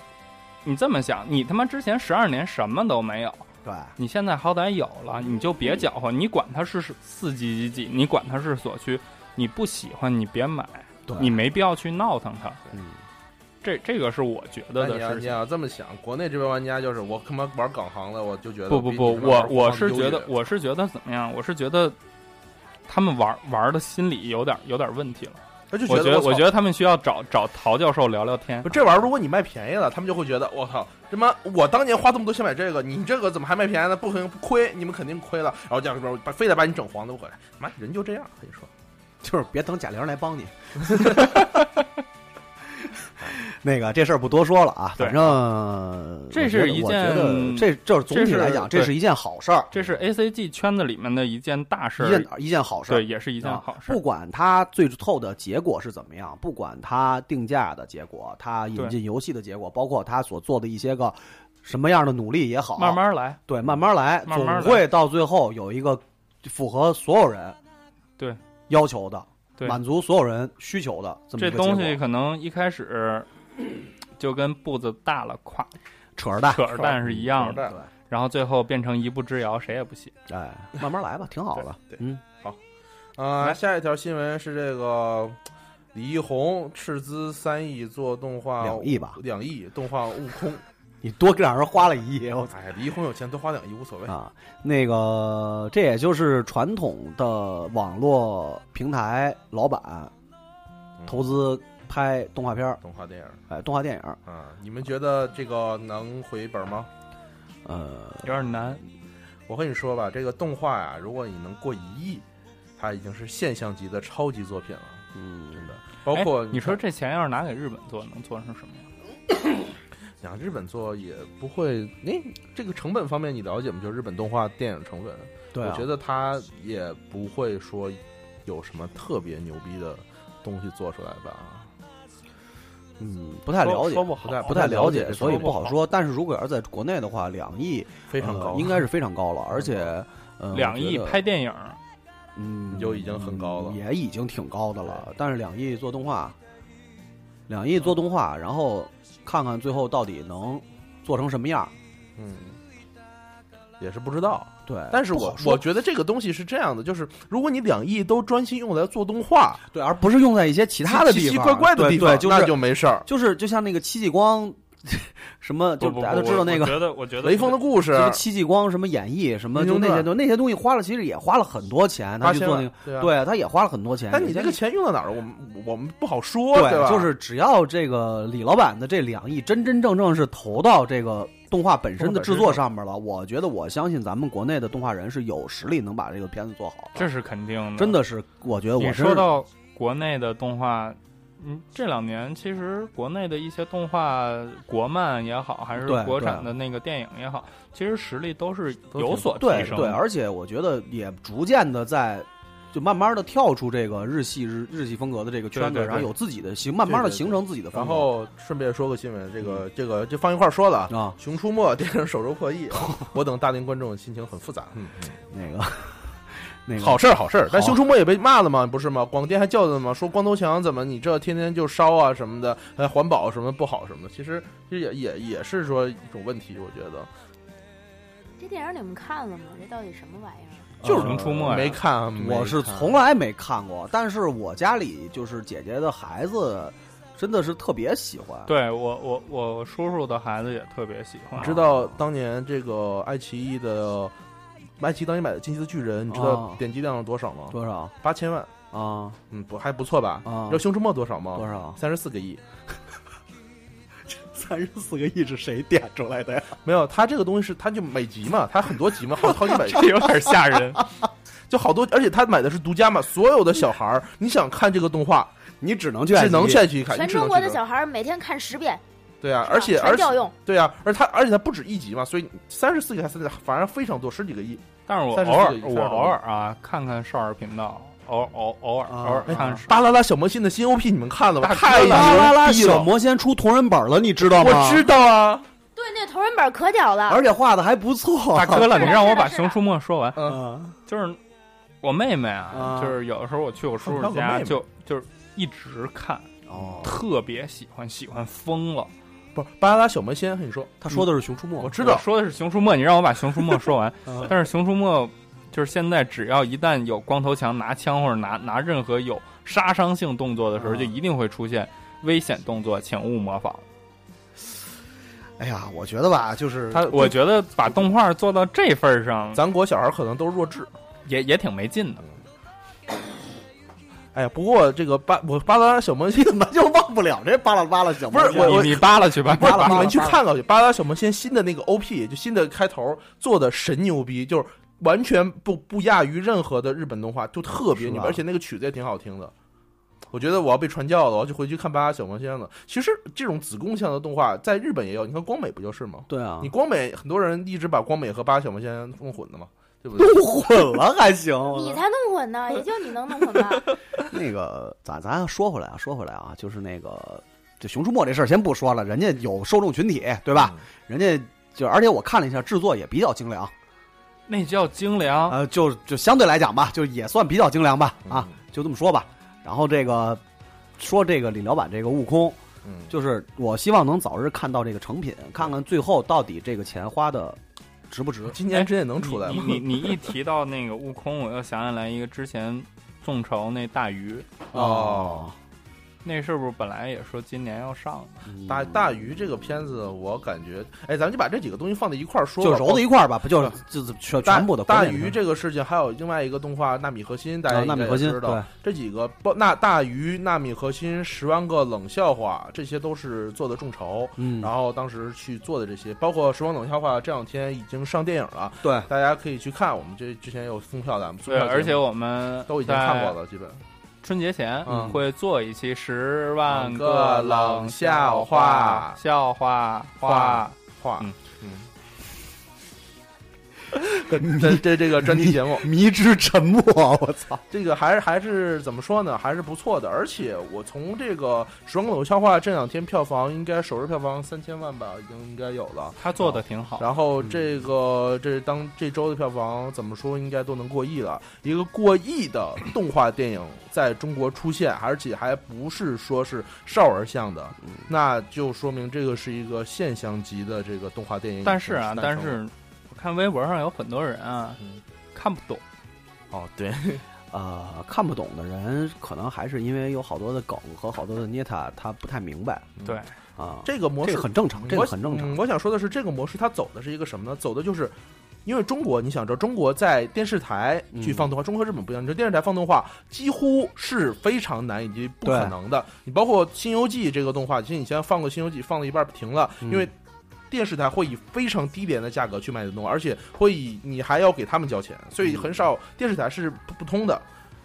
Speaker 3: 你这么想，你他妈之前十二年什么都没有，
Speaker 4: 对，
Speaker 3: 你现在好歹有了，你就别搅和，你管它是四级几几，你管它是锁区，你不喜欢你别买，
Speaker 4: 对
Speaker 3: 你没必要去闹腾它。
Speaker 4: 嗯，
Speaker 3: 这这个是我觉得
Speaker 5: 那你
Speaker 3: 的
Speaker 5: 要
Speaker 3: 事
Speaker 5: 你
Speaker 3: 情。
Speaker 5: 要这么想，国内这边玩家就是我他妈玩港行的，我就觉得
Speaker 3: 不不
Speaker 5: 比
Speaker 3: 不
Speaker 5: 你，们玩
Speaker 3: 我
Speaker 5: 港行
Speaker 3: 我是
Speaker 5: 优
Speaker 3: 觉
Speaker 5: 越
Speaker 3: 得我是觉得怎么样？我是觉得他们玩玩的心理有点有点问题了。
Speaker 5: 他就
Speaker 3: 我
Speaker 5: 觉
Speaker 3: 得我
Speaker 5: 操
Speaker 3: 觉得他们需要找找陶教授聊聊天
Speaker 5: 不，。这玩意儿如果你卖便宜了，他们就会觉得我靠，什么我当年花这么多钱买这个，你这个怎么还卖便宜呢？不可能不亏，你们肯定亏了。然后价格把非得把你整黄的不回来，妈人就这样，我跟你说，
Speaker 4: 就是别等贾玲 来帮你。那个这事儿不多说了啊，
Speaker 3: 对
Speaker 4: 反正
Speaker 3: 这是一
Speaker 4: 我觉得
Speaker 3: 件
Speaker 4: 这这总
Speaker 3: 这
Speaker 4: 体
Speaker 3: 是
Speaker 4: 来讲，这
Speaker 3: 对
Speaker 4: 是一件好事儿，
Speaker 3: 这是 A C G 圈子里面的一件大事
Speaker 4: 一
Speaker 3: 儿
Speaker 4: 件，一件好事儿
Speaker 3: 对，。也是一件
Speaker 4: 啊
Speaker 3: 好事
Speaker 4: 不。管它最后的结果是怎么样，不管它定价的结果，它引
Speaker 3: 对
Speaker 4: 进游戏的结果，包括它所做的一些个什么样的努力也好，
Speaker 3: 慢慢来，
Speaker 4: 对，慢慢来，
Speaker 3: 慢慢来
Speaker 4: 总会到最后有一个符合所有人
Speaker 3: 对
Speaker 4: 要求的，
Speaker 3: 对
Speaker 4: 满足所有人需求的这么
Speaker 3: 这
Speaker 4: 一个结果
Speaker 3: 东西可能一开始就跟步子大了跨
Speaker 4: 扯着蛋，
Speaker 3: 扯着蛋是一样
Speaker 5: 扯着
Speaker 3: 的。
Speaker 5: 蛋
Speaker 4: 对，
Speaker 3: 然后最后变成一步之遥，谁也不信。
Speaker 4: 哎，慢慢来吧，挺好的。
Speaker 5: 对对
Speaker 4: 嗯，
Speaker 5: 啊、下一条新闻是这个李易宏斥资三亿做动
Speaker 3: 啊
Speaker 5: 画
Speaker 4: 两亿吧，
Speaker 5: 两亿动画悟空。
Speaker 4: 你多给让人花了一夜，我
Speaker 5: 哎，李易宏有钱多花两亿无所谓。
Speaker 4: 啊，那个这也就是传统的网络平台老板
Speaker 5: 嗯
Speaker 4: 投资拍动画片儿，
Speaker 5: 动画电影
Speaker 4: 哎，动画电影儿，
Speaker 5: 啊，你们觉得这个能回本吗？
Speaker 4: 呃，
Speaker 3: 有点难，
Speaker 5: 我跟你说吧，这个动画呀、如果你能过一亿，它已经是现象级的超级作品了，
Speaker 4: 嗯，
Speaker 5: 真的。包括
Speaker 3: 哎你说
Speaker 5: 看，
Speaker 3: 这钱要是拿给日本做，能做成什么样？
Speaker 5: 讲日本做也不会，那、这个成本方面你了解吗？就是日本动画电影成本，
Speaker 4: 对、啊，
Speaker 5: 我觉得它也不会说有什么特别牛逼的东西做出来吧。
Speaker 4: 嗯不太了解，
Speaker 5: 不太
Speaker 4: 不太了解，所以
Speaker 5: 不
Speaker 4: 不好说。但是如果要是在国内的话，两亿
Speaker 5: 非常高
Speaker 4: 呃
Speaker 5: 了，
Speaker 4: 应该是非常高了，而且 呃，我
Speaker 3: 两亿
Speaker 4: 觉得
Speaker 3: 拍电影，
Speaker 4: 嗯，
Speaker 5: 就已经很高了
Speaker 4: 也已经挺高的了。但是两亿做动画，两亿做动画，然后看看最后到底能做成什么样儿。
Speaker 5: 嗯，也是不知道。
Speaker 4: 对，
Speaker 5: 但是
Speaker 4: 不
Speaker 5: 我
Speaker 4: 好说
Speaker 5: 我觉得这个东西是这样的，就是如果你两亿都专心用来做动画，
Speaker 4: 对，而不是用在一些其他的
Speaker 5: 奇
Speaker 4: 地
Speaker 5: 奇
Speaker 4: 方，
Speaker 5: 怪怪的地方，
Speaker 4: 对对就是
Speaker 5: 那就没事儿。
Speaker 4: 就是就像那个戚继光，什么就
Speaker 3: 不不
Speaker 4: 大家都知道那
Speaker 3: 我
Speaker 4: 个
Speaker 3: 觉得，我觉得
Speaker 5: 雷锋的故事
Speaker 4: 什，么戚继光什么演绎什么，
Speaker 5: 英雄
Speaker 4: 就那些
Speaker 5: 传
Speaker 4: 东那些东西花了，其实也花了很多钱，他
Speaker 5: 八
Speaker 4: 去
Speaker 5: 千
Speaker 4: 做那
Speaker 5: 万
Speaker 4: 个，，
Speaker 5: 对
Speaker 4: 对，
Speaker 5: 啊。
Speaker 4: 他也花了很多钱。
Speaker 5: 但你
Speaker 4: 也
Speaker 5: 这个钱用到哪儿，我们我们不好说，
Speaker 4: 对，
Speaker 5: 吧？
Speaker 4: 就是只要这个李老板的这两亿真真正正是投到这个动画本身的制作上面了，我觉得我相信咱们国内的动画人是有实力能把这个片子做好的。
Speaker 3: 这是肯定的，
Speaker 4: 真。的是，我觉得我
Speaker 3: 你
Speaker 4: 真
Speaker 3: 说
Speaker 4: 是
Speaker 3: 到国内的动画，嗯，这两年其实国内的一些动画，国漫也好，还是
Speaker 4: 对
Speaker 3: 国
Speaker 4: 对
Speaker 3: 产的那个电影也好，其实实力都是
Speaker 5: 都挺
Speaker 3: 有所提
Speaker 4: 对
Speaker 3: 升
Speaker 4: 对，
Speaker 3: 的
Speaker 4: 而且我觉得也逐渐的在。就慢慢的跳出这个日系日日系风格的这个圈子，
Speaker 5: 对对对
Speaker 4: 然后有自己的形，慢慢的
Speaker 5: 对对对
Speaker 4: 形成自己的风
Speaker 5: 然
Speaker 4: 格。
Speaker 5: 后顺便说个新闻，这个这个就放一块儿说了啊。
Speaker 4: 啊，
Speaker 5: 《熊出没》电影首周 破亿，我等大龄观众心情很复杂。嗯，
Speaker 4: 那个那个
Speaker 5: 好事儿好事儿，但《
Speaker 4: 好
Speaker 5: 熊出没》也被骂了嘛，不是吗？广电还叫他嘛，说光头强怎么你这天天就烧啊什么的，呃，环保什么不好什么的，其实其实也也也是说一种问题，我觉得。
Speaker 6: 这电影你们看了吗？这到底什么玩意儿？
Speaker 4: 就是
Speaker 3: 熊出没呀
Speaker 5: 没看啊，没
Speaker 4: 我是
Speaker 5: 看
Speaker 4: 从来没看过，但是我家里就是姐姐的孩子，真的是特别喜欢。
Speaker 3: 对我我我叔叔的孩子也特别喜欢
Speaker 4: 啊
Speaker 5: 你，知道当年这个爱奇艺的，爱奇艺当年买的《进击的巨人》，你知道
Speaker 4: 哦
Speaker 5: 点击量是多少吗？
Speaker 4: 多少
Speaker 5: 八千万，
Speaker 4: 啊
Speaker 5: 嗯，不还不错吧？你
Speaker 4: 啊
Speaker 5: 知道《熊出没》多少吗？
Speaker 4: 多？少？
Speaker 5: 三十四个亿。
Speaker 4: 三十四个亿是谁点出来的呀？
Speaker 5: 没有，它这个东西是它就每集 嘛，它很多集嘛，好好几百集，
Speaker 3: 这有点吓人。
Speaker 5: 就好多，而且它买的是独家嘛，所有的小孩儿，你想看这个动画，
Speaker 4: 你只能去
Speaker 5: 只能去
Speaker 4: 去
Speaker 5: 爱奇艺看，
Speaker 6: 全
Speaker 5: 你只能
Speaker 6: 中国的
Speaker 5: 去看
Speaker 6: 小孩儿每天看十遍，
Speaker 5: 对啊，
Speaker 6: 是吧
Speaker 5: 而且而
Speaker 6: 全
Speaker 5: 且
Speaker 6: 调用。
Speaker 5: 对啊，而它而且它不止一集嘛，所以三十四个还是反正非常多，十几个亿。
Speaker 3: 但是我
Speaker 5: 34
Speaker 3: 偶尔
Speaker 5: 个
Speaker 3: 我偶尔啊看看少儿频道，偶偶偶尔
Speaker 4: 啊
Speaker 3: 偶尔
Speaker 4: 哎
Speaker 3: 看少
Speaker 5: 大拉拉小魔仙的新 OP 你们看了吗？太
Speaker 4: 啦
Speaker 5: 牛
Speaker 4: 啦啦！
Speaker 5: 逼了
Speaker 4: 小魔仙出同人本了，你知道吗？
Speaker 5: 我知，道啊，
Speaker 6: 对，那同人本可屌了，
Speaker 4: 而且画的还不错。
Speaker 3: 大哥了，你
Speaker 6: 是的
Speaker 3: 让我
Speaker 6: 是的
Speaker 3: 把《
Speaker 6: 是
Speaker 3: 熊
Speaker 6: 的
Speaker 3: 出没》说完。
Speaker 4: 嗯，
Speaker 3: 就是我妹妹啊，
Speaker 4: 啊
Speaker 3: 就是有的时候我去我叔
Speaker 5: 啊
Speaker 3: 叔
Speaker 5: 你还
Speaker 3: 家
Speaker 5: 有个妹妹
Speaker 3: 就就是一直看，
Speaker 4: 哦，
Speaker 3: 特别喜欢，喜欢疯了。
Speaker 5: 不是巴啦啦小魔仙，你说
Speaker 4: 他
Speaker 3: 嗯
Speaker 4: 说的是《熊出没》，
Speaker 5: 我知道
Speaker 3: 我说的是《熊出没》，你让我把《熊出没》说 完
Speaker 4: 嗯。
Speaker 3: 但是《熊出没》就是现在，只要一旦有光头强拿枪或者拿拿任何有杀伤性动作的
Speaker 5: 嗯
Speaker 3: 时候，
Speaker 4: 啊
Speaker 3: 就一定会出现危险动作，请勿模仿。
Speaker 4: 哎呀，我觉得吧，就是
Speaker 5: 他，
Speaker 3: 我觉得把动画做到这份儿上，
Speaker 5: 咱国小孩可能都是弱智。
Speaker 3: 也也挺没劲的。
Speaker 5: 哎呀，不过这个巴我巴啦啦小魔仙
Speaker 4: 怎么就忘不了这巴拉巴拉小魔仙？
Speaker 5: 不是我
Speaker 3: 你你扒拉去 吧，
Speaker 5: 不是
Speaker 4: 巴啦
Speaker 5: 你
Speaker 4: 巴
Speaker 5: 们
Speaker 4: 啦
Speaker 5: 去
Speaker 4: 巴啦
Speaker 5: 看看去，巴啦啦小魔仙新的那个 OP，就新的开头做的神牛逼，就是完全不不亚于任何的日本动画，就特别
Speaker 4: 是
Speaker 5: 牛，
Speaker 4: 吧
Speaker 5: 而且那个曲子也挺好听的。我觉得我要被传教了，我要去回去看《巴啦啦小魔仙》了。其实这种子宫向的动画在日本也有，你看光美不就是吗？
Speaker 4: 对啊
Speaker 5: 你，光美很多人一直把光美和《巴啦啦小魔仙》弄混的嘛，对不对？
Speaker 4: 都混了还行？
Speaker 6: 你才弄混呢，也就你能弄混吧。
Speaker 4: 那个，咱咱说回来啊，说回来啊，就是那个，这《熊出没》这事儿先不说了，人家有受众群体，对吧？人家就，而且我看了一下，制作也比较精良，
Speaker 3: 那叫精良。
Speaker 4: 呃，就就相对来讲吧，就也算比较精良吧，
Speaker 5: 嗯
Speaker 4: 啊，就这么说吧。然后这个说这个李老板这个悟空，
Speaker 5: 嗯，
Speaker 4: 就是我希望能早日看到这个成品，看看最后到底这个钱花的值不值？
Speaker 5: 今年之内能出来
Speaker 3: 哎你
Speaker 5: 吗？
Speaker 3: 你你一提到那个悟空，我又想起来一个之前众筹那大鱼，
Speaker 5: 哦，
Speaker 4: 啊
Speaker 3: 那是不是本来也说今年要上？
Speaker 4: 嗯
Speaker 5: 大大鱼这个片子，我感觉，哎，咱们就把这几个东西放在一块儿说吧，
Speaker 4: 就揉到一块儿吧，不就是就是全
Speaker 5: 大
Speaker 4: 全部的
Speaker 5: 大
Speaker 4: 关键
Speaker 5: 鱼
Speaker 4: 是
Speaker 5: 这个事情，还有另外一个动画《纳米核心》，大
Speaker 4: 啊
Speaker 5: 家
Speaker 4: 纳米
Speaker 5: 应该
Speaker 4: 核
Speaker 5: 也
Speaker 4: 心对
Speaker 5: 知道这几个包那大鱼、纳米核心、十万个冷笑话，这些都是做的众筹。
Speaker 4: 嗯，
Speaker 5: 然后当时去做的这些，包括《十万冷笑话》，这两天已经上电影了，
Speaker 4: 对
Speaker 5: 大家可以去看。我们这之前有送票的，我们送
Speaker 3: 对，
Speaker 5: 票节目
Speaker 3: 而且我们
Speaker 5: 都已经看过
Speaker 3: 在
Speaker 5: 了，基本。
Speaker 3: 春节前
Speaker 5: 嗯
Speaker 3: 会做一期十万
Speaker 5: 个冷笑话
Speaker 3: 笑话
Speaker 5: 话
Speaker 3: 话。
Speaker 5: 话，
Speaker 3: 嗯
Speaker 5: 嗯，这这这个专题节目，
Speaker 4: 迷之沉默，我 操！
Speaker 5: 这个还是还是怎么说呢？还是不错的。而且我从这个《时光冷笑话》这两天票房应该首日票房三千万吧，已经应该有了。
Speaker 3: 他做的挺好，
Speaker 5: 然后这个这当这周的票房怎么说，应该都能过亿了。一个过亿的动画电影在中国出现，而且还不是说是少儿向的，
Speaker 3: 嗯
Speaker 5: 那就说明这个是一个现象级的这个动画电影。
Speaker 3: 但是啊，
Speaker 5: 诞
Speaker 3: 但
Speaker 5: 生了
Speaker 3: 是我看微博上有很多人啊
Speaker 5: 嗯
Speaker 3: 看不懂，
Speaker 5: 哦，对，
Speaker 4: 呃，看不懂的人可能还是因为有好多的梗和好多的捏他，他不太明白
Speaker 3: 对，
Speaker 4: 啊。
Speaker 5: 嗯这个模
Speaker 4: 这
Speaker 5: 式
Speaker 4: 个很正常，这个
Speaker 5: 我
Speaker 4: 很正常
Speaker 5: 嗯。。我想说的是，这个模式它走的是一个什么呢？走的就是，因为中国，你想知道，中国在电视台去放
Speaker 4: 嗯
Speaker 5: 动画，中国和日本不一样。你说电视台放动画几乎是非常难以及不可能的。你包括《新游记》这个动画，其实你先放个《新游记》，放到一半停了，
Speaker 4: 嗯
Speaker 5: 因为。电视台会以非常低廉的价格去卖动画，而且会以你还要给他们交钱，所以很
Speaker 4: 嗯
Speaker 5: 少电视台是不不通的。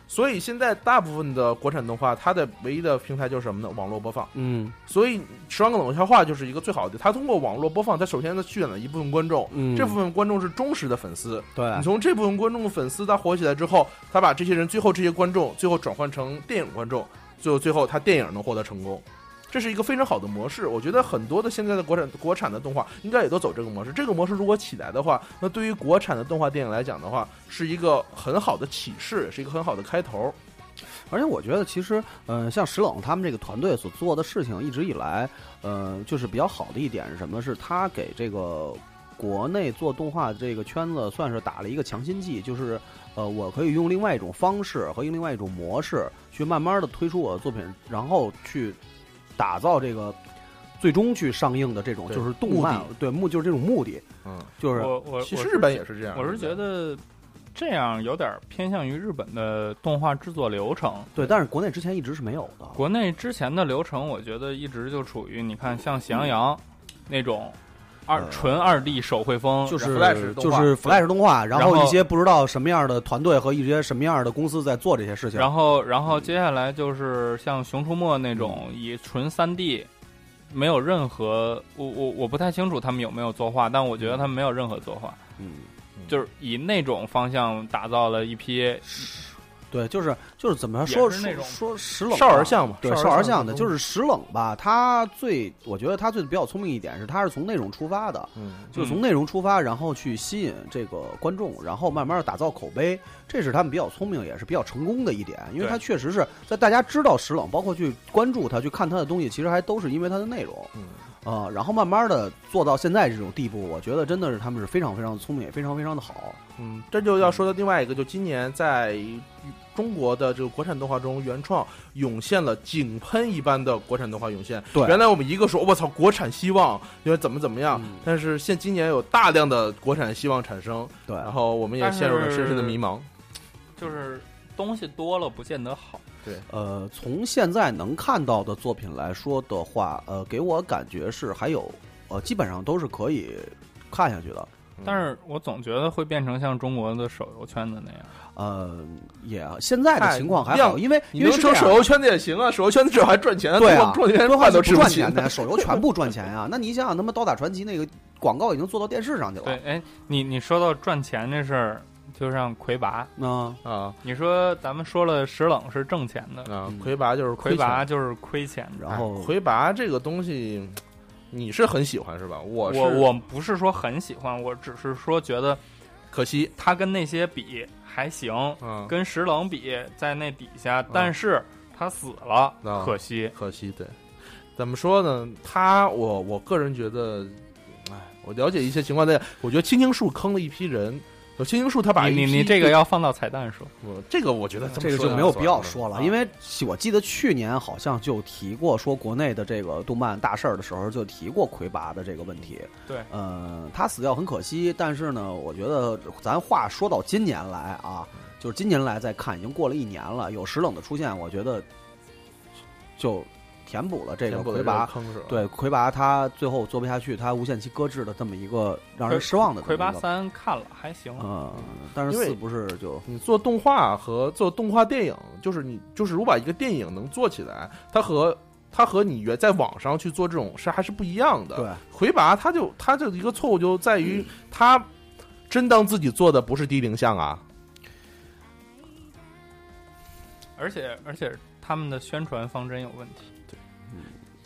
Speaker 5: 所以现在大部分的国产动画，它的唯一的平台就是什么呢？网络播放。
Speaker 4: 嗯
Speaker 5: 所以《十万个冷笑话》就是一个最好的，它通过网络播放，它首先它渲染了一部分观众，
Speaker 4: 嗯，
Speaker 5: 这部分观众是忠实的粉丝。
Speaker 4: 对
Speaker 5: 你从这部分观众的粉丝，他火起来之后，他把这些人最后这些观众最后转换成电影观众，最后最后他电影能获得成功，这是一个非常好的模式。我觉得很多的现在的国产国产的动画应该也都走这个模式。这个模式如果起来的话，那对于国产的动画电影来讲的话，是一个很好的启示，也是一个很好的开头。
Speaker 4: 而且我觉得，其实，呃，像石冷他们这个团队所做的事情，一直以来，呃，就是比较好的一点是什么呢？是他给这个国内做动画这个圈子算是打了一个强心剂，就是，呃，我可以用另外一种方式和用另外一种模式去慢慢的推出我的作品，然后去打造这个最终去上映的这种
Speaker 5: 对
Speaker 4: 就是动漫
Speaker 5: 目的
Speaker 4: 对目就是这种目的，
Speaker 5: 嗯，
Speaker 4: 就是
Speaker 3: 我我
Speaker 5: 其
Speaker 3: 我
Speaker 5: 实
Speaker 3: 是
Speaker 5: 日本也是这样。
Speaker 3: 我是觉得这样有点偏向于日本的动画制作流程。
Speaker 4: 对，但是国内之前一直是没有的。
Speaker 3: 国内之前的流程，我觉得一直就处于你看像《喜羊羊》那种二
Speaker 4: 呃
Speaker 3: 纯二 D 手绘风，
Speaker 4: 就是
Speaker 5: Flash 动
Speaker 4: 就
Speaker 5: 画
Speaker 4: 是 Flash 动画，然
Speaker 3: 然
Speaker 4: 后
Speaker 3: 后
Speaker 4: 一些不知道什么样的团队和一些什么样的公司在做这些事情。
Speaker 3: 然后，然后接下来就是像《熊出没》那种以纯三 D，没有任何我我我不太清楚他们有没有作画，但我觉得他们没有任何作画，
Speaker 4: 嗯，
Speaker 3: 就是以那种方向打造了一批。
Speaker 4: 对，就是就是怎么说
Speaker 3: 也是那
Speaker 4: 说
Speaker 3: 种
Speaker 4: 说石冷吧
Speaker 5: 少儿像嘛，
Speaker 4: 对少儿像的，
Speaker 5: 东
Speaker 4: 就是石冷吧。他最我觉得他最比较聪明一点是，他是从内容出发的，
Speaker 5: 嗯，
Speaker 4: 就是从内容出发，然后去吸引这个观众，然后慢慢地打造口碑，这是他们比较聪明，也是比较成功的一点。因为
Speaker 5: 对
Speaker 4: 他确实是在大家知道石冷，包括去关注他、去看他的东西，其实还都是因为他的内容。
Speaker 5: 嗯
Speaker 4: 啊、然后慢慢的做到现在这种地步，我觉得真的是他们是非常非常聪明，也非常非常的好。
Speaker 5: 嗯，这就要说到另外一个，就今年在中国的这个国产动画中，原创涌现了井喷一般的国产动画涌现。
Speaker 4: 对
Speaker 5: 原来我们一个说，我操，国产希望，因为怎么怎么样，
Speaker 4: 嗯
Speaker 5: 但是现今年有大量的国产希望产生，
Speaker 4: 对，
Speaker 5: 然后我们也陷入了深深的迷茫。
Speaker 3: 就是东西多了不见得好，
Speaker 4: 呃，从现在能看到的作品来说的话，呃，给我感觉是还有，呃，基本上都是可以看下去的。
Speaker 3: 但
Speaker 5: 嗯
Speaker 3: 是我总觉得会变成像中国的手游圈子那样。
Speaker 4: 呃，也现在的
Speaker 5: 看
Speaker 4: 情况还
Speaker 5: 量
Speaker 4: 好，因为
Speaker 5: 你
Speaker 4: 因为
Speaker 5: 能
Speaker 4: 是这
Speaker 5: 说
Speaker 4: 样
Speaker 5: 手游圈子也行啊，手游圈子至少还赚钱，
Speaker 4: 对啊，
Speaker 5: 中国赚
Speaker 4: 多
Speaker 5: 钱
Speaker 4: 话
Speaker 5: 饭都
Speaker 4: 不
Speaker 5: 吃
Speaker 4: 赚
Speaker 5: 起
Speaker 4: 钱。的，手游全部赚钱啊。那你想想，他妈《刀塔传奇》那个广告已经做到电视上去了，
Speaker 3: 对，，哎，你你说到赚钱这事儿，就像魁拔，
Speaker 4: 那、
Speaker 5: 啊
Speaker 3: 你说咱们说了石冷是挣钱的，
Speaker 5: 啊
Speaker 4: 嗯！
Speaker 5: 魁拔就是亏
Speaker 3: 魁
Speaker 5: 钱
Speaker 3: 拔，就是亏钱的。
Speaker 4: 然后
Speaker 5: 哎魁拔这个东西，你是很喜欢是吧？我是
Speaker 3: 我我不是说很喜欢，我只是说觉得
Speaker 5: 可惜，
Speaker 3: 他跟那些比还行，
Speaker 5: 嗯，
Speaker 3: 跟石冷比在那底下，
Speaker 4: 嗯
Speaker 3: 但是他死了，
Speaker 5: 啊
Speaker 3: 可惜。
Speaker 5: 可惜，对，怎么说呢？他，我我个人觉得，哎，我我了解一些情况在，我觉得青青树坑了一批人。呃青青树他把
Speaker 3: 你你
Speaker 5: 一批
Speaker 3: 你这个要放到彩蛋说，
Speaker 5: 我这个我觉得这
Speaker 4: 啊
Speaker 5: 么
Speaker 4: 这个
Speaker 5: 说
Speaker 4: 就
Speaker 5: 也
Speaker 4: 没有
Speaker 5: 算
Speaker 4: 必要
Speaker 5: 了
Speaker 4: 说了，
Speaker 3: 啊
Speaker 4: 因为其我记得去年好像就提过，说国内的这个动漫大事儿的时候就提过魁拔的这个问题。
Speaker 3: 对，
Speaker 4: 呃，他死掉很可惜，但是呢，我觉得咱话说到今年来啊，就是今年来再看，已经过了一年了，有石冷的出现，我觉得就填补了这
Speaker 5: 填
Speaker 4: 个
Speaker 5: 补了
Speaker 4: 魁
Speaker 5: 这
Speaker 4: 拔
Speaker 5: 个坑是吧？
Speaker 4: 对魁拔他最后做不下去，他无限期搁置的这么一个让人失望的这么
Speaker 3: 魁
Speaker 4: 一个
Speaker 3: 拔三看了还行，
Speaker 4: 嗯，但是
Speaker 5: 因为
Speaker 4: 四不是就
Speaker 5: 你做动画和做动画电影，就是你就是如果把一个电影能做起来，它和它和你原在网上去做这种事还是不一样的。
Speaker 4: 对，嗯
Speaker 5: 魁拔他就他就一个错误就在于他真当自己做的不是低龄向啊，
Speaker 3: 而且而且他们的宣传方针有问题。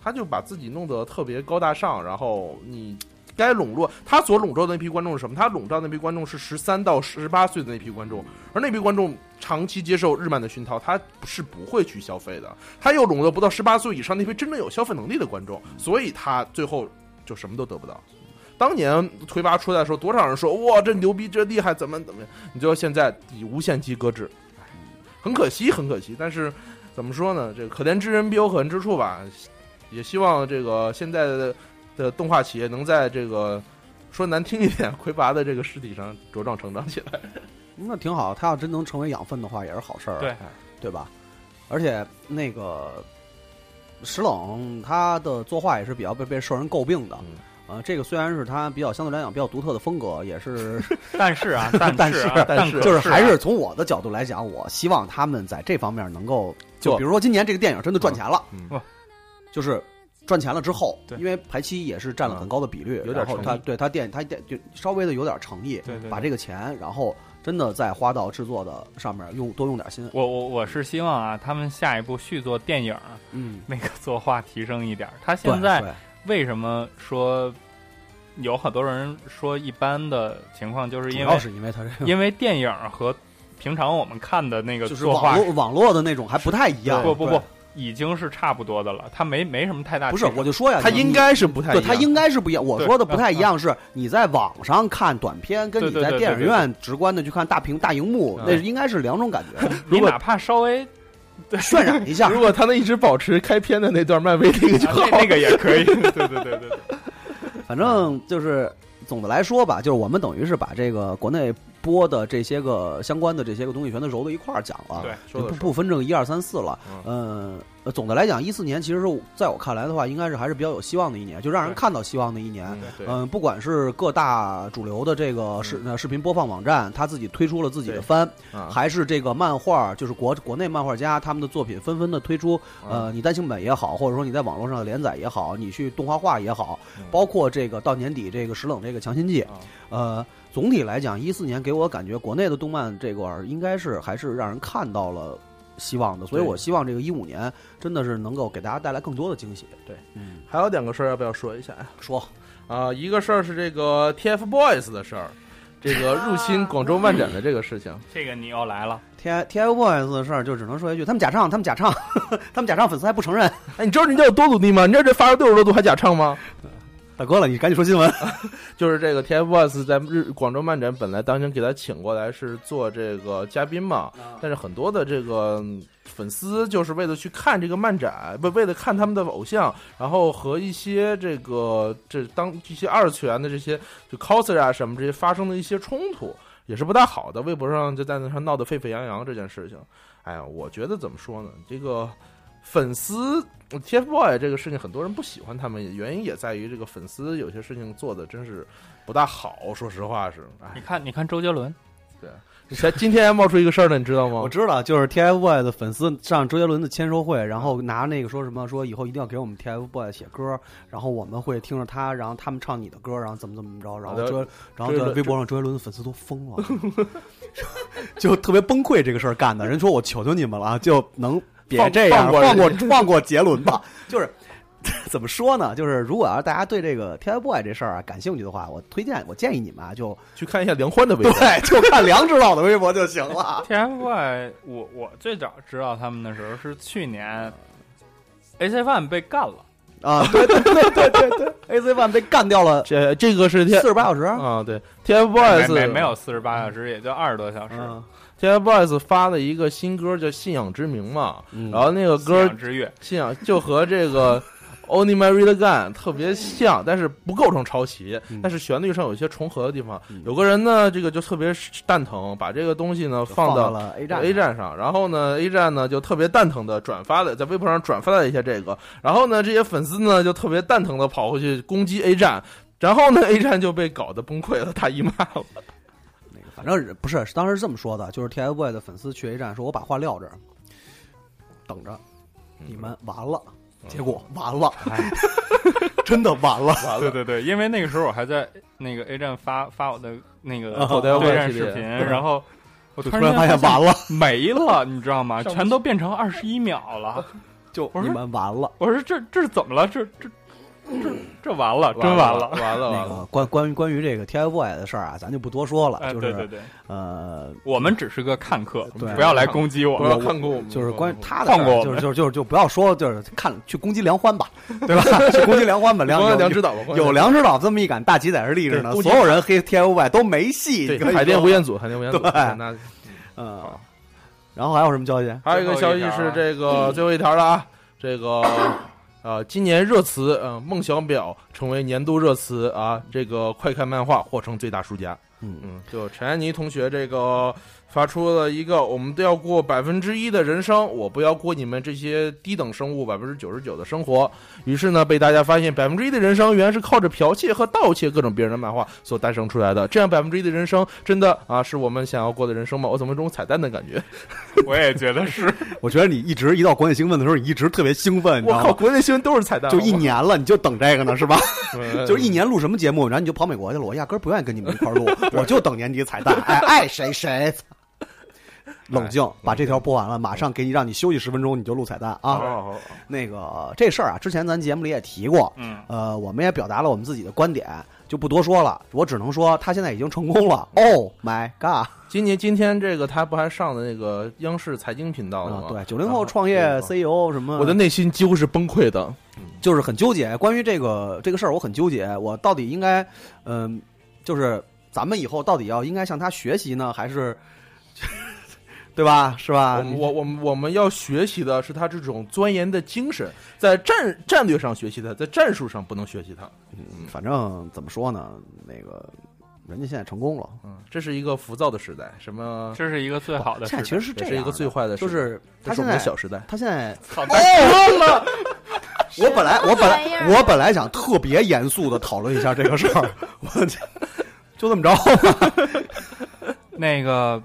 Speaker 5: 他就把自己弄得特别高大上，然后你。该笼络他所笼罩的那批观众是什么？他笼罩的那批观众是十三到十八岁的那批观众，而那批观众长期接受日漫的熏陶，他是不会去消费的。他又笼络不到十八岁以上那批真正有消费能力的观众，所以他最后就什么都得不到。当年魁拔出来的时候，多少人说哇这牛逼这厉害怎么怎么样？你知道现在已无限期搁置，唉哎很可惜很可惜。但是怎么说呢？这可怜之人必有可恨之处吧。也希望这个现在的的动画企业能在这个说难听一点，魁拔的这个尸体上茁壮成长起来。
Speaker 4: 嗯那挺好，他要真能成为养分的话，也是好事儿，啊
Speaker 3: 对
Speaker 4: 对吧？而且那个石冷他的作画也是比较被被受人诟病的，
Speaker 5: 嗯
Speaker 4: 啊，这个虽然是他比较相对来讲比较独特的风格，也是
Speaker 3: 但是 啊，
Speaker 4: 但
Speaker 3: 是
Speaker 4: 是
Speaker 3: 啊，但
Speaker 5: 但是
Speaker 4: 就是
Speaker 3: 是
Speaker 4: 还
Speaker 3: 啊
Speaker 4: 是从我的角度来讲，我希望他们在这方面能够，就
Speaker 5: 做
Speaker 4: 比如说今年这个电影真的赚钱了，
Speaker 5: 嗯
Speaker 3: 嗯
Speaker 4: 就是赚钱了之后，
Speaker 3: 对
Speaker 4: 因为排期也是占了很高的比率，
Speaker 5: 嗯有点
Speaker 4: 然后
Speaker 5: 诚意
Speaker 4: 他对他电他电就稍微的有点诚意，
Speaker 3: 对对对
Speaker 4: 把这个钱然后真的再花到制作的上面用多用点
Speaker 5: 嗯
Speaker 4: 心，
Speaker 3: 我我我是希望啊，他们下一部续作电影啊
Speaker 4: 嗯，
Speaker 3: 那个作画提升一点儿。他
Speaker 4: 对
Speaker 3: 现在
Speaker 4: 对
Speaker 3: 为什么说有很多人说一般的情况，就是
Speaker 4: 主
Speaker 3: 因
Speaker 4: 要
Speaker 3: 为
Speaker 4: 是因为他这个
Speaker 3: 因为电影和平常我们看的那个
Speaker 4: 就是
Speaker 3: 作
Speaker 4: 网
Speaker 3: 画
Speaker 4: 络网络的那种还不太一样，
Speaker 3: 不不
Speaker 4: 对
Speaker 3: 不，已经是差不多的了，它没没什么太大
Speaker 4: 不
Speaker 3: 提
Speaker 4: 是
Speaker 3: 升。
Speaker 4: 我就说呀，
Speaker 5: 他
Speaker 4: 你
Speaker 5: 应该是不太一
Speaker 4: 对，
Speaker 5: 样
Speaker 4: 它应该是不一样。我
Speaker 3: 对
Speaker 4: 说的不太
Speaker 3: 嗯
Speaker 4: 一样是，你在网上看短片，跟
Speaker 3: 对
Speaker 4: 你
Speaker 3: 对
Speaker 4: 在
Speaker 3: 对
Speaker 4: 电
Speaker 3: 对
Speaker 4: 影
Speaker 3: 对对
Speaker 4: 院直观的去看大屏大荧幕，那
Speaker 5: 嗯
Speaker 4: 应该是两种感 觉，
Speaker 3: 你哪怕稍微啊
Speaker 4: 渲染一下
Speaker 5: 如。果他能一直保持开篇的那段漫威那个就
Speaker 3: 啊
Speaker 5: 好。
Speaker 3: 那那个也可以， 对对对对对，
Speaker 4: 反正就是总的来说吧，就是我们等于是把这个国内播的这些个相关的这些个东西全都揉到一块儿讲了。
Speaker 3: 对
Speaker 5: 说
Speaker 4: 就
Speaker 5: 的
Speaker 4: 不
Speaker 5: 是
Speaker 4: 不分正一二三四了，嗯、呃，总的来讲，一四年其实是在我看来的话，应该是还是比较有希望的一年，就让人
Speaker 3: 对
Speaker 4: 看到希望的一年。
Speaker 5: 嗯对
Speaker 4: 嗯，不管是各大主流的这个视、呃视频播放网站，他自己推出了自己的番，
Speaker 5: 啊
Speaker 4: 还是这个漫画，就是国国内漫画家他们的作品纷纷的推出，呃，你单行本也好，或者说你在网络上的连载也好，你去动画化也好，
Speaker 5: 嗯
Speaker 4: 包括这个到年底这个石冷这个强心剂，
Speaker 5: 啊
Speaker 4: 呃，总体来讲，一四年给我感觉国内的动漫这块儿应该是还是让人看到了希望的，所以
Speaker 5: 对
Speaker 4: 我希望这个一五年真的是能够给大家带来更多的惊喜。
Speaker 5: 对，
Speaker 4: 嗯，
Speaker 5: 还有两个事儿要不要说一下呀？
Speaker 4: 说
Speaker 5: 啊，一个事儿是这个 TFBOYS 的事儿，这个入侵广州漫展的这个事情。
Speaker 3: 这个你又来了，
Speaker 4: T I T F Boys 的事儿，就只能说一句，他们假唱，他们假唱， 他们假唱，粉丝还不承认。
Speaker 5: 哎，你知道人家有多努力吗？你知道这发烧六十多度还假唱吗？
Speaker 4: 大哥了，你赶紧说新闻。
Speaker 5: 就是这个 TFBOYS 在日广州漫展本来当年给他请过来是做这个嘉宾嘛，但是很多的这个嗯粉丝就是为了去看这个漫展，为为了看他们的偶像，然后和一些这个这当这些二次元的这些就 coser 啊什么这些发生的一些冲突，也是不大好的。微博上就在那上闹得沸沸扬扬这件事情，哎呀，我觉得怎么说呢，这个。粉丝 TFBOY 这个事情，很多人不喜欢他们，原因也在于这个粉丝有些事情做的真是不大好，说实话是。
Speaker 3: 你
Speaker 5: 哎，
Speaker 3: 看你看周杰伦，
Speaker 5: 前今天还冒出一个事儿呢，你知道吗？
Speaker 4: 我知道，就是 T F Boys 的粉丝上周杰伦的签售会，然后拿那个说什么说以后一定要给我们 T F Boys 写歌，然后我们会听着他，然后他们唱你的歌，然后怎么怎么着，然后
Speaker 5: 好的
Speaker 4: 周，然后
Speaker 5: 周杰
Speaker 4: 在
Speaker 5: 伦
Speaker 4: 微博上周杰伦的粉丝都疯了， 就特别崩溃这个事儿干的人说我求求你们了啊，就能别
Speaker 5: 放
Speaker 4: 这样，
Speaker 5: 放
Speaker 4: 放
Speaker 5: 过
Speaker 4: 过放过杰伦 吧，就是。怎么说呢？就是如果要是啊大家对这个 TFBOY 这事儿啊感兴趣的话，我推荐我建议你们啊，就
Speaker 5: 去看一下梁欢的微
Speaker 4: 对
Speaker 5: 博，，
Speaker 4: 就看梁指导的微博就行了。
Speaker 3: TFBOY，我我最早知道他们的时候
Speaker 4: 啊
Speaker 3: 是去年 AC Fan 被干了，
Speaker 4: 啊，对对对对对对，AC One 被干掉了
Speaker 5: 这这个是 T
Speaker 4: 四十八小时。
Speaker 5: 啊，对
Speaker 3: 没
Speaker 5: TFBOYS
Speaker 3: 没没有四十八小时，也就二十多小时。
Speaker 4: 嗯，
Speaker 5: TFBOYS 发的一个新歌叫《信仰之名》嘛，
Speaker 4: 嗯
Speaker 5: 然后那个
Speaker 3: 信
Speaker 5: 歌
Speaker 3: 仰之月，
Speaker 5: 信仰就和这个 Only My Real Gun 特别像，但是不构成抄袭
Speaker 4: 嗯，
Speaker 5: 但是旋律上有一些重合的地方
Speaker 4: 嗯。
Speaker 5: 有个人呢，这个就特别蛋疼，把这个东西呢
Speaker 4: 放
Speaker 5: 放到
Speaker 4: 了 A 站
Speaker 5: A 站上，然后呢，A 站呢就特别蛋疼的转发了，在微博上转发了一下这个，然后呢，这些粉丝呢就特别蛋疼的跑回去攻击 A 站，然后呢，A 站就被搞得崩溃了，大姨妈了。
Speaker 4: 那个，反正不是，当时是这么说的，就是 TFBOYS 的粉丝去 A 站说，我把话撂这儿，等着嗯你们完了，结果完了， 真的完了，
Speaker 3: 对对对，因为那个时候我还在那个 A 站发发我的那个
Speaker 4: 啊
Speaker 3: 对战
Speaker 5: 对
Speaker 3: 视频，
Speaker 5: 对
Speaker 3: 然后我
Speaker 4: 就
Speaker 3: 突
Speaker 4: 突然发
Speaker 3: 发
Speaker 4: 现完了，
Speaker 3: 没了，你知道吗？全都变成二十一秒了。
Speaker 4: 就
Speaker 3: 不
Speaker 4: 你
Speaker 3: 是
Speaker 4: 们完了。
Speaker 3: 我说这这是怎么了？这这这这完了，真完
Speaker 5: 了，。完了，
Speaker 4: 那
Speaker 5: 完
Speaker 4: 个
Speaker 5: 了。
Speaker 4: 关关于关于这个 TFBOYS 的事儿啊，咱就不多说了，
Speaker 3: 哎，
Speaker 4: 就
Speaker 3: 对对
Speaker 4: 是
Speaker 3: 对，
Speaker 4: 呃，
Speaker 3: 我们只是个看客，
Speaker 4: 对
Speaker 3: 不要来攻击我
Speaker 5: 不
Speaker 3: 们。
Speaker 5: 要看过我们，
Speaker 4: 就是关于他的
Speaker 3: 放
Speaker 4: 事儿
Speaker 3: 过我
Speaker 4: 就是就是就是就不要说，就是看去攻击梁欢 吧，对吧？去攻击梁欢吧， 梁
Speaker 5: 光
Speaker 4: 有
Speaker 5: 良指导吧，光
Speaker 4: 有
Speaker 5: 良
Speaker 4: 梁指导这么一杆大旗在这立着呢，
Speaker 5: 对攻击
Speaker 4: 所有人黑 TFBOYS 都没戏，
Speaker 5: 对
Speaker 4: 你可以
Speaker 5: 海淀
Speaker 4: 说
Speaker 5: 吴彦祖，海淀吴彦祖。
Speaker 4: 对
Speaker 5: 那
Speaker 4: 嗯，然后还有什么消息？
Speaker 5: 还有一个消息是这个最后一条了啊，这个。呃，今年热词，嗯、梦想表成为年度热词啊！这个快看漫画获称最大输家。
Speaker 4: 嗯，
Speaker 5: 嗯，就陈安妮同学这个发出了一个，我们都要过百分之一的人生，我不要过你们这些低等生物百分之九十九的生活。于是呢，被大家发现百分之一的人生原来是靠着剽窃和盗窃各种别人的漫画所诞生出来的。这样百分之一的人生，真的啊，是我们想要过的人生吗？我怎么有种彩蛋的感觉？
Speaker 3: 我也觉得 是，
Speaker 4: 我觉得你一直一到国内兴奋的时候，你一直特别兴奋，你知
Speaker 5: 我
Speaker 4: 道
Speaker 5: 靠，
Speaker 4: 吗？
Speaker 5: 国内新闻都是彩蛋，
Speaker 4: 就一年了，你就等这个呢，是吧？
Speaker 5: 好吧，
Speaker 4: 就是一年录什么节目，然后你就跑美国去了。我压根儿不愿意跟你们一块儿录，我就等年底彩蛋，哎，爱谁谁。冷
Speaker 5: 哎
Speaker 4: 静，
Speaker 5: 嗯
Speaker 4: 把这条播完了，马上给你让你休息十分钟，你就录彩蛋
Speaker 5: 好
Speaker 4: 啊。
Speaker 5: 好好，
Speaker 4: 那个这事儿啊，之前咱节目里也提过，
Speaker 3: 嗯，
Speaker 4: 呃，我们也表达了我们自己的观点，就不多说了。我只能说，他现在已经成功了。Oh
Speaker 5: 哦
Speaker 4: my god！
Speaker 5: 今年今天这个他不还上了那个央视财经频道了
Speaker 4: 啊
Speaker 5: 吗？，
Speaker 4: 对，九零后创业
Speaker 5: 然后
Speaker 4: CEO 什么，
Speaker 5: 我的内心几乎是崩溃的。
Speaker 4: 就是很纠结。关于这个这个事儿，我很纠结，我到底应该，嗯、就是咱们以后到底要应该向他学习呢，还是， 对吧？是吧？
Speaker 5: 我们我我们我们要学习的是他这种钻研的精神，在战战略上学习他，在战术上不能学习他。
Speaker 4: 反正怎么说呢，那个人家现在成功了。
Speaker 5: 嗯，这是一个浮躁的时代，什么
Speaker 3: 这是一个最好的时
Speaker 4: 现
Speaker 3: 代。
Speaker 4: 在其实是这
Speaker 5: 也
Speaker 4: 样的，
Speaker 5: 是一个最坏的时
Speaker 4: 就
Speaker 5: 代，
Speaker 4: 是他
Speaker 5: 这是我
Speaker 4: 现
Speaker 5: 们
Speaker 4: 在
Speaker 5: 的小哎时代。
Speaker 4: 他现在
Speaker 3: 操，但
Speaker 4: 哦了。我本来我本
Speaker 6: 什么玩意
Speaker 4: 来
Speaker 6: 儿啊
Speaker 4: 我本来想特别严肃的讨论一下这个事儿，我就就这么着吧。
Speaker 3: 那个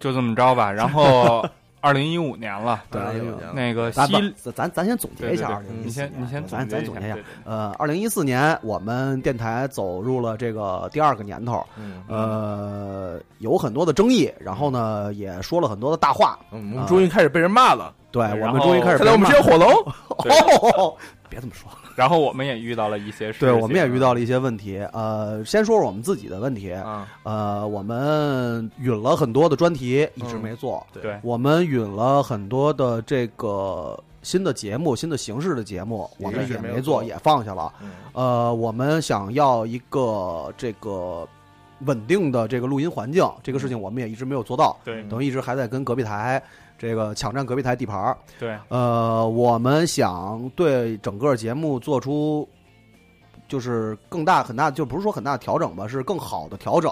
Speaker 3: 就这么着 吧。然后二零一五年了，
Speaker 4: 对
Speaker 5: 哎呦
Speaker 4: 对
Speaker 5: 娘
Speaker 3: 那个
Speaker 4: 咱
Speaker 3: 西
Speaker 4: 不咱咱先总结一下啊
Speaker 3: 对
Speaker 4: 二
Speaker 3: 对对
Speaker 4: 零一
Speaker 3: 你
Speaker 4: 四
Speaker 3: 先
Speaker 4: 年，
Speaker 3: 你先
Speaker 4: 咱咱总结一下
Speaker 3: 对。对
Speaker 4: 呃，二零一四年我们电台走入了这个第二个年头，
Speaker 5: 嗯
Speaker 4: 呃，有很多的争议，然后呢也说了很多的大话。
Speaker 5: 嗯，我们终于开始被人骂了，
Speaker 4: 对
Speaker 3: 对
Speaker 4: 我
Speaker 3: 然
Speaker 4: 们
Speaker 3: 后
Speaker 4: 终于开始
Speaker 5: 看
Speaker 4: 被
Speaker 5: 来我
Speaker 4: 人
Speaker 5: 们
Speaker 4: 骂
Speaker 5: 是条火龙。
Speaker 4: 哦， 别这么说，
Speaker 3: 对啊然后我们也遇到了一些事情，
Speaker 4: 对，我们也遇到了一些问题。呃，先说说我们自己的问题。
Speaker 5: 啊，
Speaker 4: 呃，我们允了很多的专题，一直
Speaker 3: 嗯
Speaker 4: 没做。
Speaker 3: 对
Speaker 4: 我们允了很多的这个新的节目、新的形式的节目，我们也没做，也放下了。
Speaker 5: 嗯
Speaker 4: 呃，我们想要一个这个稳定的这个录音环境，这个事情我们也一直没有做到，
Speaker 3: 对
Speaker 4: 等于一直还在跟隔壁台这个抢占隔壁台地盘儿。
Speaker 3: 对
Speaker 4: 呃，我们想对整个节目做出。就是更大很大，就不是说很大的调整吧，是更好的调整，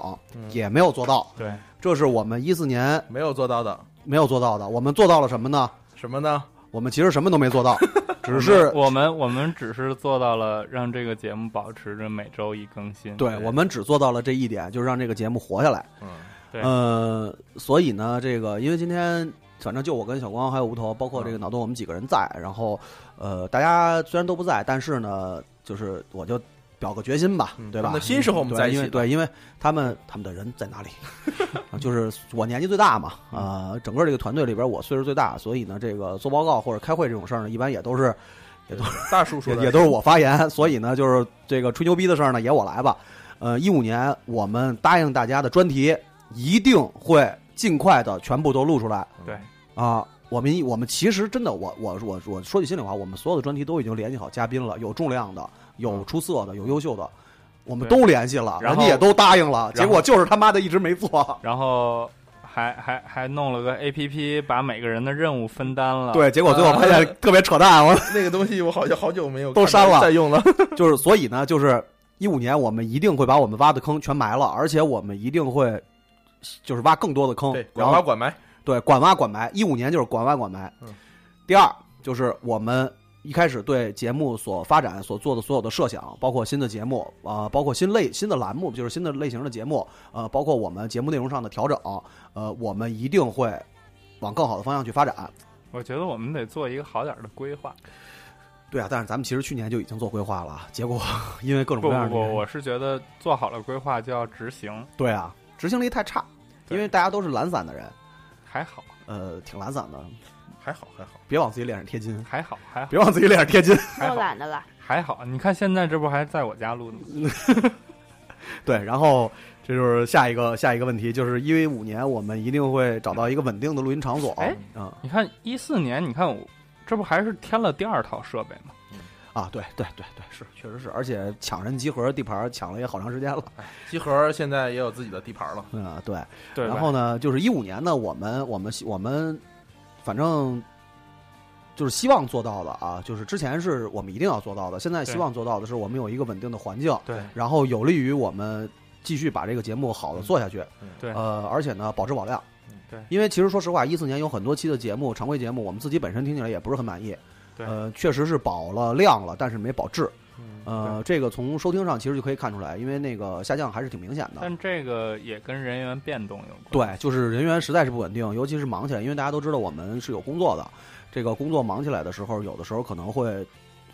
Speaker 4: 也没有做到。
Speaker 3: 对，
Speaker 4: 这是我们一四年
Speaker 5: 没有做到的
Speaker 4: 没有做到的。我们做到了什么呢？
Speaker 5: 什么呢？
Speaker 4: 我们其实什么都没 做到，只是
Speaker 3: 我们我们只是做到了让这个节目保持着每周一更新。
Speaker 4: 对我们只做到了这一点，就是让这个节目活下来。
Speaker 5: 嗯，
Speaker 3: 对
Speaker 4: 呃，所以呢，这个因为今天反正就我跟小光还有吴头，包括这个脑洞，我们几个人在，然后呃，大家虽然都不在，但是呢，就是我就。表个决心吧，
Speaker 5: 嗯
Speaker 4: 对
Speaker 5: 他
Speaker 4: 吧？
Speaker 5: 们的心是和我们在一
Speaker 4: 对因为
Speaker 5: 起的
Speaker 4: 对，因为他们他们的人在哪里？ 啊就是我年纪最大嘛，啊，整个这个团队里边我岁数最大，所以呢，这个做报告或者开会这种事儿呢，一般也都是
Speaker 5: 大叔说
Speaker 4: 也
Speaker 5: 的
Speaker 4: 也都是我发言，所以呢，就是这个吹牛逼的事儿呢，也我来吧。呃，一五年我们答应大家的专题一定会尽快的全部都录出来
Speaker 5: 嗯
Speaker 3: 对
Speaker 4: 啊。我们我们其实真的，我我我我说句心里话，我们所有的专题都已经联系好嘉宾了，有重量的，有出色的，有优秀的，我们
Speaker 3: 嗯对
Speaker 4: 都联系了，
Speaker 3: 然
Speaker 4: 人
Speaker 3: 后
Speaker 4: 家也都答应了，结
Speaker 3: 然后啊
Speaker 4: 果就是他妈的一直没做。
Speaker 3: 然后还还还弄了个 A P P，把每个人的任务分担了。，
Speaker 4: 对，结果最后发
Speaker 3: 啊
Speaker 4: 现特别扯淡，啊我
Speaker 5: 那个东西我好像好久没有
Speaker 4: 都删
Speaker 5: 看到
Speaker 4: 了嗯
Speaker 5: 再用了。
Speaker 4: 就是所以呢，就是一五年我们一定会把我们挖的坑全埋了，而且我们一定会就是挖更多的坑
Speaker 5: 对，，
Speaker 4: 然
Speaker 5: 管
Speaker 4: 后
Speaker 5: 挖管埋，
Speaker 4: 对，管挖管埋，一五年就是管挖管埋。
Speaker 5: 嗯
Speaker 4: 第二就是我们一开始对节目所发展所做的所有的设想，包括新的节目啊、呃包括新类新的栏目，就是新的类型的节目，呃，包括我们节目内容上的调整，呃，我们一定会往更好的方向去发展。
Speaker 3: 我觉得我们得做一个好点儿的规划。
Speaker 4: 对啊，但是咱们其实去年就已经做规划了，结果因为各种
Speaker 3: 不不
Speaker 4: 各样的原
Speaker 3: 不，
Speaker 4: 因
Speaker 3: 我是觉得做好了规划就要执行，
Speaker 4: 对啊，执行力太差，因
Speaker 3: 对
Speaker 4: 为大家都是懒散的人，
Speaker 3: 还好
Speaker 4: 呃，挺懒散的，
Speaker 5: 还好还好。
Speaker 4: 别往自己脸上贴金，
Speaker 3: 还好还好
Speaker 4: 别往自己脸上贴金。
Speaker 3: 还
Speaker 6: 又
Speaker 3: 好
Speaker 6: 懒得了。
Speaker 3: 还好。你看现在这不还在我家录呢吗？
Speaker 4: 对，然后这就是下一个下一个问题，就是因为五年我们一定会找到一个稳定的录音场所。
Speaker 3: 哎
Speaker 4: 嗯
Speaker 3: 你看一四年，你看我这不还是添了第二套设备吗？
Speaker 4: 啊，对对对对，是确实是，而且抢人集合地盘抢了也好长时间了。
Speaker 5: 集合现在也有自己的地盘了，
Speaker 4: 嗯，对。
Speaker 3: 对吧，
Speaker 4: 然后呢，就是一五年呢，我们我们我们反正就是希望做到的啊，就是之前是我们一定要做到的，现在希
Speaker 3: 对
Speaker 4: 望做到的是我们有一个稳定的环境，
Speaker 3: 对
Speaker 4: 然后有利于我们继续把这个节目好的做下去。
Speaker 3: 对
Speaker 4: 呃，而且呢，保质保量
Speaker 5: 嗯。
Speaker 3: 对
Speaker 4: 因为其实说实话，一四年有很多期的节目，常规节目，我们自己本身听起来也不是很满意。
Speaker 3: 对
Speaker 4: 呃，确实是保了量了，但是没保质。呃，这个从收听上其实就可以看出来，因为那个下降还是挺明显的。
Speaker 3: 但这个也跟人员变动有关。
Speaker 4: 对，就是人员实在是不稳定，尤其是忙起来，因为大家都知道我们是有工作的，这个工作忙起来的时候，有的时候可能会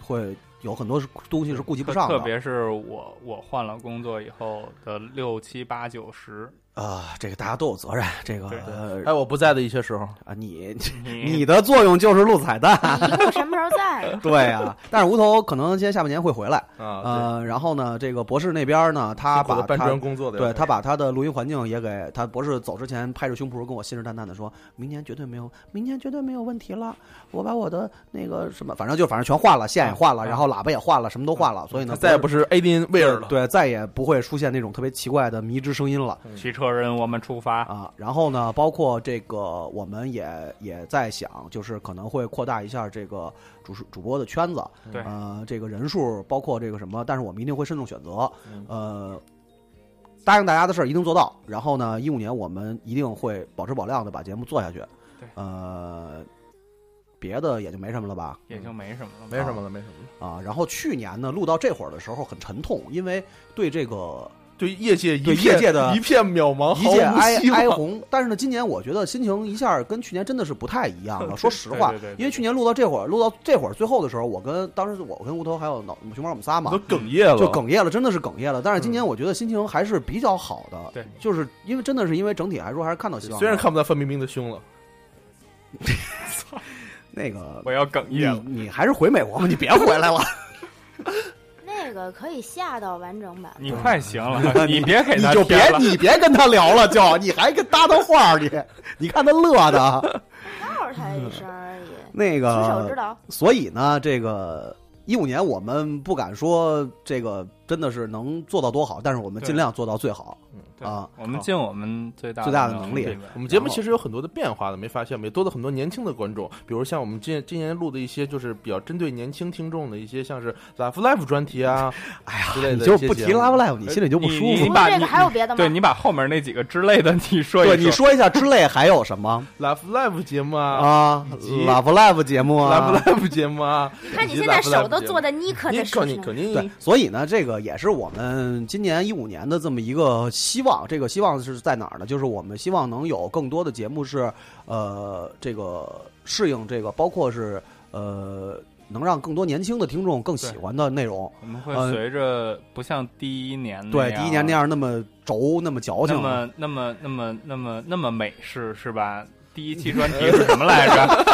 Speaker 4: 会有很多是东西是顾及不
Speaker 3: 特
Speaker 4: 上的。
Speaker 3: 特别是我我换了工作以后的六七八九 十，
Speaker 4: 啊、这个大家都有责任。这个
Speaker 3: 对
Speaker 4: 呃
Speaker 5: 哎，我不在的一些时候，
Speaker 4: 啊，你
Speaker 3: 你
Speaker 5: 嗯
Speaker 4: 你的作用就是录彩 蛋。
Speaker 6: 你以后什么时候在啊？
Speaker 4: 对呀、但是无头可能今年下半年会回来，
Speaker 5: 啊，
Speaker 4: 呃，然后呢，这个博士那边呢，他
Speaker 5: 辛苦
Speaker 4: 把
Speaker 5: 的搬
Speaker 4: 他
Speaker 5: 砖工作的，
Speaker 4: 对他把他的录音环境也给他博士走之前拍着胸脯跟我信誓旦旦的说，明年绝对没有，明年绝对没有问题了，我把我的那个什么，反正就反正全换了，线也换了，
Speaker 3: 嗯
Speaker 4: 然后喇叭也换了，什么都换了，所以呢，
Speaker 5: 啊再也不是 a d i n
Speaker 4: 博
Speaker 5: w
Speaker 4: 士
Speaker 5: e r 了，
Speaker 4: 对，再也不会出现那种特别奇怪的迷之声音了。
Speaker 3: 骑车人，我们出发。
Speaker 4: 啊，然后呢，包括这个，我们也也在想，就是可能会扩大一下这个主持主播的圈子，
Speaker 3: 对
Speaker 4: 呃，这个人数，包括这个什么，但是我们一定会慎重选择
Speaker 5: 嗯，
Speaker 4: 呃，答应大家的事儿一定做到。然后呢，一五年我们一定会保质保量的把节目做下去
Speaker 3: 对，
Speaker 4: 呃，别的也就没什么了吧，
Speaker 3: 也就没什么了，
Speaker 5: 没什么了，没什么了，
Speaker 4: 啊，然后去年呢，录到这会儿的时候很沉痛，因为对这个
Speaker 5: 对业界一
Speaker 4: 对
Speaker 5: 片
Speaker 4: 业界的
Speaker 5: 一片渺茫，
Speaker 4: 一介
Speaker 5: 毫哦无
Speaker 4: 哀
Speaker 5: 希望
Speaker 4: 哀鸿。但是呢，今年我觉得心情一下跟去年真的是不太一样 了。说实话
Speaker 3: 对对对，对
Speaker 4: 因为去年录到这会儿，录到这会儿最后的时候，我跟当时我跟吴头还有脑熊猫我们仨嘛
Speaker 5: 都，哽咽了，嗯
Speaker 4: 就哽咽了，真的是哽咽了。但是今年我觉得心情还是比较好的，
Speaker 3: 对
Speaker 4: 就是因为真的是因为整体来说还是看到希望的。
Speaker 5: 虽然看不到范冰冰的胸了，
Speaker 4: 那个
Speaker 3: 我要哽
Speaker 4: 你
Speaker 3: 咽了。
Speaker 4: 你还是回美国吧，你别回来了。
Speaker 6: 那个可以下到完整版。
Speaker 3: 你快行了，你别给
Speaker 4: 你
Speaker 3: 他
Speaker 4: 就别
Speaker 3: 添了
Speaker 4: 你别跟他聊了，就你还跟搭搭话儿，你你看他乐的
Speaker 6: 告诉他一声而已，
Speaker 4: 嗯那个
Speaker 6: 举手之劳。
Speaker 4: 所以呢，这个一五年我们不敢说这个真的是能做到多好，但是我们尽量做到最好。
Speaker 3: 对
Speaker 4: 啊
Speaker 3: 我们尽我们最大
Speaker 4: 最大的能力
Speaker 3: 吧
Speaker 5: 我们节目其实有很多的变化的，没发现吗？也多了很多年轻的观众，比如像我们今今年录的一些，就是比较针对年轻听众的一些，像是 Love Life 专 题啊，哎呀之类
Speaker 4: 你
Speaker 5: 的
Speaker 4: 就
Speaker 5: 一些节目，
Speaker 4: 不提 Love Live，你心里就不舒
Speaker 3: 啊你
Speaker 4: 服
Speaker 6: 除。
Speaker 3: 把
Speaker 6: 了这个
Speaker 3: 你
Speaker 6: 还有别的吗？
Speaker 3: 对你把后面那几个之类的你说一
Speaker 4: 对，你说一下之类还有 什么
Speaker 5: Love Live 节目啊
Speaker 4: 啊
Speaker 5: 以及
Speaker 4: ？Love Live 节目啊。
Speaker 5: ，Love Live 节目啊，
Speaker 6: 看你现在手都做的尼克
Speaker 5: 你
Speaker 6: 的
Speaker 5: 肯
Speaker 6: 手
Speaker 5: 定
Speaker 6: 势，
Speaker 5: 肯定
Speaker 4: 对，所以呢，这个也是我们今年一五年的这么一个希望。这个希望是在哪儿呢？就是我们希望能有更多的节目是，呃，这个适应这个，包括是呃，能让更多年轻的听众更喜
Speaker 3: 对
Speaker 4: 欢的内容。
Speaker 3: 我们会
Speaker 4: 呃
Speaker 3: 随着不像第一年
Speaker 4: 对，第一年那样那么轴，那么矫情
Speaker 3: 那，么那么那么那么那么美式是吧？第一 期专题是什么来着？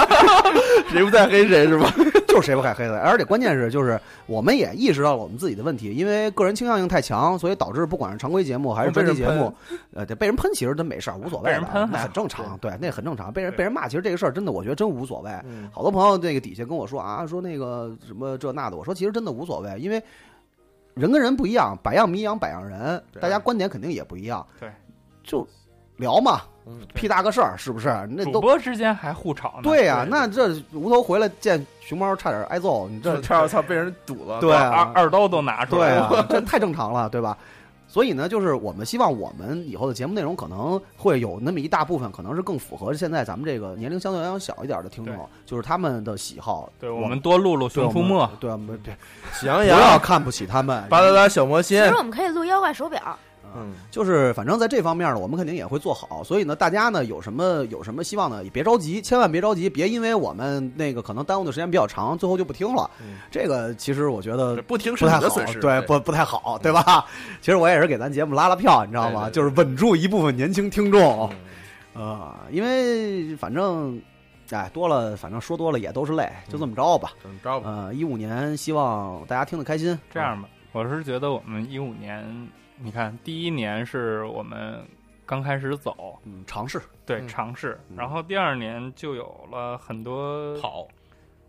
Speaker 5: 谁不在黑谁是吧？
Speaker 4: 就是谁不改黑的。而且关键是，就是我们也意识到了我们自己的问题，因为个人倾向性太强，所以导致不管是常规节目还是专题节目，呃，对，被人喷其实真没事儿，无所
Speaker 3: 被
Speaker 4: 谓的，
Speaker 3: 人喷
Speaker 4: 那
Speaker 3: 还好
Speaker 4: 很正常，对，那很正常。被人
Speaker 3: 对
Speaker 4: 被人骂，其实这个事儿真的，我觉得真无所谓。
Speaker 5: 嗯
Speaker 4: 好多朋友那个底下跟我说啊，说那个什么这那的，我说其实真的无所谓，因为人跟人不一样，百样迷养百样人，
Speaker 5: 对
Speaker 4: 大家观点肯定也不一样。
Speaker 3: 对，
Speaker 4: 就聊嘛，
Speaker 5: 嗯
Speaker 4: 屁大个事儿是不是？那
Speaker 3: 主
Speaker 4: 都
Speaker 3: 播之间还互吵呢。
Speaker 4: 对呀、那这无头回来见熊猫差点挨揍，你这
Speaker 5: 这差点操被人堵了，
Speaker 4: 嗯对
Speaker 3: 二
Speaker 4: 啊，
Speaker 3: 二刀都拿出
Speaker 4: 对
Speaker 3: 来了。
Speaker 4: 啊，这太正常了，对吧？所以呢，就是我们希望我们以后的节目内容可能会有那么一大部分，可能是更符合现在咱们这个年龄相对来讲小一点的听
Speaker 3: 对
Speaker 4: 众，就是他们的喜好。
Speaker 3: 对，我们多录录《
Speaker 4: 对
Speaker 3: 熊出没》，，哎
Speaker 4: 对我们对，
Speaker 5: 喜羊
Speaker 4: 不
Speaker 5: 羊
Speaker 4: 要、看不起他们，
Speaker 5: 巴啦啦小魔
Speaker 6: 其
Speaker 5: 仙
Speaker 6: 实，我们可以录妖怪手表，
Speaker 5: 嗯，
Speaker 4: 就是反正在这方面呢，我们肯定也会做好。所以呢，大家呢有什么有什么希望呢，也别着急，千万别着急，别因为我们那个可能耽误的时间比较长，最后就不听了。
Speaker 5: 嗯
Speaker 4: 这个其实我觉得
Speaker 5: 不听是
Speaker 4: 不
Speaker 5: 你
Speaker 4: 太好
Speaker 5: 的损失，，嗯
Speaker 4: 对，不不太好，对吧？其实我也是给咱节目拉拉票，你知道吗？
Speaker 5: 对对对
Speaker 4: 就是稳住一部分年轻听众
Speaker 5: 嗯
Speaker 4: 啊、因为反正。哎，多了，反正说多了也都是泪，就这么着吧。
Speaker 5: 怎么着吧？
Speaker 4: 呃，一五年希望大家听得开心。
Speaker 3: 这样吧，我是觉得我们一五年，你看第一年是我们刚开始走，
Speaker 4: 嗯，尝试
Speaker 3: 对，
Speaker 5: 嗯
Speaker 3: 尝试，
Speaker 4: 嗯
Speaker 3: 然后第二年就有了很多
Speaker 5: 跑，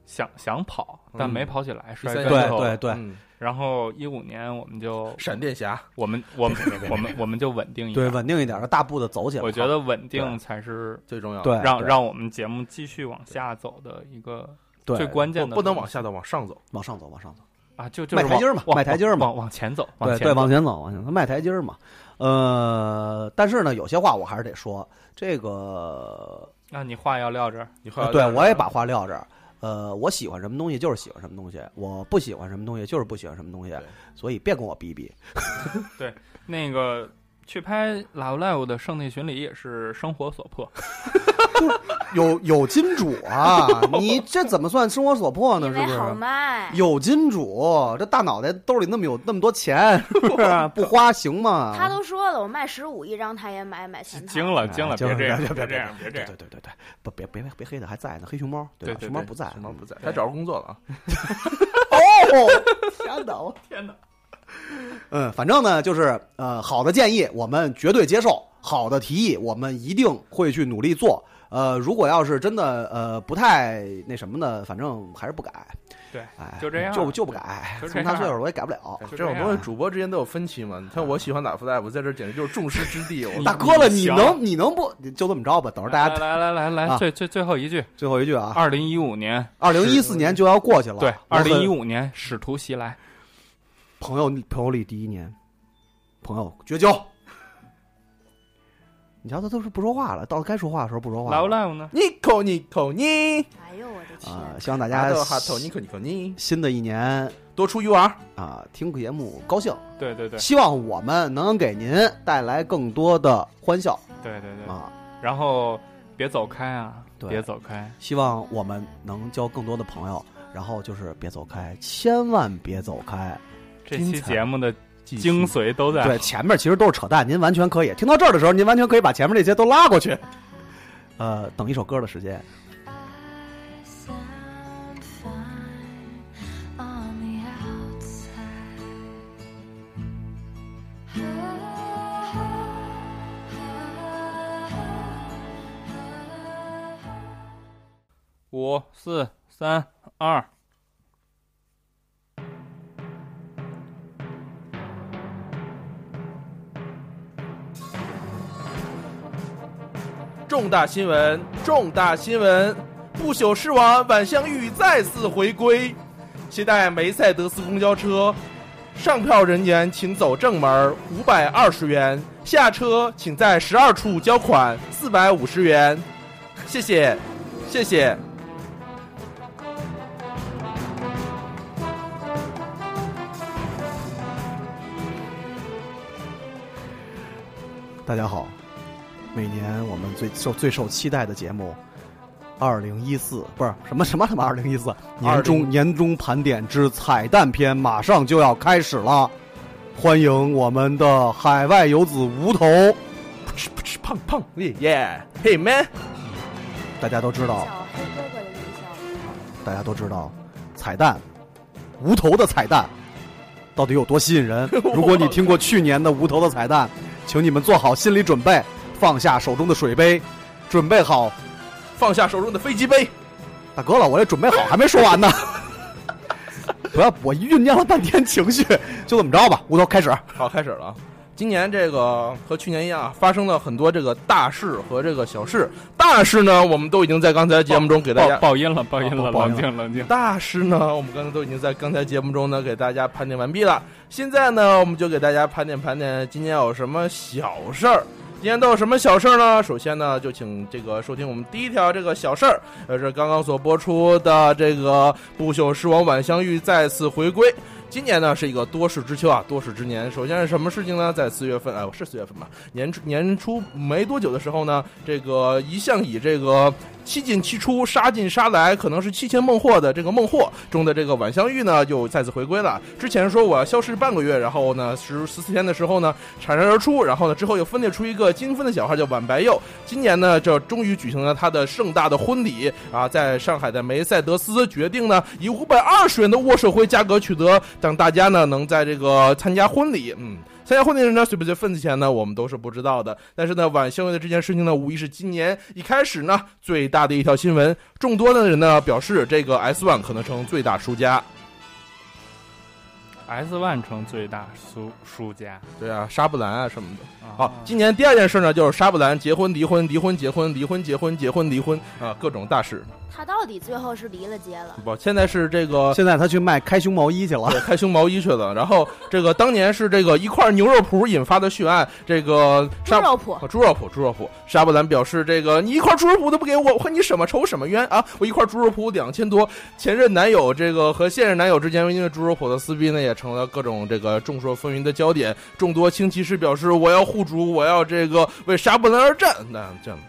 Speaker 3: 想想跑，
Speaker 4: 嗯
Speaker 3: 但没跑起来，摔
Speaker 5: 第
Speaker 3: 跟
Speaker 5: 三年
Speaker 3: 头。
Speaker 4: 对对
Speaker 5: 嗯
Speaker 3: 然后一五年我们 就
Speaker 5: 闪，电侠，
Speaker 3: 我们我们我们我们就稳定一
Speaker 4: 对，
Speaker 3: 点。
Speaker 4: 稳定一点，大步的走起来。
Speaker 3: 我觉得稳定
Speaker 4: 对
Speaker 3: 才是
Speaker 5: 最重要的，
Speaker 4: 对，
Speaker 3: 让
Speaker 4: 对
Speaker 3: 让我们节目继续往下走的一个
Speaker 4: 对
Speaker 3: 最关键的
Speaker 5: 不
Speaker 3: 东西，
Speaker 5: 不能往下走，往上走，
Speaker 4: 往上走，往上走，
Speaker 3: 啊，就就是
Speaker 4: 迈台阶儿嘛
Speaker 3: 往
Speaker 4: 迈台阶儿嘛
Speaker 3: 往往前走，
Speaker 4: 对
Speaker 3: 往
Speaker 4: 对，
Speaker 3: 前走
Speaker 4: 往前走，往前走，迈台阶儿嘛。呃，但是呢，有些话我还是得说，这个
Speaker 3: 那你话要撂这儿，
Speaker 5: 你后来
Speaker 4: 呃啊对
Speaker 5: 再
Speaker 4: 我也把话撂这儿。呃，我喜欢什么东西就是喜欢什么东西，我不喜欢什么东西就是不喜欢什么东西
Speaker 5: 对，
Speaker 4: 所以别跟我逼逼。
Speaker 3: 那个去拍《Love Live》的圣地巡礼也是生活所 迫，
Speaker 4: 有有金主 啊，你这怎么算生活所迫呢？
Speaker 6: 因
Speaker 4: 是
Speaker 6: 为
Speaker 4: 不
Speaker 6: 好
Speaker 4: 是？
Speaker 6: 卖。
Speaker 4: 有金主，这大脑袋兜里那么有那么多钱， 是不是不花行吗？
Speaker 6: 他都说了，我卖十五一张，他也买买全套。
Speaker 3: 惊了惊了，
Speaker 4: 啊哎惊了
Speaker 3: 别这样，
Speaker 4: 别别
Speaker 3: 别这
Speaker 4: 别
Speaker 3: 样，别这
Speaker 4: 对
Speaker 3: 样。
Speaker 4: 对对对对，不别别别黑他还在呢，黑熊猫吧？
Speaker 3: 对对
Speaker 4: 熊猫
Speaker 3: 对
Speaker 4: 不在，
Speaker 5: 什么不在，
Speaker 3: 对
Speaker 5: 他找着工作了啊，
Speaker 4: 哦， 天哪！我
Speaker 3: 天哪！
Speaker 4: 嗯，反正呢，就是呃，好的建议我们绝对接受，好的提议我们一定会去努力做。呃，如果要是真的呃不太那什么呢，反正还是不改。
Speaker 3: 对，
Speaker 4: 哎，
Speaker 3: 就这样
Speaker 4: 就就不改。
Speaker 3: 就这
Speaker 4: 从他
Speaker 3: 样
Speaker 4: 岁数我也改不了。
Speaker 5: 哎
Speaker 3: 就
Speaker 5: 这
Speaker 3: 这
Speaker 5: 种
Speaker 3: 样啊
Speaker 5: 东西主播之间都有分歧嘛。你看我喜欢哪副大夫，在这简直就是众矢之 的。我
Speaker 4: 大哥了，
Speaker 3: 你
Speaker 4: 你
Speaker 3: 行
Speaker 4: 能你能不就这么着吧？等着大家
Speaker 3: 来来来来
Speaker 4: 啊
Speaker 3: 来，最最最后一句，
Speaker 4: 最后一句啊，
Speaker 3: 二零一五年，
Speaker 4: 二零一四年就要过去了。啊
Speaker 3: 对，
Speaker 4: 我
Speaker 3: 二
Speaker 4: 很
Speaker 3: 零一五年使徒袭来，
Speaker 4: 朋友朋友里第一年，朋友绝交。你瞧，他都是不说话了，到该说话的时候不说话了。
Speaker 3: Love Live 呢？
Speaker 5: Nico Nico 你，
Speaker 6: 哎呦我的天！
Speaker 4: 啊、希望大
Speaker 5: 大
Speaker 4: 家
Speaker 5: 家哈头 Nico Nico 你，
Speaker 4: 新的一年
Speaker 5: 多出 UR，
Speaker 4: 啊、听个节目高兴，
Speaker 3: 对对对
Speaker 4: 希望我们能给您带来更多的欢笑
Speaker 3: 对对对，
Speaker 4: 啊、
Speaker 3: 然后别走开啊，
Speaker 4: 对
Speaker 3: 别走开，
Speaker 4: 希望我们能交更多的朋友，然后就是别走开，千万别走开。
Speaker 3: 这
Speaker 5: 精
Speaker 3: 期
Speaker 5: 彩
Speaker 3: 节目的
Speaker 5: 继续
Speaker 3: 精髓都在
Speaker 4: 对，前面其实都是扯淡，您完全可以听到这儿的时候，您完全可以把前面那些都拉过去。呃，等一首歌的时间。
Speaker 7: I sound fine on the outside.
Speaker 3: 五四三二。
Speaker 5: 重大新闻，重大新闻！不朽狮王晚香玉再次回归，携带梅赛德斯公交车，上票人员请走正门，五百二十元；下车请在十二处交款，四百五十元。谢谢，谢谢。
Speaker 4: 大家好，每年我们最受最受期待的节目，二零一四不是什么什么他妈二零一四年终年终盘点之彩蛋篇马上就要开始了，欢迎我们的海外游子无头。
Speaker 5: 噗嗤噗嗤，胖胖，耶耶，嘿 man，
Speaker 4: 大家都知道，
Speaker 6: 叫黑哥哥的音效，
Speaker 4: 大家都知道，彩蛋无头的彩蛋到底有多吸引 人？如果你听过去年的无头的彩蛋，请你们做好心理准备，放下手中的水杯，准备好
Speaker 5: 放下手中的飞机杯，
Speaker 4: 大哥了，我这准备好还没说完呢。 不要，我酝酿了半天情绪，就这么着吧。吴头开始，
Speaker 5: 好，开始了啊！今年这个和去年一样啊，发生了很多这个大事和这个小事。大事呢，我们都已经在刚才节目中给大
Speaker 3: 爆
Speaker 5: 家。
Speaker 3: 爆音了，爆音了，
Speaker 4: 啊爆
Speaker 3: 冷
Speaker 4: 音了
Speaker 3: 静冷静。
Speaker 5: 大事呢，我们刚才都已经在刚才节目中呢给大家盘点完毕了。现在呢，我们就给大家盘点盘点今年有什么小事儿。今年都有什么小事儿呢？首先呢，就请这个收听我们第一条这个小事儿，呃，是刚刚所播出的这个《不朽狮王晚香玉》再次回归。今年呢是一个多事之秋啊，多事之年。首先是什么事情呢？在四月份，哎，是四月份吧？年初年初没多久的时候呢，这个一向以这个七进七出、杀进杀来，可能是七千孟获的这个孟获中的这个晚香玉呢，又再次回归了。之前说我要消失半个月，然后呢十十四天的时候呢产生而出，然后呢之后又分裂出一个精分的小孩叫晚白柚。今年呢，这终于举行了他的盛大的婚礼啊，在上海的梅赛德斯决定呢，以五百二十元的握手会价格取得，让大家呢能在这个参加婚礼，嗯。参加婚礼的人呢，随不随份子钱呢？我们都是不知道的。但是呢，晚香玉的这件事情呢，无疑是今年一开始呢最大的一条新闻。众多的人呢表示，这个 S One 可能成最大输家。
Speaker 3: S One 成最大输输家。
Speaker 5: 对啊，莎布兰啊什么的。
Speaker 3: 啊
Speaker 5: 好，今年第二件事呢，就是莎布兰结婚、离婚、离婚、结婚、离婚、结婚、结婚、离婚啊，各种大事。
Speaker 6: 他到底最后是离了结了？
Speaker 5: 不，现在是这个
Speaker 4: 呃现在他去卖开胸毛衣去了。
Speaker 5: 对开胸毛衣去了。然后这个当年是这个一块牛肉脯引发的血案，这个
Speaker 6: 猪
Speaker 5: 莎
Speaker 6: 肉脯
Speaker 5: 啊猪肉脯，猪肉脯。莎布兰表示：“这个你一块猪肉脯都不给我，我和你什么仇什么冤啊？我一块猪肉脯两千多。”前任男友这个和现任男友之间因为猪肉脯的撕逼呢，也成了各种这个众说纷纭的焦点。众多轻骑士表示：“我要护主，我要这个为莎布兰而战。”那这样。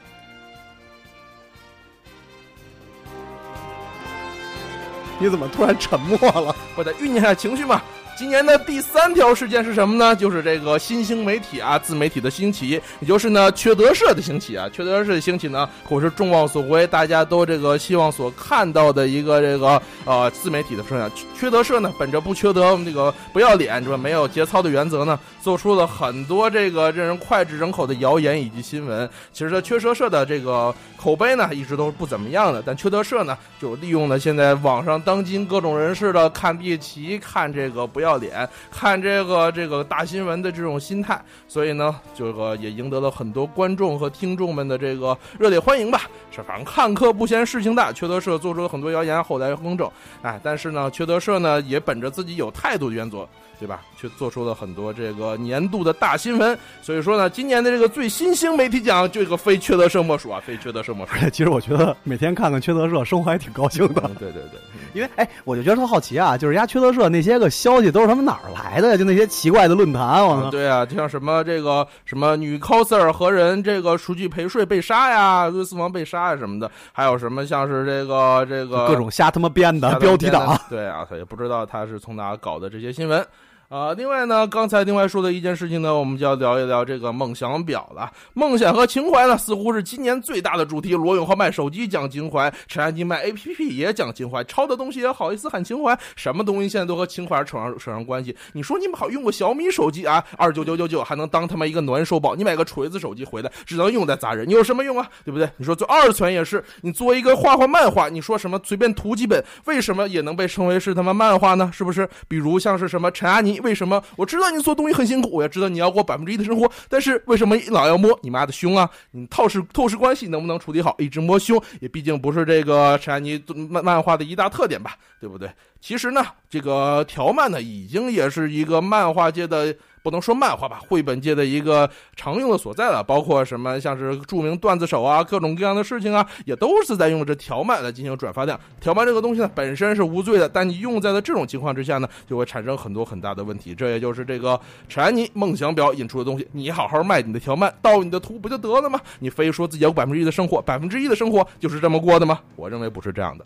Speaker 4: 你怎么突然沉默 了？
Speaker 5: 或者酝酿一下情绪嘛。今年的第三条事件是什么呢？就是这个新兴媒体啊，自媒体的兴起，也就是呢缺德社的兴起啊。缺德社的兴起呢，或是众望所归，大家都这个希望所看到的一个这个呃自媒体的生长。缺缺德社呢，本着不缺德、我们这个不要脸、是吧没有节操的原则呢，做出了很多这个让人脍炙人口的谣言以及新闻。其实呢，缺德社的这个口碑呢，一直都是不怎么样的。但缺德社呢，就利用了现在网上当今各种人士的看猎奇、看这个不要脸、看这个这个大新闻的这种心态，所以呢，这个也赢得了很多观众和听众们的这个热烈欢迎吧。是，反正看客不嫌事情大，缺德社做出了很多谣言，后来更正。哎，但是呢，缺德社呢也本着自己有态度的原则，对吧？去做出了很多这个年度的大新闻。所以说呢，今年的这个最新兴媒体奖，这个非缺德社莫属啊，非缺德社莫属。
Speaker 4: 其实我觉得每天看看缺德社，生活还挺高兴的。
Speaker 5: 嗯 对对对，
Speaker 4: 因为哎，我就觉得特好奇啊，就是人家缺德社那些个消息都是他们哪儿来的呀？就那些奇怪的论坛，我
Speaker 5: 啊
Speaker 4: 操！
Speaker 5: 对啊，就像什么这个什么女 coser 和人这个赎去陪睡被杀呀，瑞斯王被杀呀什么的，还有什么像是这个这个
Speaker 4: 各种瞎他妈编的
Speaker 5: 下
Speaker 4: 标
Speaker 5: 段
Speaker 4: 题
Speaker 5: 时间呢
Speaker 4: 党，
Speaker 5: 对啊，他也不知道他是从哪搞的这些新闻。啊、另外呢，刚才另外说的一件事情呢，我们就要聊一聊这个梦想表了。梦想和情怀呢，似乎是今年最大的主题。罗永浩卖手机讲情怀，陈安金卖 APP 也讲情怀，抄的东西也好意思喊情怀，什么东西现在都和情怀扯上扯上关系。你说你们好用过小米手机啊，二九九九九还能当他妈一个暖手宝，你买个锤子手机回来只能用在砸人，你有什么用啊？对不对？你说做二次元也是，你做一个画画漫画，你说什么随便涂几本，为什么也能被称为是他妈漫画呢？是不是？比如像是什么陈阿妮，为什么我知道你做东西很辛苦，我也知道你要过百分之一的生活，但是为什么老要摸你妈的胸啊？你透视透视关系能不能处理好？一直摸胸也毕竟不是这个陈阿妮漫漫画的一大特点吧，对不对？其实呢，这个条漫呢，已经也是一个漫画界的。不能说漫画吧，绘本界的一个常用的所在了，包括什么像是著名段子手啊，各种各样的事情啊，也都是在用这条漫来进行转发量。条漫这个东西呢，本身是无罪的，但你用在了这种情况之下呢，就会产生很多很大的问题。这也就是这个陈安妮梦想表引出的东西。你好好卖你的条漫，盗你的图不就得了吗？你非说自己有百分之一的生活，百分之一的生活就是这么过的吗？我认为不是这样的。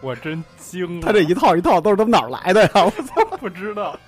Speaker 3: 我我真惊了，
Speaker 4: 他这一套一套都是他们哪儿来的呀？我操！
Speaker 3: 不知道。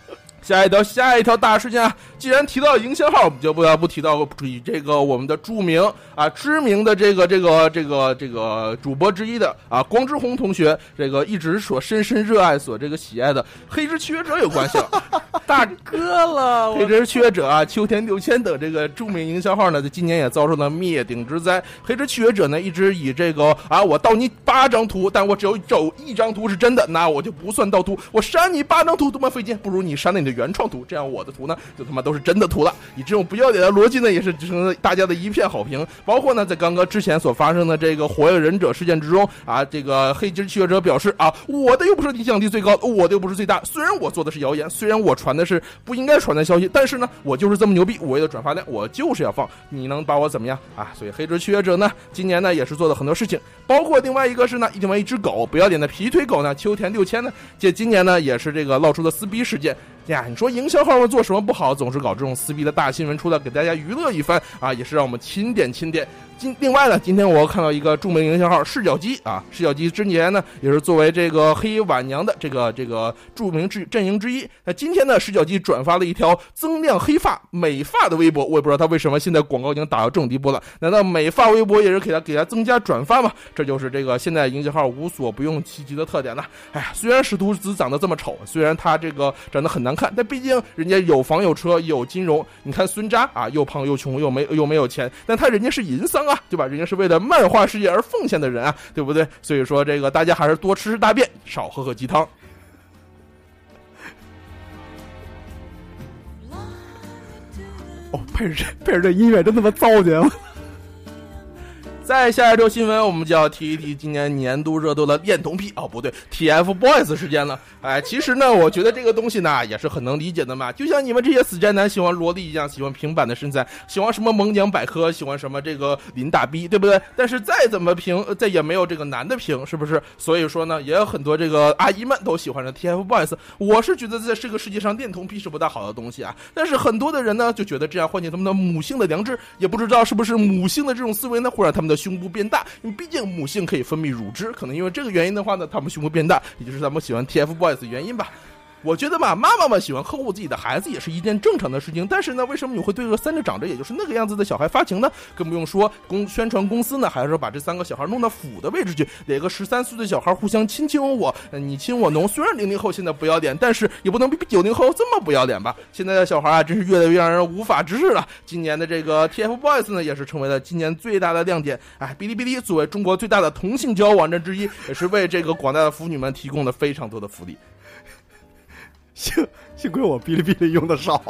Speaker 5: 下一条，下一条大事件啊！既然提到营销号，我们就不得不提到以这个我们的著名啊知名的这个这个这个这个主播之一的啊光之红同学，这个一直所深深热爱、所这个喜爱的《黑之契约者》有关系了。大
Speaker 4: 哥了，
Speaker 5: 黑之契约者啊，秋田六千等这个著名营销号呢，在今年也遭受了灭顶之灾。黑之契约者呢，一直以这个啊，我盗你八张图，但我只有有一张图是真的，那我就不算盗图。我删你八张图多么费劲，不如你删了你的原创图，这样我的图呢，就他妈都是真的图了。以这种不要脸的逻辑呢，也是成了大家的一片好评。包括呢，在刚刚之前所发生的这个火影忍者事件之中啊，这个黑之契约者表示啊，我的又不是影响力最高，我的又不是最大。虽然我做的是谣言，虽然我传的是不应该传的消息，但是呢，我就是这么牛逼，我的转发量我就是要放，你能把我怎么样啊？所以黑之契约者呢，今年呢也是做了很多事情，包括另外一个是呢，另外一只狗不要脸的皮腿狗呢，秋田六千呢，这今年呢也是这个闹出的撕逼事件。呀，你说营销号们做什么不好，总是搞这种撕逼的大新闻出来给大家娱乐一番啊，也是让我们钦点钦点。今另外呢，今天我看到一个著名营销号视角机啊，视角机之前呢也是作为这个黑晚娘的这个这个著名之阵营之一。那今天呢，视角机转发了一条增量黑发美发的微博，我也不知道他为什么现在广告已经打到这种地步了，难道美发微博也是给他给他增加转发吗？这就是这个现在营销号无所不用其极的特点了。哎，虽然使徒子长得这么丑，虽然他这个长得很难看，但毕竟人家有房有车有金融。你看孙扎啊，又胖又穷又没又没有钱，但他人家是银桑啊，对吧？人家是为了漫画事业而奉献的人啊，对不对？所以说这个大家还是多吃吃大便，少喝喝鸡汤。
Speaker 1: 哦，配着配着这音乐真他妈糟践！
Speaker 5: 再下一周新闻，我们就要提一提今年年度热度的恋童癖哦，不对，TFBOYS 时间了。哎，其实呢，我觉得这个东西呢也是很能理解的嘛，就像你们这些死宅男喜欢萝莉一样，喜欢平板的身材，喜欢什么萌娘百科，喜欢什么这个林大逼，对不对？但是再怎么平，呃再也没有这个男的平，是不是？所以说呢，也有很多这个阿姨们都喜欢着 TFBOYS。我是觉得在这个世界上，恋童癖是不大好的东西啊。但是很多的人呢，就觉得这样唤起他们的母性的良知，也不知道是不是母性的这种思维呢，会让他们的胸部变大。因为毕竟母性可以分泌乳汁，可能因为这个原因的话呢，他们胸部变大，也就是他们喜欢 TFBOYS 的原因吧。我觉得吧，妈妈们喜欢呵护自己的孩子也是一件正常的事情。但是呢，为什么你会对个三个长着也就是那个样子的小孩发情呢？更不用说公宣传公司呢，还是把这三个小孩弄到府的位置去，哪个十三岁的小孩互相亲亲我我，呃你亲我浓。虽然零零后现在不要脸，但是也不能比九零后这么不要脸吧？现在的小孩啊，真是越来越让人无法直视了。今年的这个 TFBOYS 呢，也是成为了今年最大的亮点。哎，哔哩哔哩作为中国最大的同性交友网站之一，也是为这个广大的腐女们提供了非常多的福利。
Speaker 1: 幸幸亏我哔哩哔哩用的少。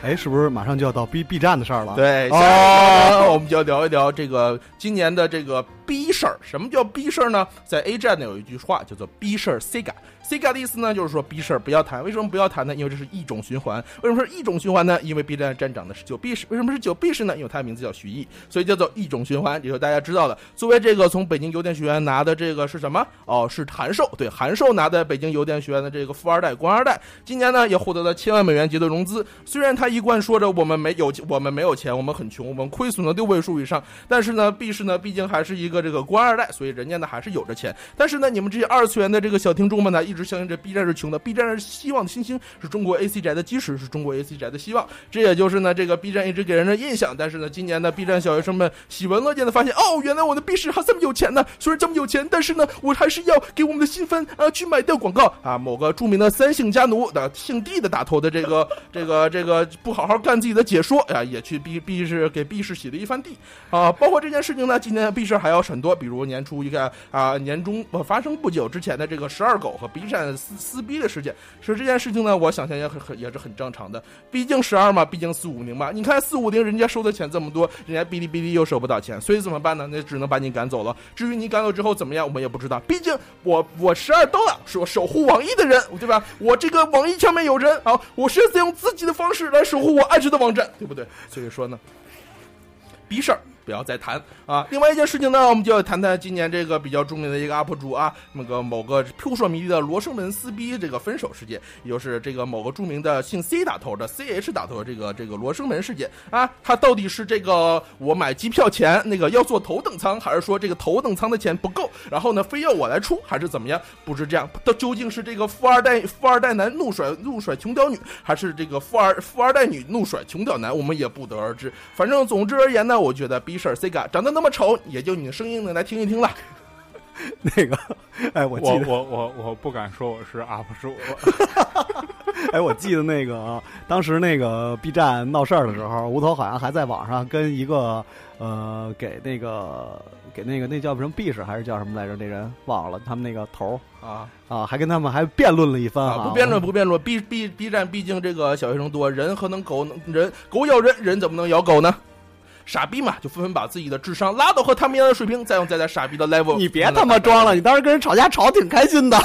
Speaker 1: 哎，是不是马上就要到 B B 站的事儿了？，
Speaker 5: 对，
Speaker 1: 哦
Speaker 5: 下一个呢我们就要聊一聊这个今年的这个逼事儿。什么叫逼事儿呢？在 A 站呢有一句话叫做“逼事儿 Sega”。Sega 的意思呢，就是说逼事儿不要谈。为什么不要谈呢？因为这是一种循环。为什么是一种循环呢？因为 B 站站长呢是九 B 式。为什么是九 B 式呢？因为他的名字叫徐艺，所以叫做一种循环。也就大家知道了。作为这个从北京邮电学院拿的这个是什么？哦，是函授。对，函授拿的北京邮电学院的这个富二代、官二代，今年呢也获得了千万美元级的融资。虽然他一贯说着我们没有我们没有钱，我们很穷，我们亏损了六位数以上，但是呢，B 市呢毕竟还是一个这个官二代，所以人家呢还是有着钱。但是呢，你们这些二次元的这个小听众们呢，一直相信这 B 站是穷的，B 站是希望的新兴，是中国 AC 宅的基石，是中国 AC 宅的希望。这也就是呢，这个 B 站一直给人的印象。但是呢，今年呢，B 站小学生们喜闻乐见的发现，哦，原来我的 B 市还这么有钱呢。虽然这么有钱，但是呢，我还是要给我们的新番啊去买掉广告啊。某个著名的三姓家奴的姓帝的打头的这个这个这个不好好干自己的解说啊，也去 B B 市给 B 市洗了一番地啊。包括这件事情呢，今年 B 市还有很多，比如年初一个啊年中呃发生不久之前的这个十二狗和 B 站撕撕逼的事件。所以这件事情呢，我想象也很很也是很正常的，毕竟十二嘛，毕竟四五零嘛。你看四五零人家收的钱这么多，人家哔哩哔哩又收不到钱，所以怎么办呢？那只能把你赶走了。至于你赶走之后怎么样，我们也不知道。毕竟我我十二刀了，是我守护网易的人，对吧？我这个网易上面有人啊，我是在用自己的方式来守护我爱吃的网站，对不对？所以说呢，逼事儿。不要再谈啊。另外一件事情呢，我们就要谈谈今年这个比较著名的一个 UP 主啊，那个某个扑朔迷离的罗生门撕逼这个分手事件，也就是这个某个著名的姓 C 打头的 CH 打头的这个这个罗生门事件啊，他到底是这个我买机票钱那个要坐头等舱，还是说这个头等舱的钱不够，然后呢非要我来出，还是怎么样？不知这样，到究竟是这个富二代富二代男怒甩怒甩穷屌女，还是这个富二富二代女怒甩穷屌男，我们也不得而知。反正总之而言呢，我觉得 B 婶 Sega 长得那么丑，也就你的声音能来听一听了。
Speaker 4: 那个，哎，我记
Speaker 3: 我
Speaker 4: 得，
Speaker 3: 我我我不敢说我是 UP 主，
Speaker 4: 哎，我记得那个啊，当时那个 B 站闹事儿的时候，吴头好像还在网上跟一个呃，给那个给那个那叫什么 B 氏还是叫什么来着？那人忘了，他们那个头
Speaker 5: 啊
Speaker 4: 儿啊，还跟他们还辩论了一番
Speaker 5: 啊！不辩论，不辩论。B B B 站毕竟这个小学生多，人何能狗能人狗咬人，人怎么能咬狗呢？傻逼嘛，就纷纷把自己的智商拉到和他们一样的水平，再用再在傻逼的 level。嗯
Speaker 4: 你别他妈装了，你当时跟人吵架吵得挺开心的。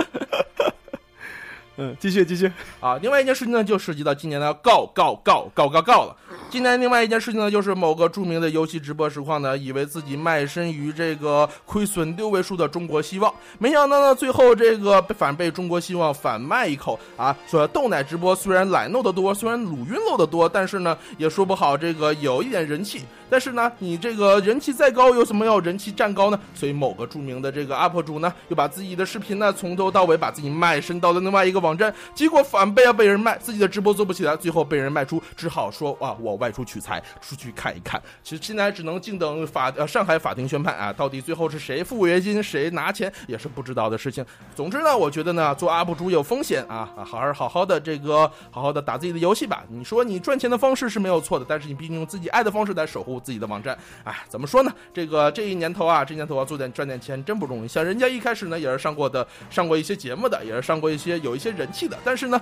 Speaker 4: 嗯，继续继续。
Speaker 5: 啊，另外一件事情呢，就涉及到今年的告告告告告告了。今年另外一件事情呢，就是某个著名的游戏直播实况呢，以为自己卖身于这个亏损六位数的中国希望，没想到呢，最后这个被反被中国希望反卖一口啊。说豆奶直播虽然奶弄得多，虽然鲁晕漏的多，但是呢，也说不好这个有一点人气。但是呢，你这个人气再高，有什么要人气占高呢？所以某个著名的这个 UP 主呢，又把自己的视频呢从头到尾把自己卖身到了另外一个网站，结果反被啊被人卖，自己的直播做不起来，最后被人卖出，只好说啊，我外出取材，出去看一看。其实现在只能静等法呃上海法庭宣判啊，到底最后是谁付违约金，谁拿钱也是不知道的事情。总之呢，我觉得呢，做 UP 主有风险啊，啊好好好好的这个好好的打自己的游戏吧。你说你赚钱的方式是没有错的，但是你必须用自己爱的方式来守护自己的网站。哎，怎么说呢？这个这一年头啊，这年头啊，做点赚点钱真不容易。像人家一开始呢，也是上过的，上过一些节目的，也是上过一些有一些人气的，但是呢，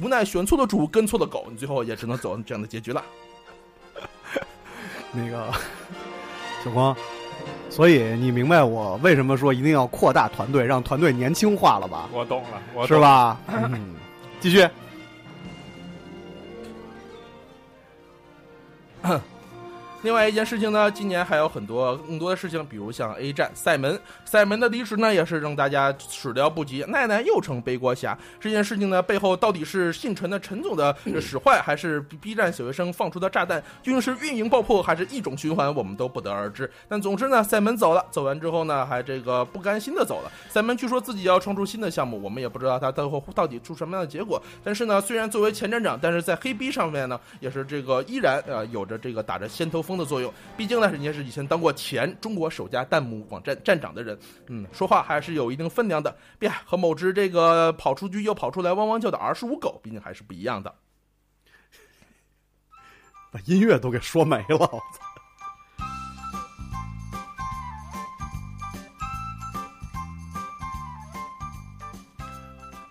Speaker 5: 无奈选错了主，跟错了狗，你最后也只能走这样的结局了。
Speaker 4: 那个小光，所以你明白我为什么说一定要扩大团队，让团队年轻化了吧？
Speaker 3: 我懂了，我懂了
Speaker 4: 是？ 吧？嗯，继续。
Speaker 5: 另外一件事情呢，今年还有很多更多的事情，比如像 A 站赛门，赛门的离职呢，也是让大家始料不及。奈奈又成背锅侠，这件事情呢背后到底是姓陈的陈总的使坏，还是 B 站小学生放出的炸弹？究竟是运营爆破，还是一种循环，我们都不得而知。但总之呢，赛门走了，走完之后呢，还这个不甘心的走了。赛门据说自己要创出新的项目，我们也不知道他最后到底出什么样的结果。但是呢，虽然作为前站长，但是在黑 B 上面呢，也是这个依然呃有着这个打着先头风的作用。毕竟呢，人家是以前当过前中国首家弹幕网站站长的人，嗯，说话还是有一定分量的。别和某只这个跑出去又跑出来汪汪叫的 R 十五狗，毕竟还是不一样的。
Speaker 4: 把音乐都给说没了，我操！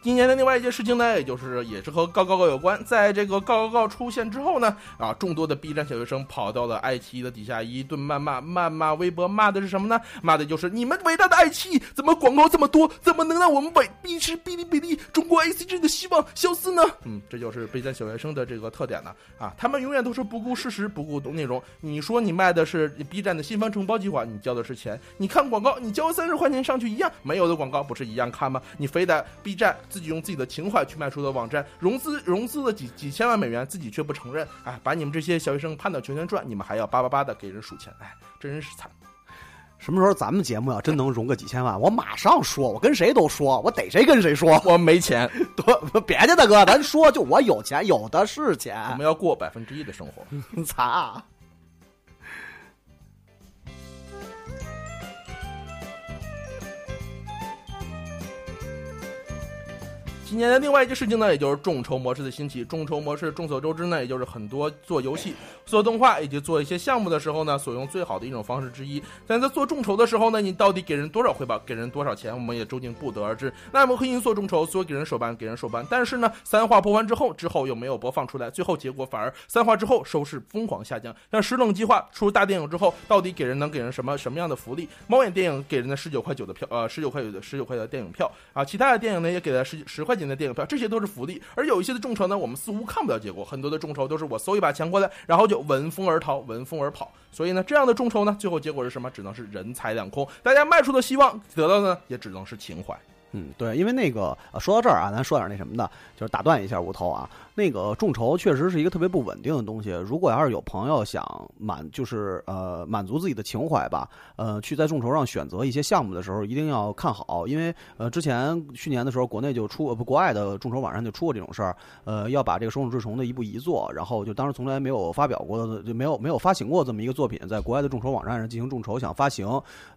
Speaker 5: 今年的另外一件事情呢，也就是也是和高高高有关。在这个高高高出现之后呢，啊，众多的 B 站小学生跑到了爱奇艺的底下一顿谩骂，谩骂微博骂的是什么呢？骂的就是你们伟大的爱奇艺怎么广告这么多，怎么能让我们伟 B 是哔哩哔哩中国 ACG 的希望消失呢？嗯，这就是 B 站小学生的这个特点呢、啊，他们永远都是不顾事实，不顾内容。你说你卖的是 B 站的新番承包计划，你交的是钱，你看广告，你交三十块钱上去一样，没有的广告不是一样看吗？你非得 B 站自己用自己的情怀去卖出的网站，融资融资了几几千万美元，自己却不承认，哎，把你们这些小学生判得全全赚，你们还要叭叭叭的给人数钱，哎，真是惨。
Speaker 4: 什么时候咱们节目要真能融个几千万，我马上说，我跟谁都说，我逮谁跟谁说。
Speaker 5: 我没钱，
Speaker 4: 多别去，大哥，咱说，就我有钱，有的是
Speaker 5: 我
Speaker 4: 钱
Speaker 5: 们。要过百分之一的生活。
Speaker 4: 擦。
Speaker 5: 今年的另外一件事情呢，也就是众筹模式的兴起。众筹模式众所周知呢，也就是很多做游戏、做动画以及做一些项目的时候呢，所用最好的一种方式之一。但在做众筹的时候呢，你到底给人多少回报，给人多少钱，我们也究竟不得而知。那么黑鹰做众筹，说给人手办，给人手办，但是呢，三话播完之后，之后又没有播放出来，最后结果反而三话之后收视疯狂下降。像石冷计划出大电影之后，到底给人能给人什么什么样的福利？猫眼电影给人的十九块九的票，呃，十九块九的十九块的电影票啊，其他的电影呢也给了十十块。钱的电影票，这些都是福利。而有一些的众筹呢，我们似乎看不到结果，很多的众筹都是我搜一把钱回来，然后就闻风而逃，闻风而跑。所以呢，这样的众筹呢，最后结果是什么？只能是人财两空。大家卖出的希望，得到的呢，也只能是情怀。
Speaker 4: 嗯，对，因为那个、呃说到这儿啊，咱说点那什么的，就是打断一下无头啊。那个众筹确实是一个特别不稳定的东西。如果要是有朋友想满，就是呃满足自己的情怀吧，呃，去在众筹上选择一些项目的时候，一定要看好，因为呃之前去年的时候，国内就出呃不国外的众筹网站就出过这种事儿，呃，要把这个手冢治虫的一部遗作，然后就当时从来没有发表过的，就没有没有发行过这么一个作品，在国外的众筹网站上进行众筹，想发行，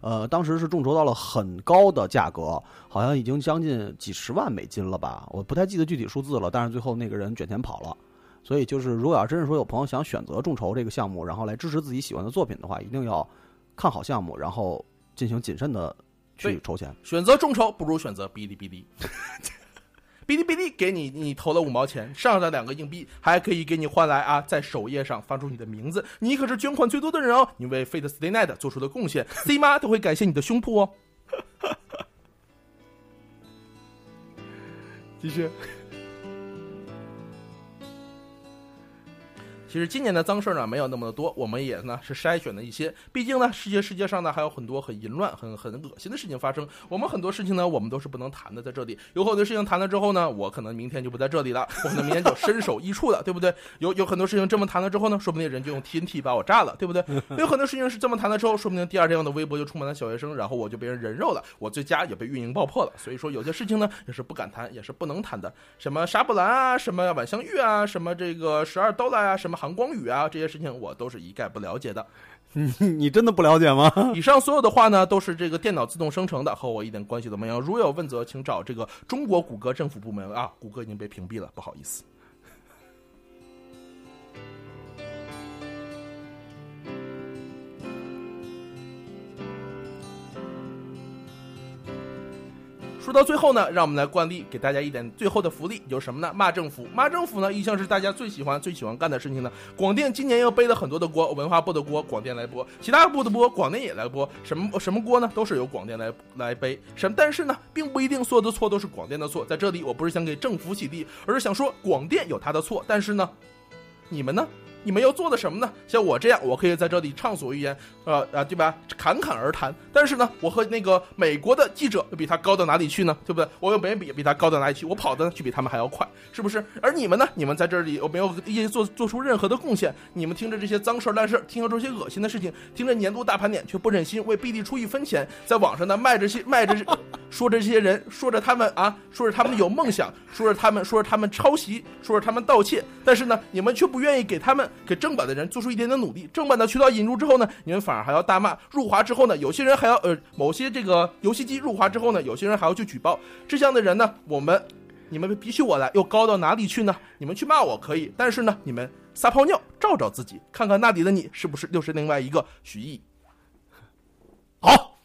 Speaker 4: 呃，当时是众筹到了很高的价格，好像已经将近几十万美金了吧，我不太记得具体数字了，但是最后那个人卷钱跑了。所以就是，如果要真是说有朋友想选择众筹这个项目，然后来支持自己喜欢的作品的话，一定要看好项目，然后进行谨慎的去
Speaker 5: 对
Speaker 4: 筹钱。
Speaker 5: 选择众筹不如选择哔哩哔哩。 哔哩哔哩给你，你投了五毛钱，上了两个硬币，还可以给你换来啊，在首页上发出你的名字。你可是捐款最多的人哦，你为 Fate Stay Night 做出的贡献，C 妈都会感谢你的胸部哦。
Speaker 1: 继续。
Speaker 5: 其实今年的脏事儿呢没有那么的多，我们也呢是筛选了一些，毕竟呢世界世界上呢还有很多很淫乱、很很恶心的事情发生，我们很多事情呢我们都是不能谈的，在这里有很多事情谈了之后呢，我可能明天就不在这里了，我可能明天就身首异处了， 对不对？有有很多事情这么谈了之后呢，说不定人就用 TNT 把我炸了，对不对？有很多事情是这么谈了之后，说不定第二天我的微博就充满了小学生，然后我就被人人肉了，我最佳也被运营爆破了，所以说有些事情呢也是不敢谈，也是不能谈的，什么沙布兰啊，什么晚香玉啊，什么这个十二刀啦啊，什么韩光宇啊，这些事情我都是一概不了解的。
Speaker 4: 你真的不了解吗？
Speaker 5: 以上所有的话呢，都是这个电脑自动生成的，和我一点关系都没有。如有问责，请找这个中国谷歌政府部门啊。谷歌已经被屏蔽了，不好意思。说到最后呢，让我们来惯例给大家一点最后的福利，有什么呢？骂政府，骂政府呢，一向是大家最喜欢、最喜欢干的事情呢。广电今年又背了很多的锅，文化部的锅广电来播，其他部的锅广电也来播，什么什么锅呢，都是由广电来来背。什么？但是呢，并不一定所有的错都是广电的错。在这里，我不是想给政府洗地，而是想说广电有他的错，但是呢，你们呢？你们又做的什么呢？像我这样，我可以在这里畅所欲言，呃啊，对吧？侃侃而谈。但是呢，我和那个美国的记者又比他高到哪里去呢？对不对？我又没比比他高到哪里去，我跑的就比他们还要快，是不是？而你们呢？你们在这里有没有一做做出任何的贡献？你们听着这些脏事儿、烂事儿，听着这些恶心的事情，听着年度大盘点，却不忍心为 BD 出一分钱，在网上呢卖着些卖着些说着这些人，说着他们啊，说着他们有梦想，说着他们说着他们抄袭，说着他们盗窃，但是呢，你们却不愿意给他们给正版的人做出一点点努力。正版的渠道引入之后呢，你们反而还要大骂。入华之后呢，有些人还要呃，某些这个游戏机入华之后呢，有些人还要去举报。这样的人呢，我们你们比起我来又高到哪里去呢？你们去骂我可以，但是呢，你们撒泡尿照照自己，看看那里的你是不是又是另外一个徐艺。好，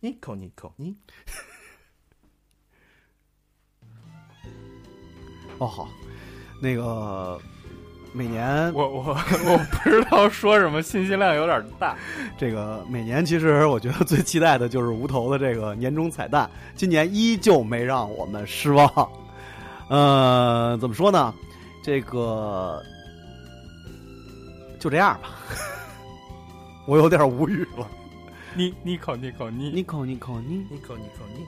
Speaker 5: 你口你口你。
Speaker 4: 哦，好，那个每年
Speaker 3: 我我我不知道说什么，信息量有点大。
Speaker 4: 这个每年其实我觉得最期待的就是无头的这个年终彩蛋，今年依旧没让我们失望。呃，怎么说呢？这个就这样吧， 我有点无语了。
Speaker 3: 你你口你口你
Speaker 4: Nico Nico 你，
Speaker 5: 你口你口你。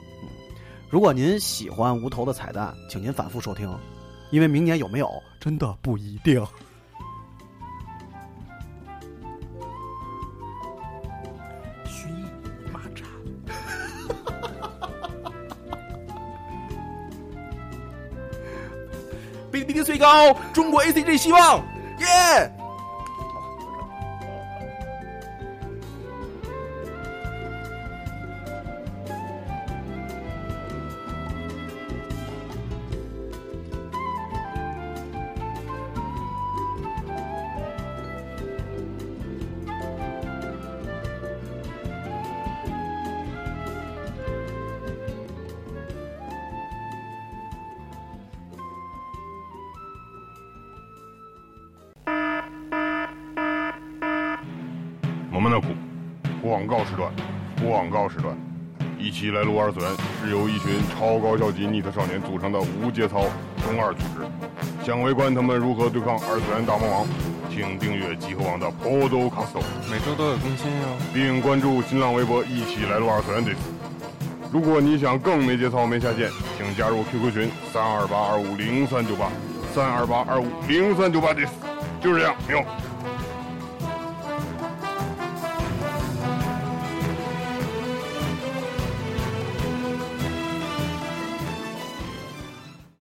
Speaker 4: 如果您喜欢无头的彩蛋，请您反复收听，因为明年有没有真的不一定。
Speaker 5: 徐艺蚂蚱。哔哩哔哩最高，中国 ACG 希望，耶、
Speaker 1: 我们的广告时段，广告时段，一起来撸二次元是由一群超高校级逆特少年组成的无节操中二组织。想围观他们如何对抗二次元大魔王，请订阅集合网的 Podcast，
Speaker 5: 每周都有更新哦哟、
Speaker 1: 并关注新浪微博“一起来撸二次元”队。如果你想更没节操、没下限，请加入 QQ 群三二八二五零三九八三二八二五零三九八，这就是这样，没有。